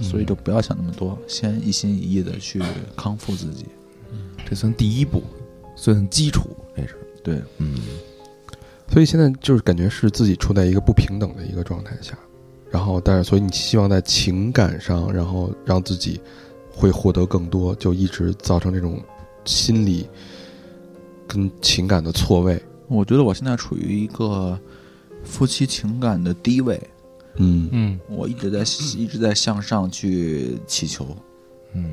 S7: 所
S2: 嗯
S7: 以就不要想那么多，先一心一意的去康复自己。
S2: 这算第一步，算基础，这是
S7: 对，
S2: 嗯
S3: 所以现在就是感觉是自己处在一个不平等的一个状态下，然后但是所以你希望在情感上，然后让自己会获得更多，就一直造成这种心理跟情感的错位。
S7: 我觉得我现在处于一个夫妻情感的低位，
S3: 嗯
S4: 嗯
S7: 我一直在一直在向上去祈求，
S2: 嗯，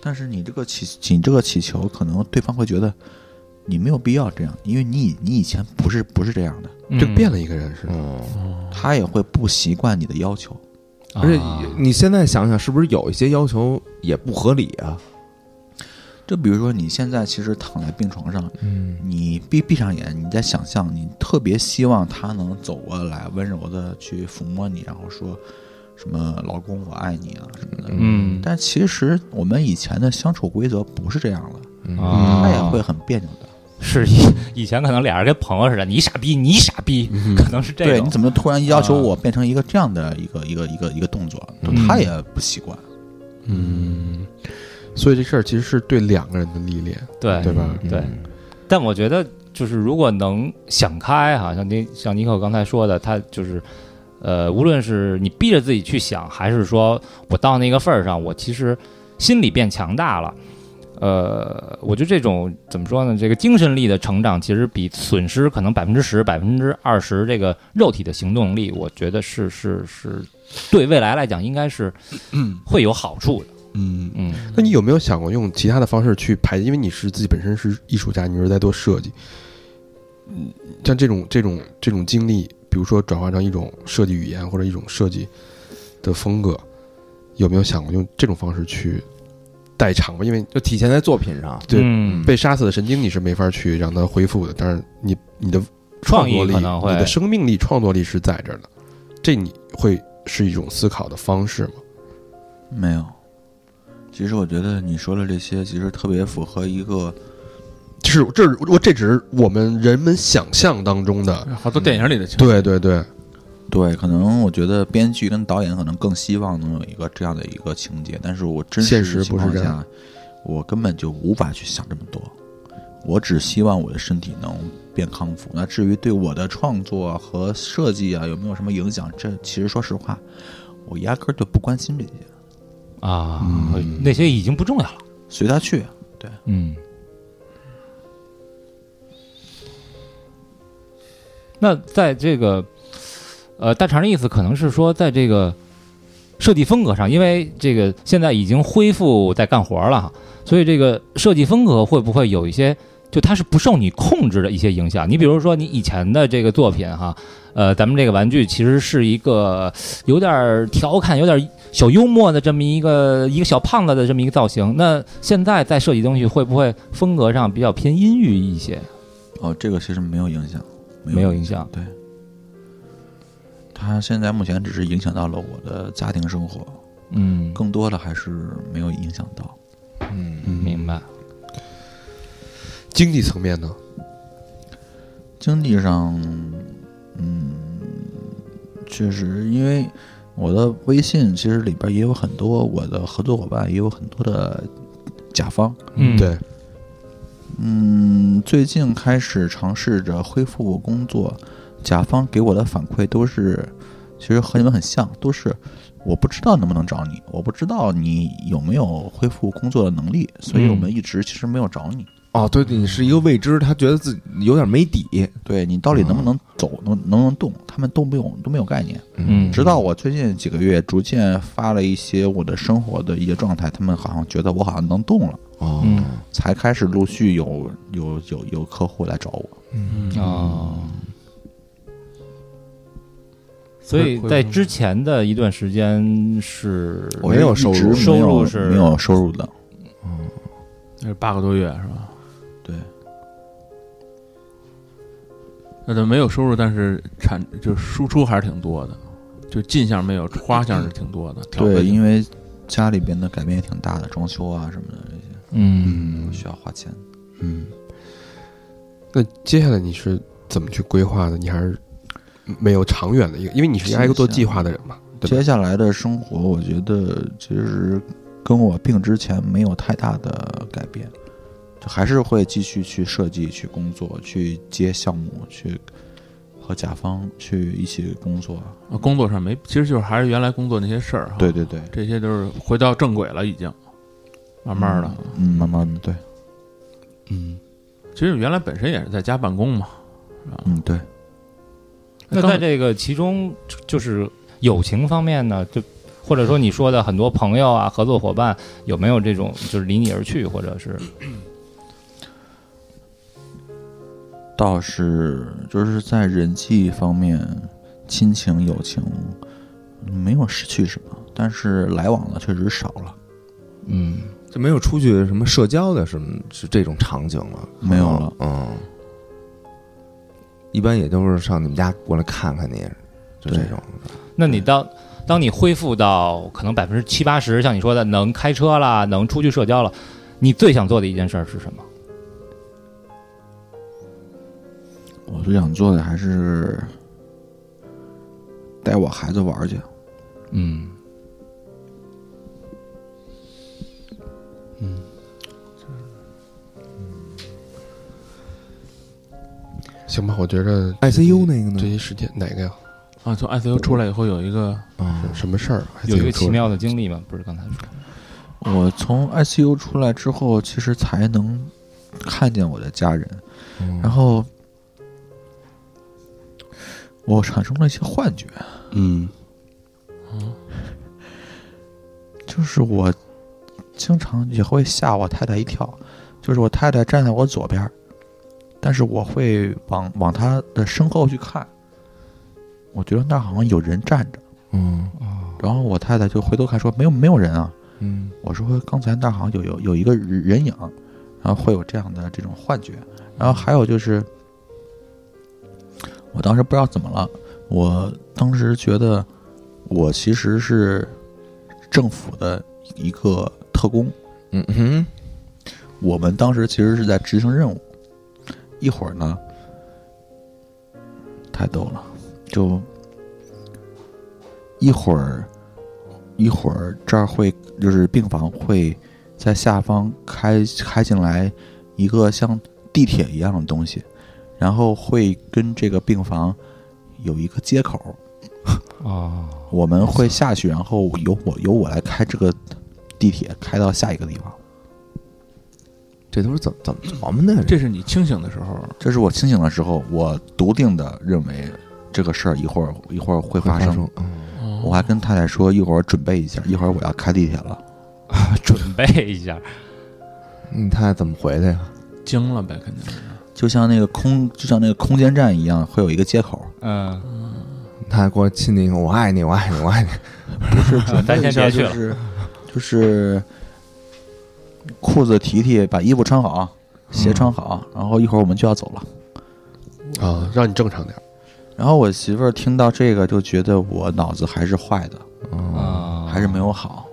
S7: 但是你这个祈你这个祈求，可能对方会觉得你没有必要这样，因为你以你以前不是不是这样的，
S4: 嗯
S3: 就变了一个人是吧？
S2: 哦，
S7: 他也会不习惯你的要求。
S4: 啊
S2: 而且你现在想想，是不是有一些要求也不合理啊？
S7: 就比如说你现在其实躺在病床上，
S2: 嗯
S7: 你闭闭上眼，你在想象，你特别希望他能走过来，温柔的去抚摸你，然后说什么“老公，我爱你”啊什么的。
S4: 嗯
S7: 但其实我们以前的相处规则不是这样的，嗯
S4: 啊
S7: 他也会很别扭的。
S4: 是以以前可能俩人跟朋友似的，你傻逼你傻逼，可能是这
S7: 嗯对，
S4: 种
S7: 你，怎么突然要
S4: 啊
S7: 求我变成一个这样的一个一个一个一个动作？就
S4: 嗯
S7: 他也不习惯。
S3: 嗯，所以这事儿其实是对两个人的历练，
S4: 对
S3: 对吧？嗯
S4: 对，但我觉得就是如果能想开哈、像尼像尼克刚才说的，他就是呃，无论是你逼着自己去想，还是说我到那个份儿上，我其实心里变强大了。呃，我觉得这种怎么说呢？这个精神力的成长，其实比损失可能百分之十、百分之二十这个肉体的行动力，我觉得是是是，对未来来讲应该是会有好处的。
S10: 嗯，
S4: 嗯
S3: 那你有没有想过用其他的方式去排解？因为你是自己本身是艺术家，你又是在做设计，嗯，像这种这种这种经历，比如说转化成一种设计语言或者一种设计的风格，有没有想过用这种方式去代偿吧？因为
S2: 就体现在作品上。
S3: 对
S4: 嗯
S3: 被杀死的神经你是没法去让它恢复的，但是你你的创作
S4: 创
S3: 力、
S4: 意可能会
S3: 你的生命力、创作力是在这儿的，这你会是一种思考的方式吗？
S7: 没有。其实我觉得你说的这些，其实特别符合一个
S10: 这是这是我这只是我们人们想象当中的，
S8: 好多电影里的情
S10: 对对对，
S7: 对，可能我觉得编剧跟导演可能更希望能有一个这样的一个情节，但是我真
S10: 现
S7: 实
S10: 实不是
S7: 情
S10: 这样
S7: 况下，我根本就无法去想这么多。我只希望我的身体能变康复。那至于对我的创作啊和设计啊有没有什么影响，这其实说实话，我压根儿就不关心这些，
S4: 啊，那些已经不重要了。
S7: 随他去。啊
S4: 嗯。那在这个，呃，大肠的意思可能是说，在这个设计风格上，因为这个现在已经恢复在干活了哈，所以这个设计风格会不会有一些，就它是不受你控制的一些影响？你比如说，你以前的这个作品哈，呃，咱们这个玩具其实是一个有点儿调侃、有点儿小幽默的这么一个一个小胖子的这么一个造型。那现在在设计东西会不会风格上比较偏阴郁一些？
S7: 哦，这个其实没有影响，没有
S4: 没有影响。
S7: 对，他现在目前只是影响到了我的家庭生活，
S4: 嗯，
S7: 更多的还是没有影响到。
S2: 嗯，
S4: 明白。
S10: 经济层面呢，
S7: 经济上，嗯，确实，因为我的微信其实里边也有很多我的合作伙伴，也有很多的甲方。
S4: 嗯，
S10: 对，
S7: 嗯，最近开始尝试着恢复工作，甲方给我的反馈都是，其实和你们很像，都是我不知道能不能找你，我不知道你有没有恢复工作的能力，所以我们一直其实没有找你。
S2: 哦，对，你是一个未知，他觉得自己有点没底，
S7: 对你到底能不能走，能能不能动，他们都没有都没有概念。
S4: 嗯，
S7: 直到我最近几个月逐渐发了一些我的生活的一些状态，他们好像觉得我好像能动了，
S2: 哦
S4: 嗯
S7: 才开始陆续有有有有客户来找我。
S4: 哦。所以在之前的一段时间是
S7: 我
S2: 没有
S7: 是一直
S2: 收
S7: 没
S2: 入
S7: 有
S4: 收入是
S7: 没有收入的，
S8: 那是八个多月是吧？
S7: 对，
S8: 那都没有收入，但是产就是输出还是挺多的，就进项没有，花项是挺多的。调配
S7: 对，因为家里边的改变也挺大的，装修啊什么的这些
S4: 嗯
S7: 需要花钱。
S10: 嗯，那接下来你是怎么去规划的？你还是没有长远的一个，因为你是一个爱做计划的人嘛，对吧
S7: 接下来的生活，我觉得其实跟我病之前没有太大的改变，就还是会继续去设计、去工作、去接项目、去和甲方去一起工作。
S8: 啊工作上没，其实就是还是原来工作那些事儿哈。
S7: 对，对对，
S8: 这些都是回到正轨了，已经慢慢的。
S7: 嗯，慢慢的，对，
S10: 嗯，
S8: 其实原来本身也是在家办公嘛。
S7: 嗯对，
S4: 那
S8: 刚
S4: 在这个其中，就是友情方面呢，就或者说你说的很多朋友啊、合作伙伴，有没有这种就是离你而去，或者是
S7: 倒是就是在人际方面，亲情、友情没有失去什么，但是来往的确实少了。
S4: 嗯
S2: 就没有出去什么社交的什么是这种场景了，
S7: 没有了
S2: 嗯，嗯，一般也都是上你们家过来看看你，就这种，
S4: 那你当当你恢复到可能百分之七八十，像你说的能开车啦，能出去社交了，你最想做的一件事儿是什么？
S7: 我最想做的还是带我孩子玩儿去。
S4: 嗯
S10: 行吧，我觉得
S2: ICU 那
S10: 这
S2: 个呢？
S10: 些时间哪个呀？
S8: 啊，从 ICU 出来以后有一个
S2: 啊，
S10: 什么事儿？还
S4: 有一
S10: 自
S4: 个
S10: 己
S4: 奇
S10: 说
S4: 妙的经历吗？不是刚才说
S7: 我从 ICU 出来之后，其实才能看见我的家人，然后我产生了一些幻觉，
S3: 嗯
S7: 就是我经常也会吓我太太一跳，就是我太太站在我左边儿，但是我会往往她的身后去看，我觉得那儿好像有人站着，
S2: 嗯
S7: 然后我太太就回头看说没有没有人啊，
S2: 嗯
S7: 我说刚才那儿好像有有有一个人影，然后会有这样的这种幻觉，然后还有就是，我当时不知道怎么了，我当时觉得我其实是政府的一个特工，
S2: 嗯哼，
S7: 我们当时其实是在执行任务，一会儿呢，太逗了，就一会儿一会儿这儿会就是病房会在下方开开进来一个像地铁一样的东西，然后会跟这个病房有一个接口，
S4: 哦，
S7: 我们会下去，然后由我由我来开这个地铁开到下一个地方。
S2: 这都是怎怎么琢磨的？
S8: 这是你清醒的时候，
S7: 这是我清醒的时候，我笃定的认为这个事儿一会儿一会儿会发生。
S2: 啊
S7: 我还跟太太说，一会儿准备一下，一会儿我要开地铁了。
S4: 准备一下，
S2: 你太怎么回的呀？
S8: 惊了呗，肯定是。
S7: 就像那个空，就像那个空间站一样，会有一个接口。
S4: 嗯，
S2: 他给我亲你一个，我爱你，我爱你，我爱你。
S4: 咱先别去
S7: 就
S4: 了，
S7: 是就是裤子提提，把衣服穿好，鞋穿好，然后一会儿我们就要走了。
S3: 啊，让你正常点儿。
S7: 然后我媳妇儿听到这个就觉得我脑子还是坏的，
S4: 啊，
S7: 还是没有好。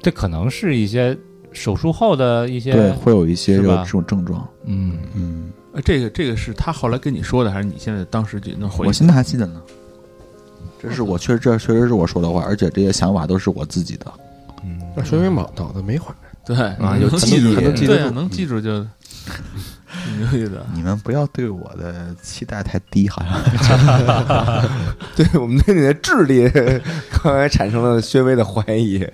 S4: 这可能是一些手术后的一些
S7: 对，会有一些
S4: 是
S7: 有
S4: 吧
S7: 这种症状。
S4: 嗯，
S7: 嗯，
S8: 呃，这个这个是他后来跟你说的，还是你现在当时就能回
S7: 我？现在还记得呢。这是我确这确实是我说的话，而且这些想法都是我自己的。
S3: 那说明脑脑子没坏。
S8: 对
S2: 啊有
S8: 能
S2: 记忆嗯
S8: 住
S2: 还能记
S8: 对
S2: 得啊
S8: 啊
S2: 住
S8: 能记住就挺牛逼的。
S7: 你们不要对我的期待太低，好像
S2: 对我们对你的智力刚才产生了略微的怀疑。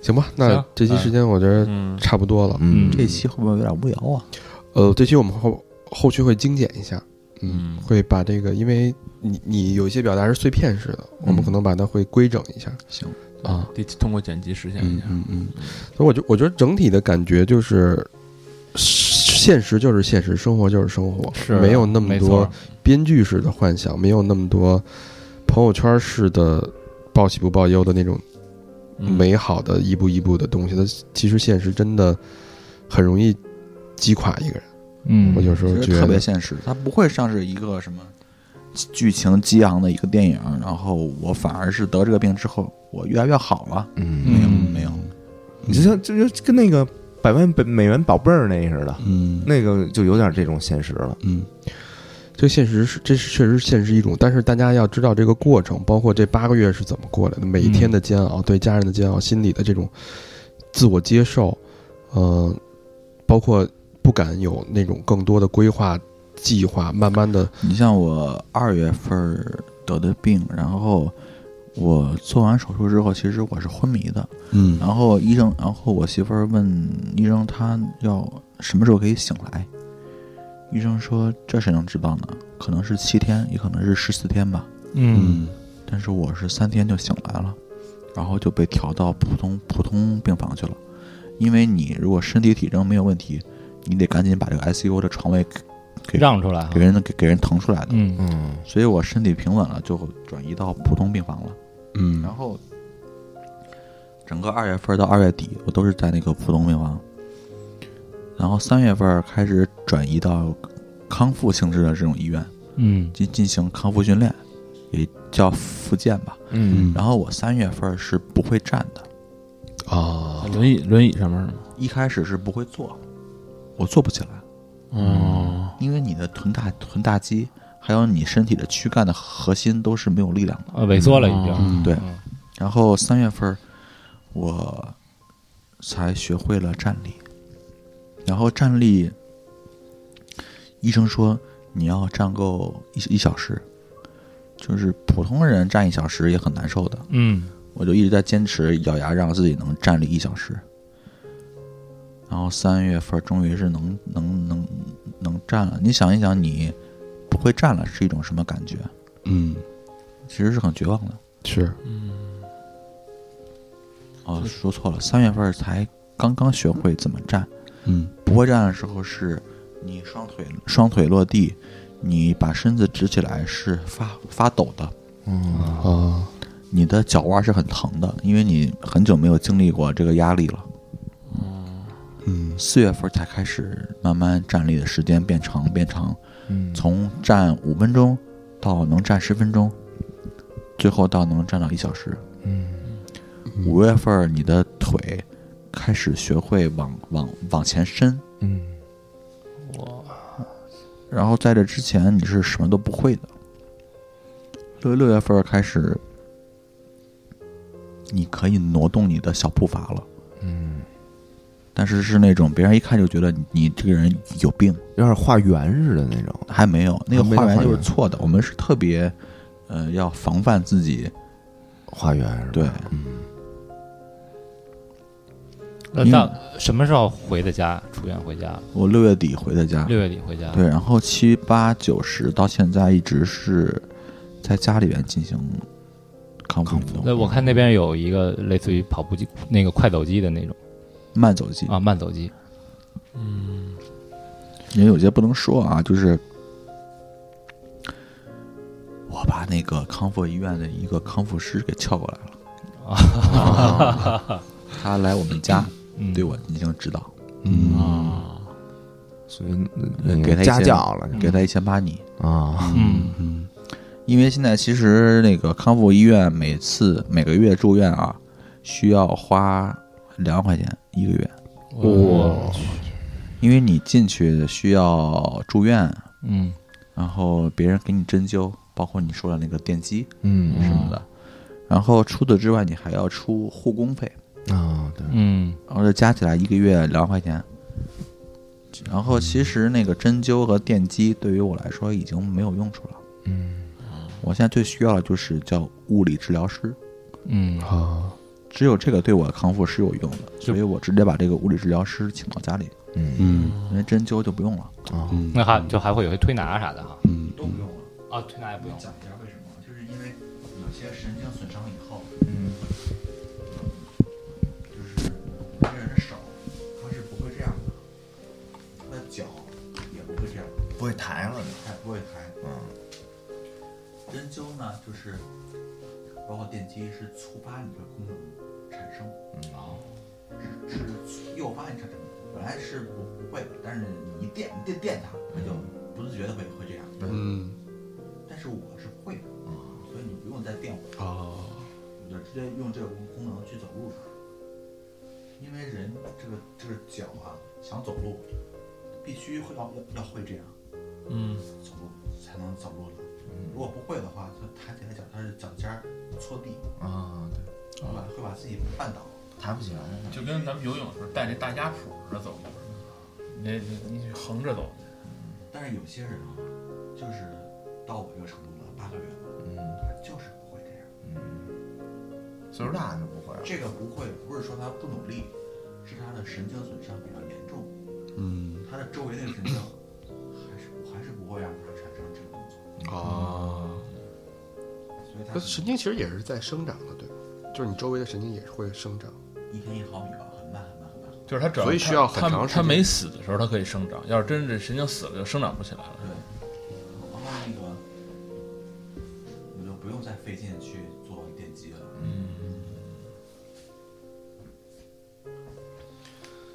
S3: 行吧，那
S4: 行
S3: 这期时间我觉得
S8: 嗯，
S3: 差不多了。
S2: 嗯
S7: 这期会不会有点无聊啊？
S3: 呃，这期我们后后续会精简一下，
S8: 嗯
S3: 会把这个，因为你你有一些表达是碎片式的，我们可能把它会规整一下
S7: 行，
S3: 啊。
S8: 得通过剪辑实现一
S7: 嗯
S8: 下。
S7: 嗯嗯，
S3: 所以我觉我觉得整体的感觉就是，现实就是现实，生活就是生活，
S1: 啊
S4: 是啊
S3: 没有那么
S4: 没
S3: 多
S4: 错
S3: 编剧式的幻想，没有那么多朋友圈式的报喜不报忧的那种
S8: 嗯
S3: 美好的一步一步的东西。它其实现实真的很容易击垮一个人。
S4: 嗯
S3: 我有时候
S7: 其
S3: 觉
S7: 实
S3: 得
S7: 特别现实，它不会像是一个什么剧情激昂的一个电影，然后我反而是得这个病之后，我越来越好了。
S2: 嗯，
S7: 没有
S4: 嗯
S7: 没有，
S2: 你就像就就跟那个百万本美元宝贝儿那似的，
S7: 嗯
S2: 那个就有点这种现实了。
S7: 嗯，
S3: 这现实是，这是确实是现实一种，但是大家要知道这个过程，包括这八个月是怎么过来的，每一天的煎熬，对家人的煎熬，心理的这种自我接受，嗯、包括不敢有那种更多的规划、计划，慢慢的，
S7: 你像我二月份儿得的病，然后我做完手术之后，其实我是昏迷的。
S3: 嗯
S7: 然后医生，然后我媳妇儿问医生，她要什么时候可以醒来？医生说这谁能知道呢？可能是七天，也可能是十四天吧。
S4: 嗯，
S7: 但是我是三天就醒来了，然后就被调到普通普通病房去了。因为你如果身体体征没有问题，你得赶紧把这个 ICU 的床位给给
S4: 让出来哈
S7: 给，人给给人腾出来的。
S4: 嗯
S2: 嗯，
S7: 所以我身体平稳了，就转移到普通病房了。
S3: 嗯
S7: 然后整个二月份到二月底，我都是在那个普通病房。然后三月份开始转移到康复性质的这种医院，
S4: 嗯
S7: 进进行康复训练，也叫复健吧。
S3: 嗯
S7: 然后我三月份是不会站的，
S3: 啊
S8: 在，轮椅轮椅上面是吗？
S7: 一开始是不会坐，我坐不起来，
S8: 哦，
S7: 因为你的臀大臀大肌还有你身体的躯干的核心都是没有力量的。
S4: 呃，萎缩了已经，
S7: 对
S4: 嗯，
S7: 然后三月份儿我才学会了站立，然后站立，医生说你要站够一一小时，就是普通人站一小时也很难受的。
S4: 嗯
S7: 我就一直在坚持咬牙让自己能站立一小时，然后三月份儿终于是能能能能站了。你想一想，你不会站了是一种什么感觉？
S3: 嗯，
S7: 其实是很绝望的。
S3: 是，
S7: 哦，说错了，三月份儿才刚刚学会怎么站。
S3: 嗯
S7: 不会站的时候是，你双腿双腿落地，你把身子直起来是发发抖的，
S3: 啊，
S7: 你的脚腕是很疼的，因为你很久没有经历过这个压力了。
S3: 嗯
S7: 四月份儿才开始慢慢站立的时间变长变长，
S2: 嗯
S7: 从站五分钟到能站十分钟，最后到能站到一小时。
S2: 嗯
S7: 五月份儿你的腿开始学会往往往前伸，
S2: 嗯，
S7: 然后在这之前你是什么都不会的。六六月份儿开始，你可以挪动你的小步伐了，嗯，但是是那种别人一看就觉得你你这个人有病，
S2: 有点画圆似的那种。
S7: 还没有那个
S2: 还没
S7: 画
S2: 到
S7: 圆
S2: 画
S7: 就是
S2: 圆
S7: 错的，我们是特别，呃，要防范自己，
S2: 花园是吧？
S7: 对，
S4: 那
S7: 因为
S4: 到什么时候回的家？出院回家？
S7: 我六月底回的家，
S4: 六月底回家。
S7: 对，然后七八九十到现在一直是在家里边进行康复运动，
S4: 那我看那边有一个类似于跑步机、那个快走机的那种
S7: 慢走机，
S4: 啊，慢走机。
S7: 因为有些不能说啊，就是我把那个康复医院的一个康复师给撬过来了，啊，他来我们家
S4: 嗯，
S7: 对我进行指导，
S2: 所以那个
S7: 给他一些
S2: 家教了
S7: 给他一些 money，
S2: 啊，
S4: 嗯，
S7: 因为现在其实那个康复医院每次每个月住院啊，需要花两万块钱一个月。
S4: 我去，
S7: 因为你进去需要住院，
S4: 嗯，
S7: 然后别人给你针灸，包括你说的那个电击
S2: 嗯
S7: 什么的，然后除此之外，你还要出护工费，
S2: 啊，对，
S4: 嗯，
S7: 然后这加起来一个月两万块钱。然后其实那个针灸和电击对于我来说已经没有用处了，嗯，我现在最需要的就是叫物理治疗师，
S4: 嗯，
S3: 啊，
S7: 只有这个对我的康复是有用的，所以我直接把这个物理治疗师请到家里，
S3: 嗯
S7: 因为针灸就不用了。
S3: 嗯
S4: 那还就还会有些推拿啥的哈。
S3: 嗯，
S4: 啊，推拿也不用。
S7: 讲一下为什么，就是因为有些神经损伤以后，
S2: 嗯，
S7: 就是一个人的手，他是不会这样的，他的脚也不会这样，
S2: 不会抬了，嗯
S7: 他也不会抬。嗯，针灸呢，就是包括电击是触发你这个功能产生，
S2: 嗯
S7: 哦，是是诱发你产生的，本来是不不会的，但是你一电你电电它，它就
S2: 嗯
S7: 不自觉的会会这样。
S3: 嗯
S7: 但是我是会的，
S2: 嗯
S7: 所以你不用再电我。
S3: 啊，
S7: 你就直接用这个功能去走路吧。因为人这个这个脚啊，想走路，必须会要要要会这样
S8: 嗯，
S7: 走路才能走路的。
S2: 嗯
S7: 如果不会的话，就抬起来脚，它是脚尖儿搓地，
S2: 啊，
S7: 会把会把自己绊倒，
S2: 抬不起来，啊
S8: 就跟咱们游泳的时候带那大家谱似的走路，
S2: 嗯
S8: 你你你横着走，
S7: 嗯但是有些人啊，就是到我这个程度了，八个月了，
S2: 嗯
S7: 他就是不会这样。
S2: 岁数大就不会了，
S7: 这个不会不是说他不努力，是他的神经损伤比较严重，
S3: 嗯
S7: 他的周围那个神经还是还是不会让他产生这个动作，
S3: 啊，
S7: 所以他
S3: 那神经其实也是在生长的，对吧，就是你周围的神经也是会生长。
S7: 一天一毫米吧，很慢很慢很慢。
S8: 就是他只要
S3: 所以需要很
S8: 他
S3: 长时间
S8: 他没死的时候，他可以生长；要是真是神经死了，就生长不起来了。
S7: 然后那个，我就不用再费劲去做电击了。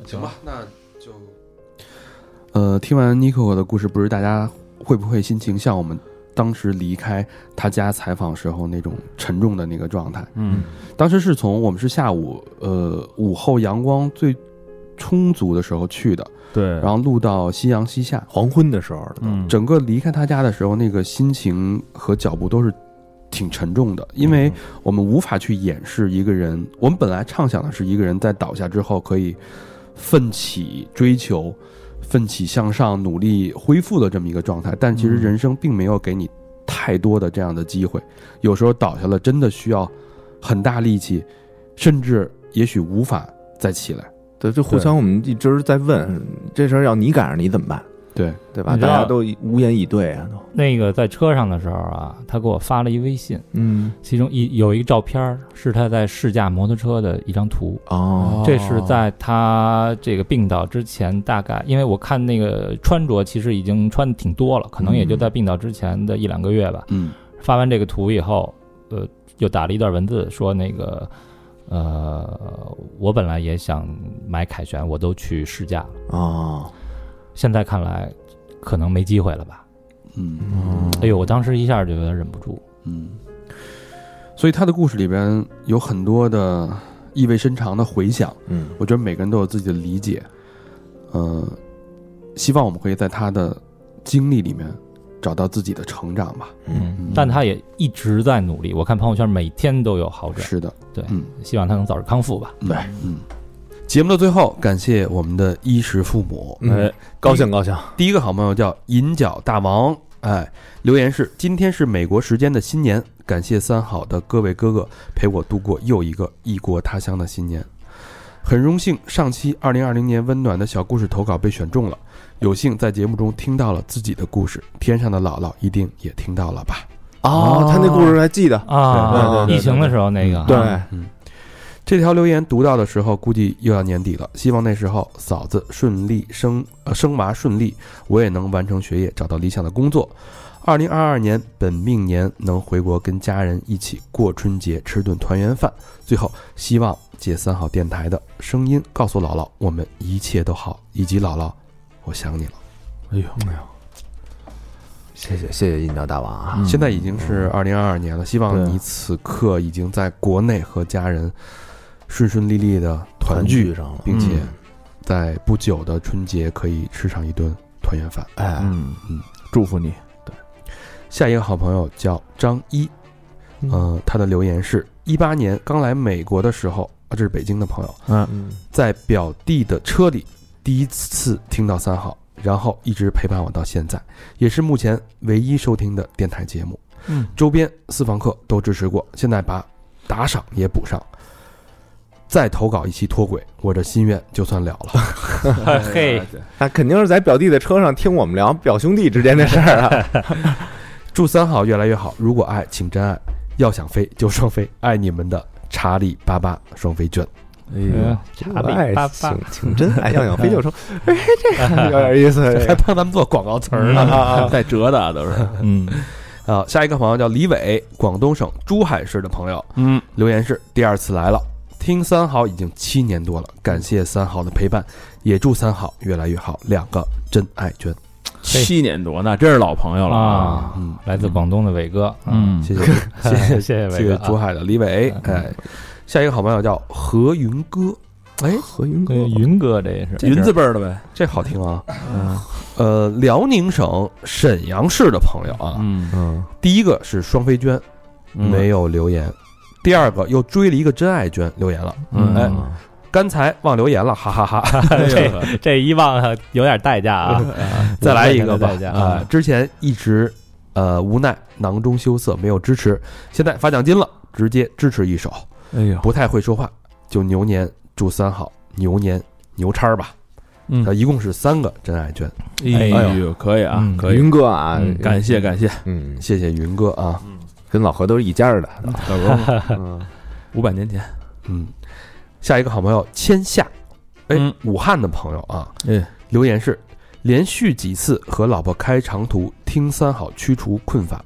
S8: 行吧，
S3: 那就，呃，听完 Nico 的故事，不知大家会不会心情像我们当时离开他家采访时候那种沉重的那个状态？
S8: 嗯，
S3: 当时是从我们是下午，呃，午后阳光最充足的时候去的，
S12: 对
S3: 然后录到夕阳西下，
S12: 黄昏的时候了都，
S8: 嗯
S3: 整个离开他家的时候，那个心情和脚步都是挺沉重的，因为我们无法去掩饰一个人。我们本来畅想的是一个人在倒下之后可以奋起追求、奋起向上、努力恢复的这么一个状态，但其实人生并没有给你太多的这样的机会。有时候倒下了，真的需要很大力气，甚至也许无法再起来。
S2: 对，就互相我们一直在问这事儿，要你赶上你怎么办，
S3: 对，
S2: 对吧？
S4: 你知
S2: 大
S4: 道
S2: 家都无言以对啊，都，
S4: 那个在车上的时候啊，他给我发了一微信，
S2: 嗯，
S4: 其中一有一个照片儿是他在试驾摩托车的一张图。
S2: 哦，
S4: 这是在他这个病倒之前，大概因为我看那个穿着，其实已经穿的挺多了，可能也就在病倒之前的一两个月吧。
S3: 嗯，
S4: 发完这个图以后，呃，又打了一段文字，说那个，呃，我本来也想买凯旋，我都去试驾了，
S2: 哦，
S4: 现在看来可能没机会了吧？
S7: 嗯
S4: 哎呦，我当时一下就有点忍不住。
S7: 嗯，
S3: 所以他的故事里边有很多的意味深长的回想。
S2: 嗯
S3: 我觉得每个人都有自己的理解，呃，希望我们可以在他的经历里面找到自己的成长吧。
S2: 嗯，
S4: 但他也一直在努力，我看朋友圈每天都有好转，
S3: 是的，
S4: 对
S3: 嗯，
S4: 希望他能早日康复吧。
S3: 对，嗯。节目的最后，感谢我们的衣食父母。
S2: 嗯
S3: 哎，
S2: 高兴高兴，
S3: 第一个好朋友叫银角大王，哎，留言是：今天是美国时间的新年，感谢三好的各位哥哥陪我度过又一个异国他乡的新年。很荣幸上期二零二零年温暖的小故事投稿被选中了，有幸在节目中听到了自己的故事，天上的姥姥一定也听到了吧。
S2: 哦，他那故事还记得，
S4: 啊
S2: 对对对，对
S4: 疫情的时候那个，
S2: 对，
S3: 这条留言读到的时候，估计又要年底了。希望那时候嫂子顺利生呃生娃顺利，我也能完成学业，找到理想的工作。二零二二年本命年能回国跟家人一起过春节，吃顿团圆饭。最后，希望借三好电台的声音告诉姥姥，我们一切都好，以及姥姥，我想你了。
S8: 哎呦，
S13: 谢谢谢谢印角大王啊，
S3: 嗯
S7: 嗯
S3: 现在已经是二零二二年了，希望
S13: 对
S3: 你此刻已经在国内和家人顺顺利利的团聚，
S2: 上了，
S3: 并
S8: 嗯
S3: 且在不久的春节可以吃上一顿团圆饭。
S2: 哎，
S8: 嗯
S3: 嗯，
S8: 祝福你，
S3: 下一个好朋友叫张一，
S8: 嗯
S3: 呃，他的留言是：一八年刚来美国的时候，啊，这是北京的朋友，
S2: 嗯，
S3: 在表弟的车里第一次听到三好，然后一直陪伴我到现在，也是目前唯一收听的电台节目。
S8: 嗯，
S3: 周边私房课都支持过，现在把打赏也补上。再投稿一期脱轨，我这心愿就算了 了。
S4: 嘿，
S2: 他肯定是在表弟的车上听我们聊表兄弟之间的事儿啊，
S3: 祝三好越来越好，如果爱，请真爱。要想飞就双飞，爱你们的查理巴巴双飞卷。
S8: 哎呦，
S4: 查理巴巴，
S2: 挺真爱，想想飞就说，哎，这个有点意
S3: 还
S2: 思，
S3: 帮咱们做广告词儿呢。
S8: 带折的啊都 是，
S4: 嗯，
S3: 啊，下一个朋友叫李伟，广东省珠海市的朋友，
S8: 嗯，
S3: 留言是第二次来了，听三好已经七年多了，感谢三好的陪伴，也祝三好越来越好，两个真爱娟，
S8: 七年多，那真是老朋友了
S4: 啊
S3: 嗯，
S4: 来自广东的伟哥，啊
S8: 嗯，
S3: 谢谢谢
S4: 谢谢谢谢
S3: 谢
S4: 伟
S3: 谢
S4: 哥
S3: 珠
S4: 啊，
S3: 海的李伟，哎，下一个好朋友叫何云歌，哎，
S2: 何云哥，
S4: 跟啊云哥这也是
S8: 云字辈儿的呗，
S3: 这好听啊，
S8: 嗯
S3: 呃，辽宁省沈阳市的朋友啊，
S8: 嗯
S2: 嗯，
S3: 第一个是双飞娟，没有留言，第二个又追了一个真爱娟留言了。
S8: 嗯
S3: 哎，刚才忘留言了，哈哈哈
S4: 这这一忘啊有点代价啊，
S3: 再来一个吧
S4: 代价
S3: 啊、
S4: 啊
S3: 之前一直呃无奈囊中羞涩，没有支持，现在发奖金了，直接支持一手。
S8: 哎呦，
S3: 不太会说话，就牛年祝三好，牛年牛叉儿吧。
S8: 嗯
S3: 呃一共是三个真爱券，
S8: 哎呦，可以啊，
S4: 嗯
S8: 可以，
S2: 云哥啊，
S4: 嗯
S8: 感谢感谢，
S2: 嗯，
S3: 谢谢云哥啊，
S2: 跟老何都是一家儿的，
S8: 小哥，五百年前，
S3: 嗯。下一个好朋友千夏，哎，
S8: 嗯
S3: 武汉的朋友啊，
S8: 哎，
S3: 留言是连续几次和老婆开长途听三好驱除困法。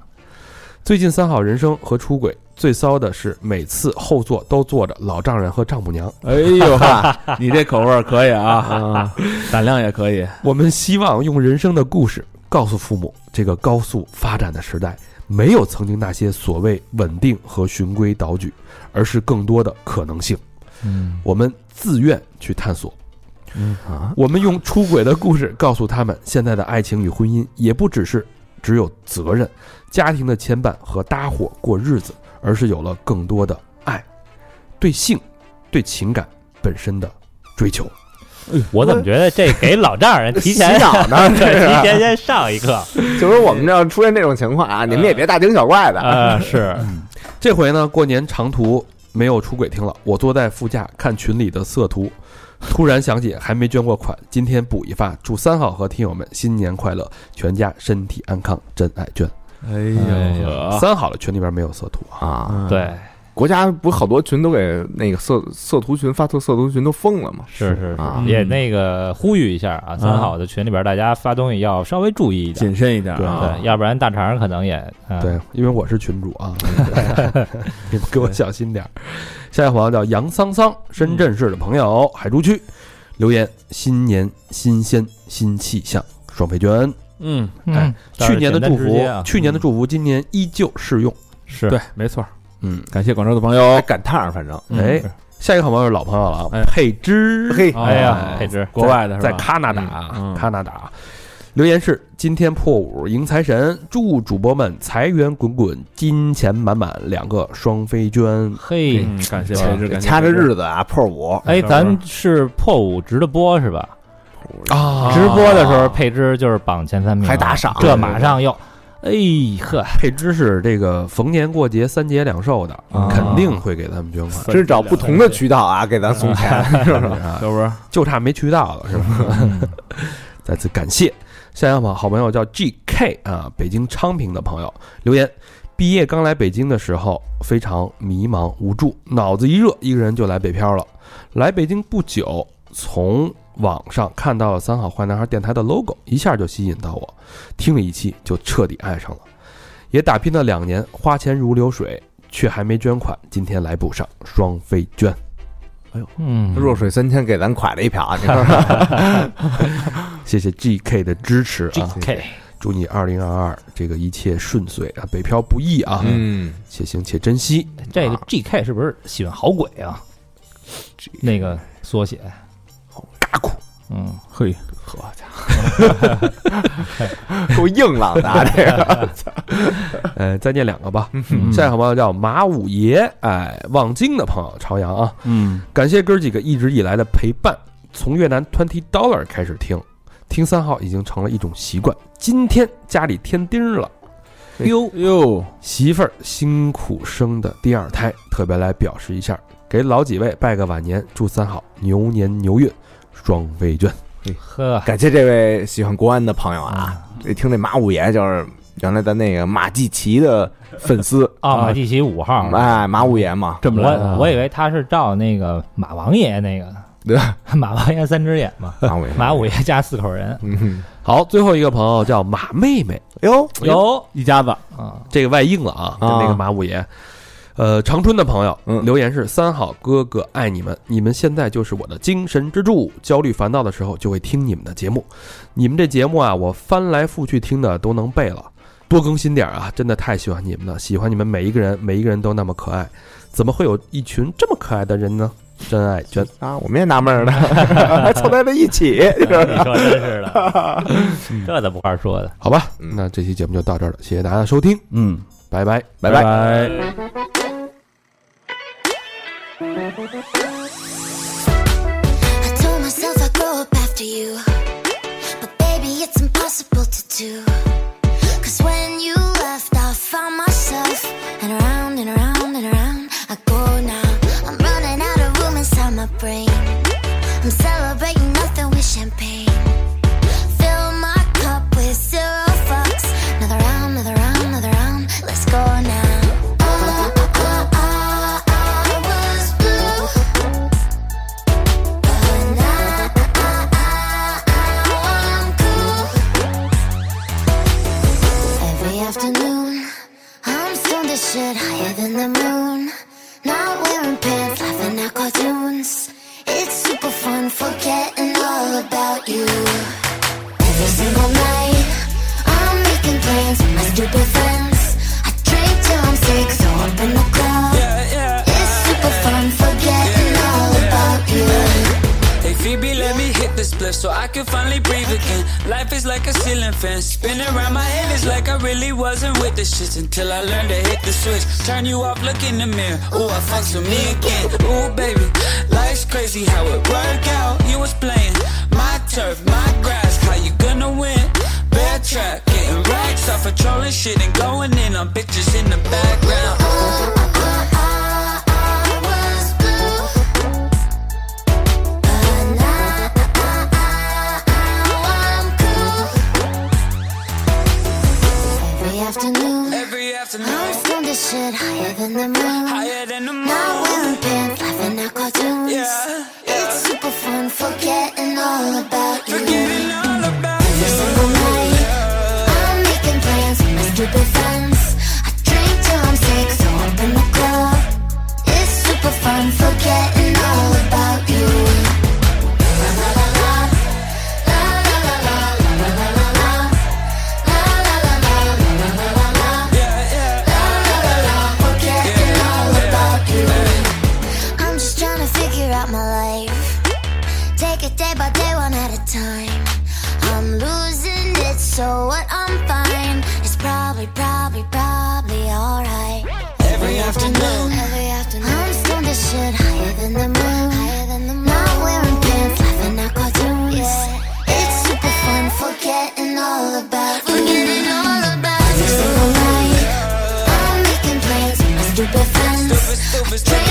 S3: 最近三好人生和出轨最骚的是，每次后座都坐着老丈人和丈母娘。
S8: 哎呦， 你这口味儿可以啊，胆量也可以，
S3: 我们希望用人生的故事告诉父母，这个高速发展的时代，没有曾经那些所谓稳定和循规蹈矩，而是更多的可能性。
S4: 嗯
S3: 我们自愿去探索。
S2: 啊，
S3: 我们用出轨的故事告诉他们，现在的爱情与婚姻也不只是只有责任、家庭的牵绊和搭伙过日子，而是有了更多的爱，对性、对情感本身的追求。
S4: 我怎么觉得这给老丈人提 前
S2: 洗脑呢
S4: 对
S2: 这是啊
S4: 提前先上一课
S2: 就是我们这要出现这种情况
S4: 嗯
S2: 啊，你们也别大惊小怪的，
S4: 啊？是，
S3: 这回呢，过年长途没有出轨听了，我坐在副驾看群里的色图， 突然想起还没捐过款，今天补一发，祝三好和听友们新年快乐，全家身体安康，真爱捐。
S8: 哎嗯
S4: 哎呦
S8: 呵
S3: 三好的群里边没有色图啊，
S2: 啊，
S4: 对，
S2: 国家不是好多群都给那个色色图群发特色图群都封了吗？
S4: 是是
S2: 啊
S4: 是，也那个呼吁一下啊，三好的群里边大家发东西要稍微注意一点，
S8: 谨慎一点啊，
S4: 对，要不然大肠可能也啊
S3: 对，因为我是群主 啊， 你们给我小心点儿。下一个朋友叫杨桑桑，深圳市的朋友，海珠区留言：新年新鲜新气象，双倍捐。
S8: 嗯，
S4: 哎，
S3: 去年的祝
S4: 当然简单直
S3: 福
S4: 接啊，
S3: 去年的祝福，今年依旧适用。
S4: 是
S8: 对，没错儿，
S3: 嗯，
S8: 感谢广州的朋友，
S4: 嗯
S2: 赶趟儿，反正
S3: 哎，下一个好朋友是老朋友了
S8: 哎
S3: 啊，佩芝，
S2: 嘿
S8: 哦
S4: 哎呀，配置
S8: 国外的是吧
S3: 在加拿大，
S8: 嗯嗯
S3: 加拿大。留言是：今天破五迎财神，祝主播们财源滚滚，金钱满满，两个双飞娟。
S4: 嘿，
S8: 嗯感谢
S4: 这
S8: 配置，感谢
S2: 掐着
S8: 配置
S2: 日子啊，破五
S4: 哎，咱是破五直的播是吧？
S3: 啊
S4: 直播的时候，配置就是榜前三名，啊
S2: 还打赏
S4: 这马上又，哎呵，
S3: 配芝是这个逢年过节三节两寿的，
S4: 啊
S3: 肯定会给他们捐款，
S2: 真找不同的渠道啊，给咱送钱，是 吧？
S4: 嗯
S8: 小文，
S3: 就差没渠道了，是吧？ 再次感谢下一个好朋友叫 G K 啊，北京昌平的朋友留言。毕业刚来北京的时候，非常迷茫无助，脑子一热，一个人就来北漂了。来北京不久，从网上看到了三好坏男孩电台的 logo，一下就吸引到我，听了一期就彻底爱上了，也打拼了两年，花钱如流水，却还没捐款，今天来补上双飞捐。
S4: 嗯，
S2: 弱水三千给咱蒯了一瓢啊，你 说
S3: 谢谢 GK 的支持啊
S4: GK
S3: 祝你二零二二这个一切顺遂啊，北漂不易啊，
S14: 嗯，
S3: 且行且珍惜。
S4: 这个 GK 是不是喜欢好鬼啊？那个缩写，
S3: 嘎咕，
S4: 嗯，
S8: 嘿，
S2: 够硬朗的 啊，这个
S3: 呃，再念两个吧。下一个好朋友叫马五爷，哎，望京的朋友，朝阳啊，
S15: 嗯，
S3: 感谢哥儿几个一直以来的陪伴，从越南 Twenty Dollar 开始听，听三号已经成了一种习惯。今天家里添丁儿了，
S8: 哟哟，
S3: 媳妇儿辛苦生的第二胎，特别来表示一下，给老几位拜个晚年，祝三好牛年牛运，双飞卷。
S4: 呵，
S2: 感谢这位喜欢国安的朋友啊，
S4: 嗯
S2: 一听这马五爷就是原来咱那个马季奇的粉丝
S4: 啊，马季奇五号，
S2: 哎，马五爷嘛，
S4: 这
S3: 么来啊
S4: 我我以为他是照那个马王爷那个，
S2: 对，
S4: 马王爷三只眼 嘛，
S2: 马五爷，
S4: 马五爷家四口人，
S2: 嗯，
S3: 好，最后一个朋友叫马妹妹，
S2: 哎呦，
S4: 有
S8: 一家子，
S4: 啊，
S3: 这个外应了啊，跟
S2: 啊
S3: 那个马五爷。呃，长春的朋友、
S2: 嗯
S3: 留言是：三好哥哥爱你们，你们现在就是我的精神支柱。焦虑烦躁的时候就会听你们的节目，你们这节目啊，我翻来覆去听的都能背了。多更新点啊！真的太喜欢你们了，喜欢你们每一个人，每一个人都那么可爱，怎么会有一群这么可爱的人呢？真爱娟，
S2: 啊，我们也纳闷儿呢， 还凑在了一起，
S4: 你说真是的，这怎么话说的？
S3: 好吧，
S2: 嗯
S3: 那这期节目就到这儿了，谢谢大家的收听，
S15: 嗯。
S3: 拜拜。
S2: 拜拜。
S8: 拜。
S16: I told myself I'd grow up after you. But baby, it's impossible to do. Cause when you left, I found myself. And around and around and around I go now. I'm running out of room inside my brain. I'm celebrating nothing with champagne. Fill my cup with zero fucks. Another round, another round, another round. Let's go now. Oh, I, I, I, oh, I was blue. But now I'm cool. Every afternoon, I'm stoned as shit, higher than the moon. Not wearing pants, laughing at cartoons. It's super fun, forgetting all about you. Every single night, I'm making plans with my stupid friends. I drink till I'm sick, so up in the club. It's super fun, forgetting all about you.
S17: Hey Phoebe, let me hit this split so I can finally breathe again. Life is like a ceiling fan, spinning around my head. It's like I really wasn't with the shit until I learned to hit the switch. Turn you off, look in the mirror. Ooh, I fucks with me again. Ooh, baby, life's crazy how it work out. You was playing my turf, my grass. How you gonna win? Bear trap, getting racks off of trolling shit and going in on bitches in the background.
S16: I was blue, but now I'm cool. Every afternoon,
S17: Every
S16: I'm
S17: afternoon,
S16: stoned as shit, higher than the moon.
S17: higher than the
S16: Not
S17: moon.
S16: wearing pants, laughing at cartoons.
S17: Yeah,
S16: It's super fun, forgetting all about you.
S17: forgetting all about
S16: Every single night, I'm making plans with my stupid friends. I drink till I'm sick, so up in the club. It's super fun, forgetting all about you. La la la la, la la la la, la la la la, la la la la, la la la la, la la la la, forgetting all about you. I'm just trying to know what I'm fine. It's probably, probably, probably alright. Every afternoon, every afternoon, I'm stoned as shit, higher than the moon, higher than the moon. Not wearing pants, laughing at cartoons. It's super fun, forgetting all about, forgetting all about every single night. I'm making plans with my stupid friends. I dream Uh.